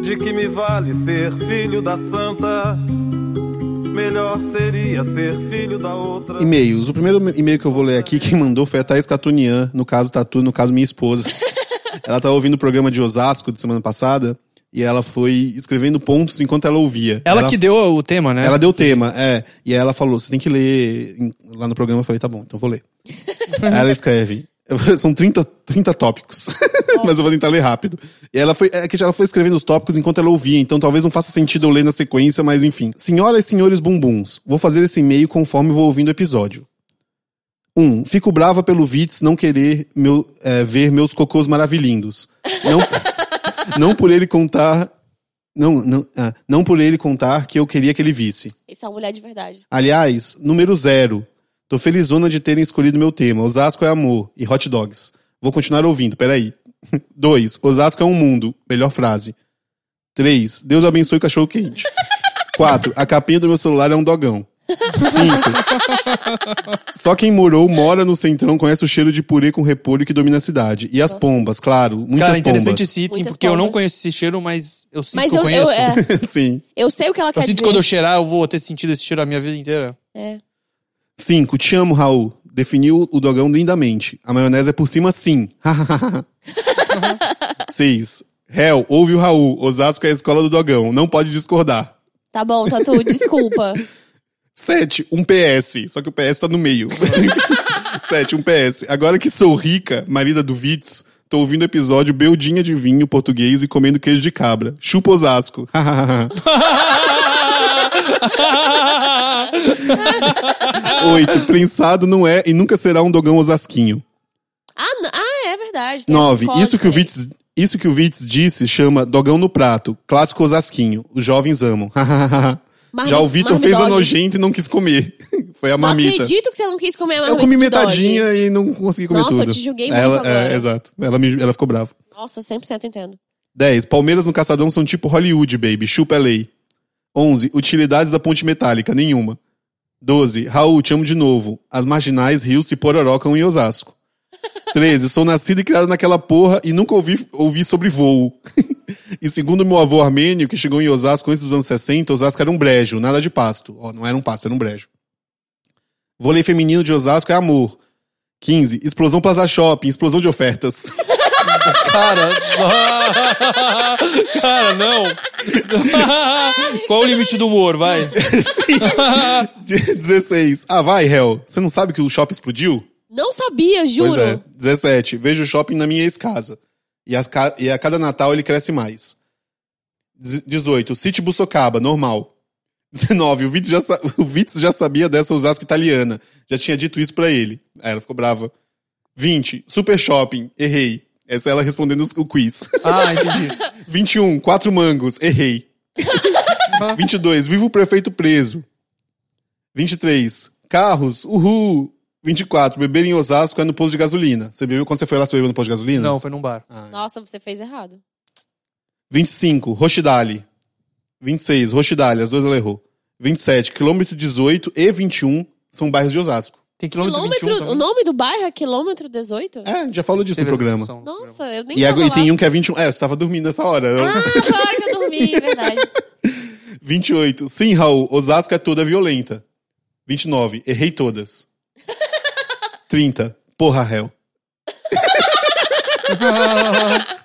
De que me vale ser filho da santa? Melhor seria ser filho da outra.
E-mails. O primeiro e-mail que eu vou ler aqui, quem mandou foi a Thaís Catunian, no caso Tatu, no caso minha esposa. ela tava ouvindo o programa de Osasco de semana passada e ela foi escrevendo pontos enquanto ela ouvia.
Ela que deu o tema, né?
Ela deu o tema, é. E aí ela falou: você tem que ler em- lá no programa. Eu falei: tá bom, então vou ler. aí ela escreve. São 30, 30 tópicos. Mas eu vou tentar ler rápido. E ela foi, é que ela foi escrevendo os tópicos enquanto ela ouvia, então talvez não faça sentido eu ler na sequência, mas enfim. Senhoras e senhores bumbuns, vou fazer esse e-mail conforme vou ouvindo o episódio. 1. Um, fico brava pelo Vitz não querer meu, é, ver meus cocôs maravilhindos. Não, não por ele contar. Não, não, ah, não por ele contar que eu queria que ele visse.
Isso é uma mulher de verdade.
Aliás, número zero. Tô felizona de terem escolhido meu tema. Osasco é amor e hot dogs. Vou continuar ouvindo, peraí. Dois. Osasco é um mundo. Melhor frase. Três. Deus abençoe o cachorro quente. Quatro. A capinha do meu celular é um dogão. Cinco. Só quem morou, mora no centrão, conhece o cheiro de purê com repolho que domina a cidade. E as pombas, claro. Muitas
Cara, interessante
pombas.
esse item,
Muitas
porque eu não
palmas.
conheço esse cheiro, mas eu sinto
Mas
que eu,
eu, eu,
conheço. Eu,
é,
Sim.
eu sei o que ela quer
sinto
dizer.
que quando eu cheirar, eu vou ter sentido esse cheiro a minha vida inteira.
É.
Cinco. Te amo, Raul. Definiu o dogão lindamente. A maionese é por cima, sim. Seis. Hel, ouve o Raul. Osasco é a escola do dogão. Não pode discordar.
Tá bom, Tatu, desculpa.
Sete. Um PS. Só que o PS tá no meio. Sete. Um PS. Agora que sou rica, marida do Vitz, tô ouvindo o episódio Beldinha de Vinho português e comendo queijo de cabra. Chupa Osasco. Oito. Prensado não é e nunca será um dogão osasquinho.
Ah, n- ah, é verdade. tem
Nove.
essas
Isso que, o
códigos
Vitz, isso que o Vitz disse chama Dogão no Prato, clássico osasquinho. Os jovens amam.
Marmi-
Já o Vitor fez a
marmidog.
nojenta e não quis comer. Foi a
Não
marmita.
acredito que você não quis comer a
Eu
marmita
comi
de dog.
metadinha e não consegui comer
Nossa, eu
tudo.
te julguei muito
ela,
agora.
É, exato. Ela, me- ela ficou brava.
Nossa, 100% entendo.
10. Palmeiras no Caçadão são tipo Hollywood, baby. Chupa LA. 11. Utilidades da ponte metálica. Nenhuma. 12. Raul, te amo de novo. As marginais, rios se pororocam em Osasco. 13. Sou nascido e criado naquela porra e nunca ouvi, ouvi sobre voo. E segundo meu avô armênio, que chegou em Osasco antes dos anos 60, Osasco era um brejo, nada de pasto. Ó, não era um pasto, era um brejo. Vôlei feminino de Osasco é amor. 15. Explosão Plaza Shopping, explosão de ofertas.
Cara, cara, não. Qual o limite do humor, vai?
De- 16. Ah, vai, réu. Você não sabe que o shopping explodiu?
Não sabia, juro.
Pois é. 17. Vejo o shopping na minha ex-casa. E, as ca- e a cada Natal ele cresce mais. Dez- 18. City Bussocaba, normal. 19. O Vitz já, sa- o Vitz já sabia dessa Osasco italiana. Já tinha dito isso pra ele. Aí ela ficou brava. 20. Super Shopping, errei. Essa é ela respondendo os- o quiz.
Ah, entendi.
21. Quatro mangos, errei. 22. Viva o prefeito preso. 23. Carros, uhul. 24. Beber em Osasco é no posto de gasolina. Você bebeu quando você foi lá, você bebeu no posto de gasolina?
Não, foi num bar.
Nossa, você fez errado.
25, Rochidale. 26, Rochidale, as duas ela errou. 27, quilômetro 18 e 21 são bairros de Osasco.
Tem quilômetro,
Quilômetro,
21 também.
o nome do bairro é quilômetro 18?
É, a gente já falou disso
Teve
no
essa
programa.
discussão no programa.
Nossa, eu nem
E,
tava
agora- e
lá.
tem um que é 21. É, você tava dormindo nessa hora.
Ah, foi a hora que eu dormi, é verdade.
28, sim, Raul, Osasco é toda violenta. 29, errei todas. 30, porra, réu.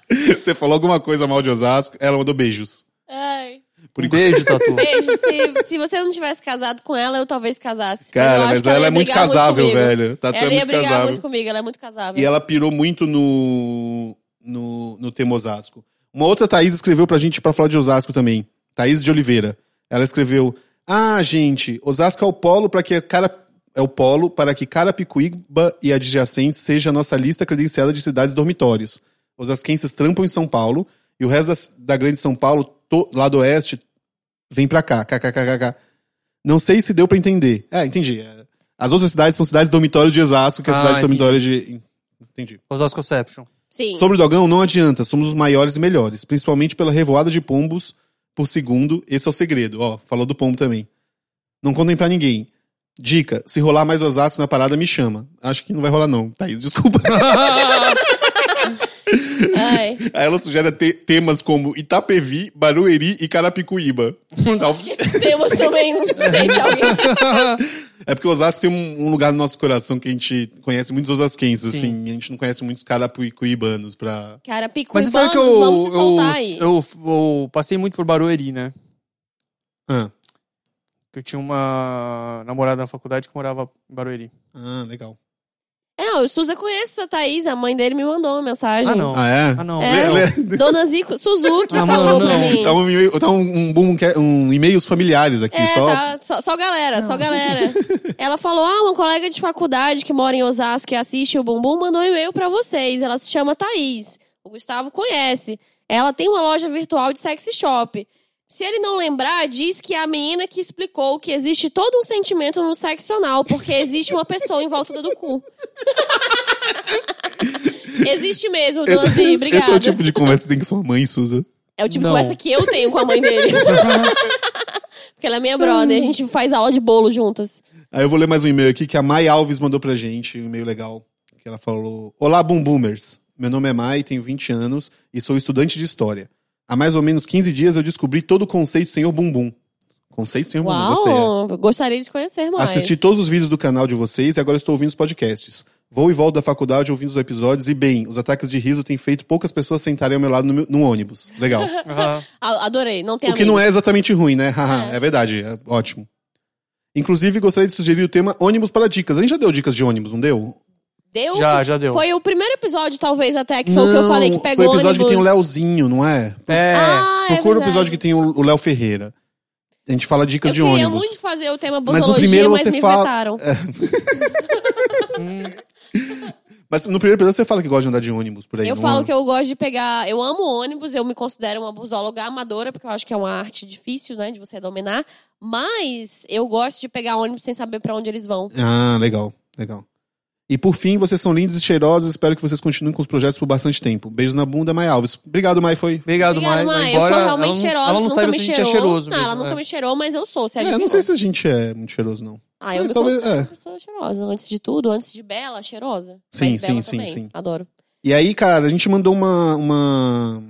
você falou alguma coisa mal de Osasco, ela mandou beijos.
Ai.
Por
Um
enquanto.
beijo, Tatu.
Beijo, se, se você não tivesse casado com ela, eu talvez casasse. eu
Cara,
acho
mas
que ela,
ela
ia
é muito
brigar
casável,
comigo.
velho. Tatu
ela
é
ia
muito
brigar
casável.
muito comigo, ela é muito casável.
E ela pirou muito no, no, no tema Osasco. Uma outra Thaís escreveu pra gente pra falar de Osasco também. Thaís de Oliveira. Ela escreveu: Ah, gente, Osasco é o polo para que a cara. É o polo para que Carapicuíba e adjacentes seja a nossa lista credenciada de cidades dormitórios. Osasquenses trampam em São Paulo e o resto da, da grande São Paulo, to- lado oeste, vem pra cá. KKKKK. Não sei se deu pra entender. É, entendi. É, As outras cidades são cidades dormitórios de Osasco, que é a
Ah,
cidade
entendi.
dormitória de. Entendi.
Osascoception.
Sim.
Sobre o Dogão, não adianta, somos os maiores e melhores, principalmente pela revoada de pombos por segundo, esse é o segredo. Ó, falou do pombo também. Não contem pra ninguém. Dica, se rolar mais Osasco na parada, me chama. Acho que não vai rolar não, Thaís, desculpa.
Ai.
Aí ela sugere te- temas como Itapevi, Barueri e Carapicuíba. Tá Tal-
Acho que esses temas também, não sei se alguém...
É porque Osasco tem um, um lugar no nosso coração que a gente conhece muitos osasquenses,
Sim.
assim. A gente não conhece muitos carapicuíbanos pra...
Cara,
Mas você
picuibanos,
sabe que eu,
vamos se
eu,
soltar aí.
eu, eu passei muito por Barueri, né?
Ah,
Que eu tinha uma namorada na faculdade que morava em Barueri.
ah legal.
É, não, o Suza conhece a Thaís, a mãe dele me mandou uma mensagem.
Ah, não.
Ah, é?
Ah, não. não.
É.
Ela é-
Dona Zico, Suzuki
Ah, mano,
falou pra
não.
mim.
Tá um, e-mail- tá um, um, bum- um e-mails familiares aqui,
É,
só.
tá. Só, só galera, só galera. Ela falou: ah, uma colega de faculdade que mora em Osasco e assiste o Bumbum mandou um e-mail pra vocês. Ela se chama Thaís. O Gustavo conhece. Ela tem uma loja virtual de sexy shop. Se ele não lembrar, diz que é a menina que explicou que existe todo um sentimento no seccional, porque existe uma pessoa em volta do cu. existe mesmo, Dona
Esse,
Zi,
esse é
obrigada.
o tipo de conversa que tem com sua mãe, Suza.
É o tipo
Não.
de conversa que eu tenho com a mãe dele. Porque ela é minha brother, a gente faz aula de bolo juntas.
Aí eu vou ler mais um e-mail aqui que a Mai Alves mandou pra gente, um e-mail legal. Que ela falou: Olá, Boom Boomers. Meu nome é Mai, tenho 20 anos e sou estudante de história. Há mais ou menos 15 dias eu descobri todo o conceito Senhor Bumbum. Conceito Senhor Bumbum, gostei. é.
Uau, gostaria de te conhecer mais.
Assisti todos os vídeos do canal de vocês e agora estou ouvindo os podcasts. Vou e volto da faculdade ouvindo os episódios e, bem, os ataques de riso têm feito poucas pessoas sentarem ao meu lado no, meu- no ônibus. Legal.
Ah,
A- Adorei, não tem
O que não é exatamente ruim, né? Haha, é. verdade. É ótimo. Inclusive, gostaria de sugerir o tema ônibus para dicas. A gente já deu dicas de ônibus, não deu?
Deu?
já, já deu.
Foi o primeiro episódio, talvez, até, que foi o que eu
Não,
falei que pegou
Foi o episódio
ônibus.
que tem o Léozinho, não é?
É.
Ah, é
Procura o
verdade.
episódio que tem o o Léo Ferreira. A gente fala dicas
eu
de
queria
ônibus.
muito fazer o tema
Mas no
busologia, mas,
primeiro você
me
fala- É,
vetaram.
Mas no primeiro episódio você fala que gosta de andar de ônibus por aí.
Eu
não
falo
é?
que eu gosto de pegar. Eu amo ônibus, eu me considero uma busóloga amadora, porque eu acho que é uma arte difícil, né, de você dominar. Mas eu gosto de pegar ônibus sem saber pra onde eles vão.
Ah, legal, legal. E por fim, vocês são lindos e cheirosos. Espero que vocês continuem com os projetos por bastante tempo. Beijos na bunda, Mai Alves. Obrigado, Mai. Foi.
Obrigado,
Obrigada,
Mai.
mãe. Eu
Embora
sou realmente
ela não,
cheirosa.
Ela não
nunca
sabe
me
se a gente
cheirou.
é cheiroso
Não,
mesmo.
ela nunca
é.
me cheirou, mas eu sou. Você
É, eu não
adivinhou.
sei se a gente é muito cheiroso, não.
Ah, eu
Mas
me
talvez-
considero
é.
uma pessoa cheirosa. Antes de tudo, antes de bela, cheirosa.
Sim,
mas
sim,
bela
sim,
também.
sim.
Adoro.
E aí, cara, a gente mandou uma. uma...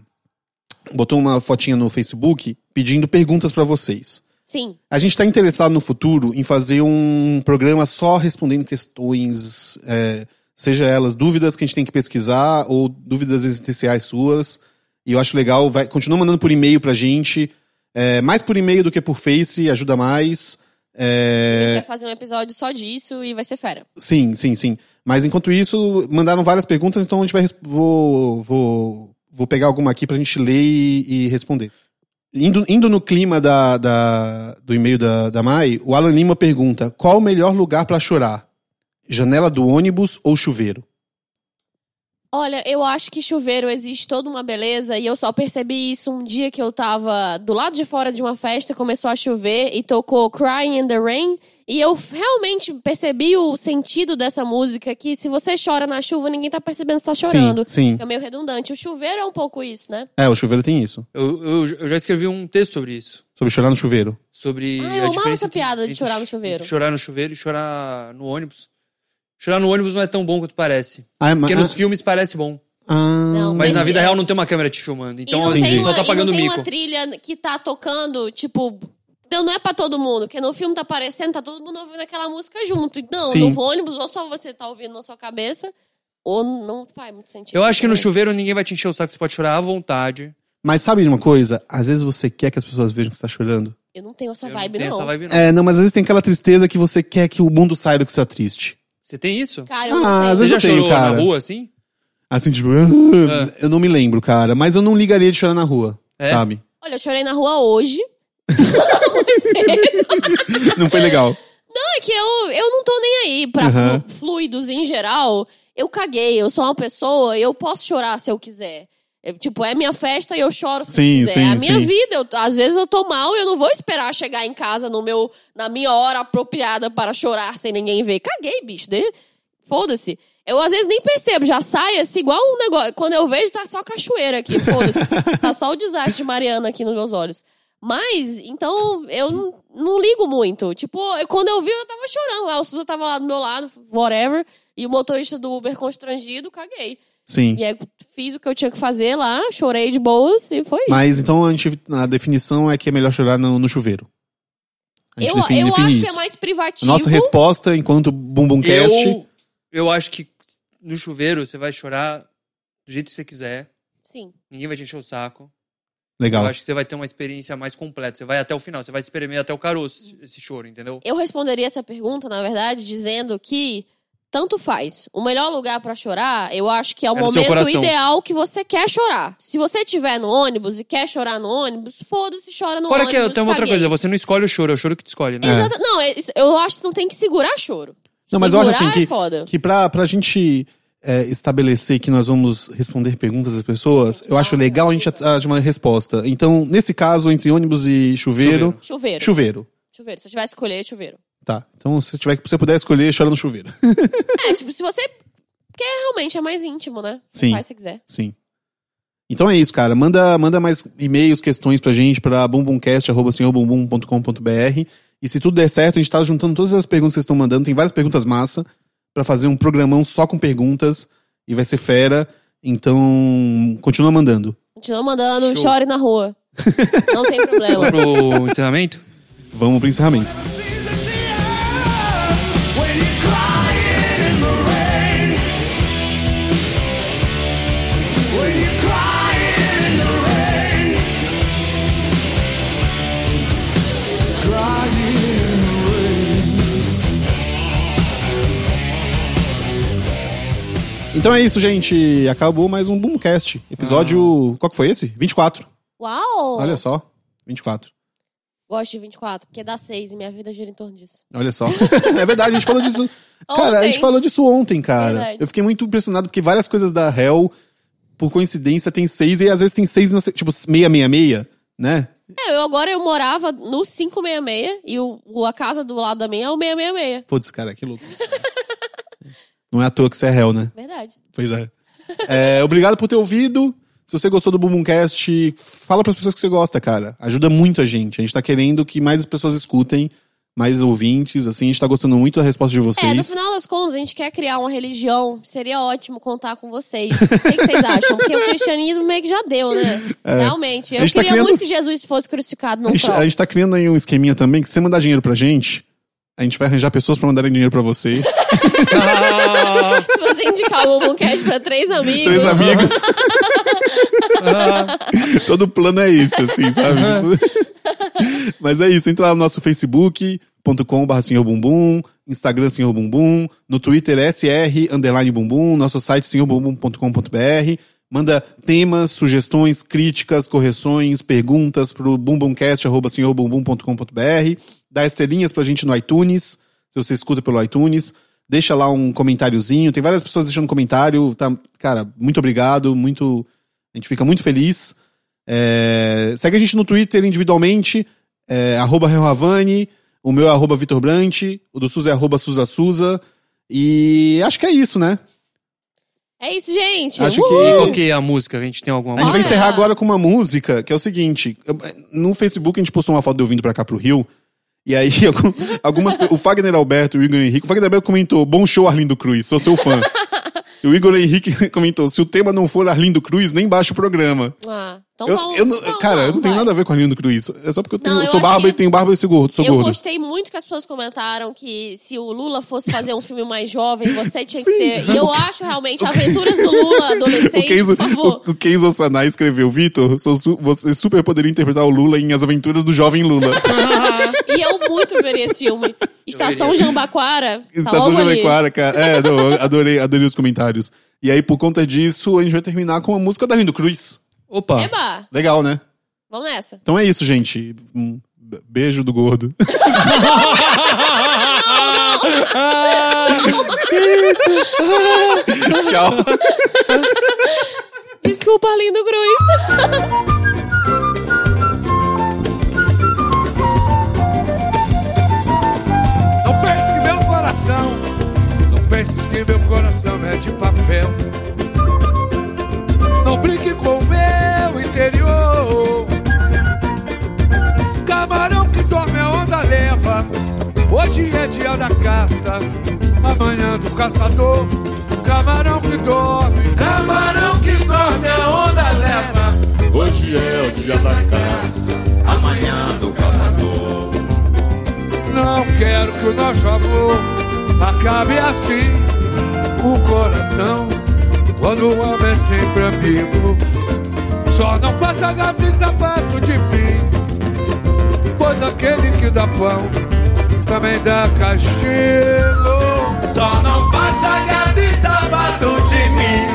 botou uma fotinha no Facebook pedindo perguntas pra vocês.
Sim.
A gente está interessado no futuro em fazer um programa só respondendo questões, é, seja elas dúvidas que a gente tem que pesquisar ou dúvidas existenciais suas. E eu acho legal, vai, continua mandando por e-mail pra gente. é, mais por e-mail do que por Face, ajuda mais.
A
É,
gente vai fazer um episódio só disso e vai ser fera.
Sim, sim, sim. Mas enquanto isso, mandaram várias perguntas, então a gente vai. res- Vou, vou, vou pegar alguma aqui pra gente ler e, e responder. Indo, indo no clima da, da- do e-mail da, da Mai, o Alan Lima pergunta: qual o melhor lugar pra chorar? Janela do ônibus ou chuveiro?
Olha, eu acho que chuveiro existe toda uma beleza e eu só percebi isso um dia que eu tava do lado de fora de uma festa, começou a chover e tocou Crying in the Rain. E eu realmente percebi o sentido dessa música, que se você chora na chuva, ninguém tá percebendo que tá chorando.
Sim, sim.
É meio redundante. O chuveiro é um pouco isso, né?
É, o chuveiro tem isso.
Eu, eu, eu já escrevi um texto sobre isso.
Sobre chorar no chuveiro.
Sobre
Ah, eu
a
amava
diferença
essa
entre-
piada de
entre
chorar no
ch-
chuveiro.
entre Chorar no chuveiro e chorar no ônibus. Chorar no ônibus não é tão bom quanto parece.
Ah, é, ma-
Porque nos filmes parece bom.
ah,
Não,
Mas na
Mas
vida
é-
real não tem uma câmera te filmando.
e
Então
não
a gente
tem
só
uma,
tá pagando
e não tem
mico.
uma trilha que tá tocando, tipo. Então não é pra todo mundo, porque no filme tá aparecendo, tá todo mundo ouvindo aquela música junto. Não,
Sim.
no ônibus, ou só você tá ouvindo na sua cabeça, ou não faz muito sentido.
Eu acho que no
chuveiro.
chuveiro ninguém vai te encher o saco, você pode chorar à vontade.
Mas sabe de uma coisa? Às vezes você quer que as pessoas vejam que você tá chorando.
Eu não tenho essa
Eu
vibe,
não
não.
tenho essa vibe, não.
É, não, mas às vezes tem aquela tristeza que você quer que o mundo saiba que você tá triste.
Você tem isso?
Cara, eu
Ah,
não
às
Você
vezes
tenho.
já
eu tenho,
chorou
cara.
na rua, assim?
Assim, tipo, eu não me lembro, cara. Mas eu não ligaria de chorar na rua,
É?
sabe?
Olha, eu chorei na rua hoje.
Não foi legal.
É que eu, eu não tô nem aí pra
Aham.
flu- fluidos em geral. Eu caguei, eu sou uma pessoa, eu posso chorar se eu quiser. É, tipo, é minha festa e eu choro se
Sim,
eu quiser.
sim,
é a minha
sim.
vida. eu- às vezes eu tô mal e eu não vou esperar chegar em casa no meu, na minha hora apropriada para chorar sem ninguém ver. Caguei, bicho. né? Foda-se. Eu às vezes nem percebo, já sai assim, igual um negócio. Quando eu vejo, tá só cachoeira aqui, foda-se. tá só o desastre de Mariana aqui nos meus olhos. Mas, então, eu n- não ligo muito. Tipo, eu- quando eu vi, eu tava chorando lá. O Suza tava lá do meu lado, whatever. E o motorista do Uber constrangido, caguei.
Sim.
E é aí, fiz o que eu tinha que fazer lá, chorei de boas e foi isso.
Mas então a, gente, a definição é que é melhor chorar no, no chuveiro. A gente
Eu,
define,
eu
define
acho
isso.
que é mais
A
privativo.
nossa resposta enquanto bumbumcast.
Eu, eu acho que no chuveiro você vai chorar do jeito que você quiser.
Sim.
Ninguém vai te encher o saco.
Legal.
Eu acho que você vai ter uma experiência mais completa. Você vai até o final, você vai espremer até o caroço esse- esse choro, entendeu?
Eu responderia essa pergunta, na verdade, dizendo que tanto faz. O melhor lugar pra chorar, eu acho que é o
É no seu
momento
coração.
ideal que você quer chorar. Se você estiver no ônibus e quer chorar no ônibus, foda-se, chora no
Fora que
ônibus. tá
tem uma outra
caguei.
coisa, você não escolhe o choro, é o choro que te escolhe, né?
Exata- Não, é isso- eu acho que não tem que segurar choro.
Não, mas eu acho
Segurar
assim que,
É foda.
que pra, pra gente é, estabelecer que nós vamos responder perguntas das pessoas, eu
Ah,
acho legal a gente atrás de uma resposta. Então, nesse caso, entre ônibus e chuveiro,
Chuveiro.
chuveiro.
Chuveiro. Se eu tivesse que escolher, é chuveiro.
Tá. Então, se tiver que você puder escolher, chora no chuveiro.
É, tipo, se você. Porque realmente é mais íntimo, né?
Sim.
Faz se quiser.
Sim. Então é isso, cara. Manda, manda mais e-mails, questões pra gente pra bumbumcast.com.br. E se tudo der certo, a gente tá juntando todas as perguntas que vocês estão mandando. Tem várias perguntas massa pra fazer um programão só com perguntas. E vai ser fera. Então, continua mandando.
Continua mandando,
Show.
chore na rua. não tem problema.
Pro encerramento?
Vamos pro encerramento. Então é isso, gente. Acabou mais um Boomcast. Episódio. Qual que foi esse? 24.
Uau!
Ah. Olha só. 24.
Gosto de 24, porque dá 6 e minha vida gira em torno disso.
Olha só. é verdade, a gente falou disso. Cara, a gente
Ontem.
falou disso ontem, cara.
Verdade.
Eu fiquei muito impressionado porque várias coisas da Hell, por coincidência, tem seis e às vezes tem seis, na, se- tipo, 666, né?
É, eu agora eu morava no 566 e o, o- a casa do lado da minha é o 666.
Putz, cara, que louco. Não é à toa que você é Hell, né?
Verdade.
Pois é. É, obrigado por ter ouvido. Se você gostou do Bumbumcast, fala pras pessoas que você gosta, cara. Ajuda muito a gente. A gente tá querendo que mais pessoas escutem. mais ouvintes, assim, a gente tá gostando muito da resposta de vocês.
É, no final das contas, a gente quer criar uma religião. Seria ótimo contar com vocês. O que, que vocês acham? Porque o cristianismo meio que já deu, né? Realmente.
A
Eu
gente tá
queria
criando-
muito que Jesus fosse crucificado
A
no
gente, a gente tá criando aí um esqueminha também que se você mandar dinheiro pra gente, a gente vai arranjar pessoas pra mandarem dinheiro pra você.
Se você indicar o Boomcast pra três amigos,
Três amigos. Todo plano é isso, assim, sabe? Tipo- Mas é isso, entra lá no nosso facebook.com.br Senhor Bumbum, Instagram Senhor Bumbum, no Twitter SR Underline Bumbum, nosso site senhorbumbum.com.br. Manda temas, sugestões, críticas, correções, perguntas pro bumbumcast.senhorbumbum.com.br. Dá estrelinhas pra gente no iTunes, se você escuta pelo iTunes. Deixa lá um comentáriozinho. Tem várias pessoas deixando comentário. Tá, cara, muito obrigado, muito a gente fica muito feliz. É, segue a gente no Twitter individualmente, é, arroba Rehavani, o meu é arroba Vitor Brant, o do Suza é arroba Suza Suza. E acho que é isso, né?
É isso, gente.
Acho
Uhul.
que.
E qual que é a música? A gente tem alguma
A gente
música?
vai
Olha.
encerrar agora com uma música, que é o seguinte. eu- No Facebook a gente postou uma foto de eu vindo pra cá pro Rio. E aí, algum- algumas. pe- O Fagner Alberto e o Igor Henrique. O Fagner Alberto comentou: bom show, Arlindo Cruz, sou seu fã. e o Igor Henrique comentou: se o tema não for Arlindo Cruz, nem baixa o programa.
Ah, então
Eu,
vamos-
eu não-
vamos,
cara, eu não
vamos,
tenho
vai.
nada a ver com a Arlindo Cruz. É só porque eu, tenho,
Não,
eu
eu
sou
acho
barba
que-
e tenho barba e sou gordo. Sou
Eu
gordo.
gostei muito que as pessoas comentaram que se o Lula fosse fazer um filme mais jovem, você tinha que ser. E eu acho realmente Aventuras do Lula
O é
adolescente,
Kenzo,
por favor.
o, o Kenzo Sanai escreveu, Vitor, sou su- você é super poderia interpretar o Lula em As Aventuras do Jovem Lula.
E eu muito veria esse filme. Estação Jambaquara. Tá
Estação
logo ali.
Jalequara, cara. É, não, eu adorei, adorei os comentários. E aí, por conta disso, a gente vai terminar com a música da Arlindo Cruz.
Opa.
Eba,
Legal, né?
vamos nessa.
Então é isso, gente. Um be- beijo do gordo. Tchau.
Desculpa, Arlindo Cruz.
Não pense que meu coração, não pense que meu coração é de papel. Não brinque com o meu interior. Camarão que dorme a onda leva. Hoje é dia da caça, amanhã do caçador. Camarão que dorme, camarão que dorme a onda leva.
Hoje é o dia da caça, amanhã do caçador.
Não quero que o nosso amor acabe assim. O coração, quando o homem é sempre amigo, só não passa gato e sapato de mim. Pois aquele que dá pão também dá castigo.
Só não faça gado e sapato de mim.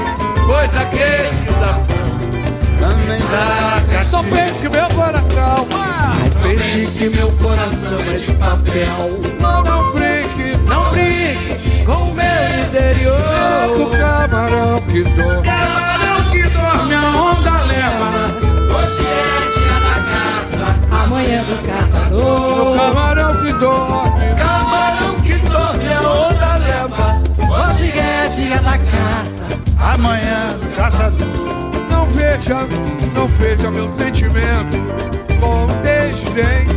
Pois aquele que dá pão também dá castigo. Não pense que meu coração. Não pense que meu coração é de papel. Não, não brinque, não brinque com o meu interior. O camarão que dor.
Camarão que dorme, a onda leva. Hoje é dia da caça, amanhã do caçador.
O camarão que dorme.
Camarão que dorme, a onda leva. Hoje é dia da caça, amanhã do caçador.
Não veja, não veja meu sentimento com desdém.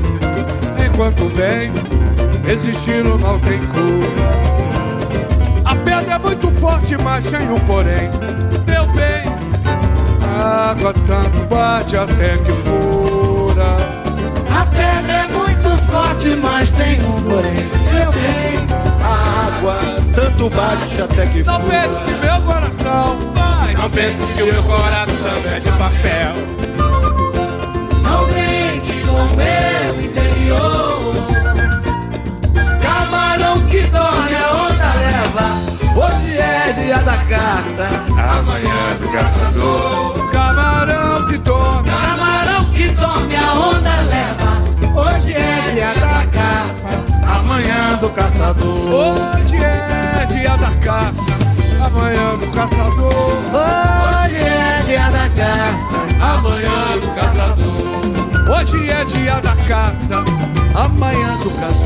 Enquanto bem, existir o mal tem cura. A pedra é muito forte, mas tem um porém. Meu bem, a água tanto bate até que fura.
A pedra é muito forte, mas tem um porém. Meu bem, a água tanto bate até que
Não pense que meu coração vai.
Não pense que o meu coração é de papel. Não brinque com o meu interior. Camarão que dorme, a onda leva. Hoje é dia da caça, amanhã do caçador.
Camarão que dorme.
Camarão que dorme, a onda leva. Hoje é dia da caça, amanhã do caçador.
Hoje é dia da caça, amanhã do caçador.
Hoje é dia da caça, amanhã do caçador.
Hoje é dia da caça, amanhã do caçador.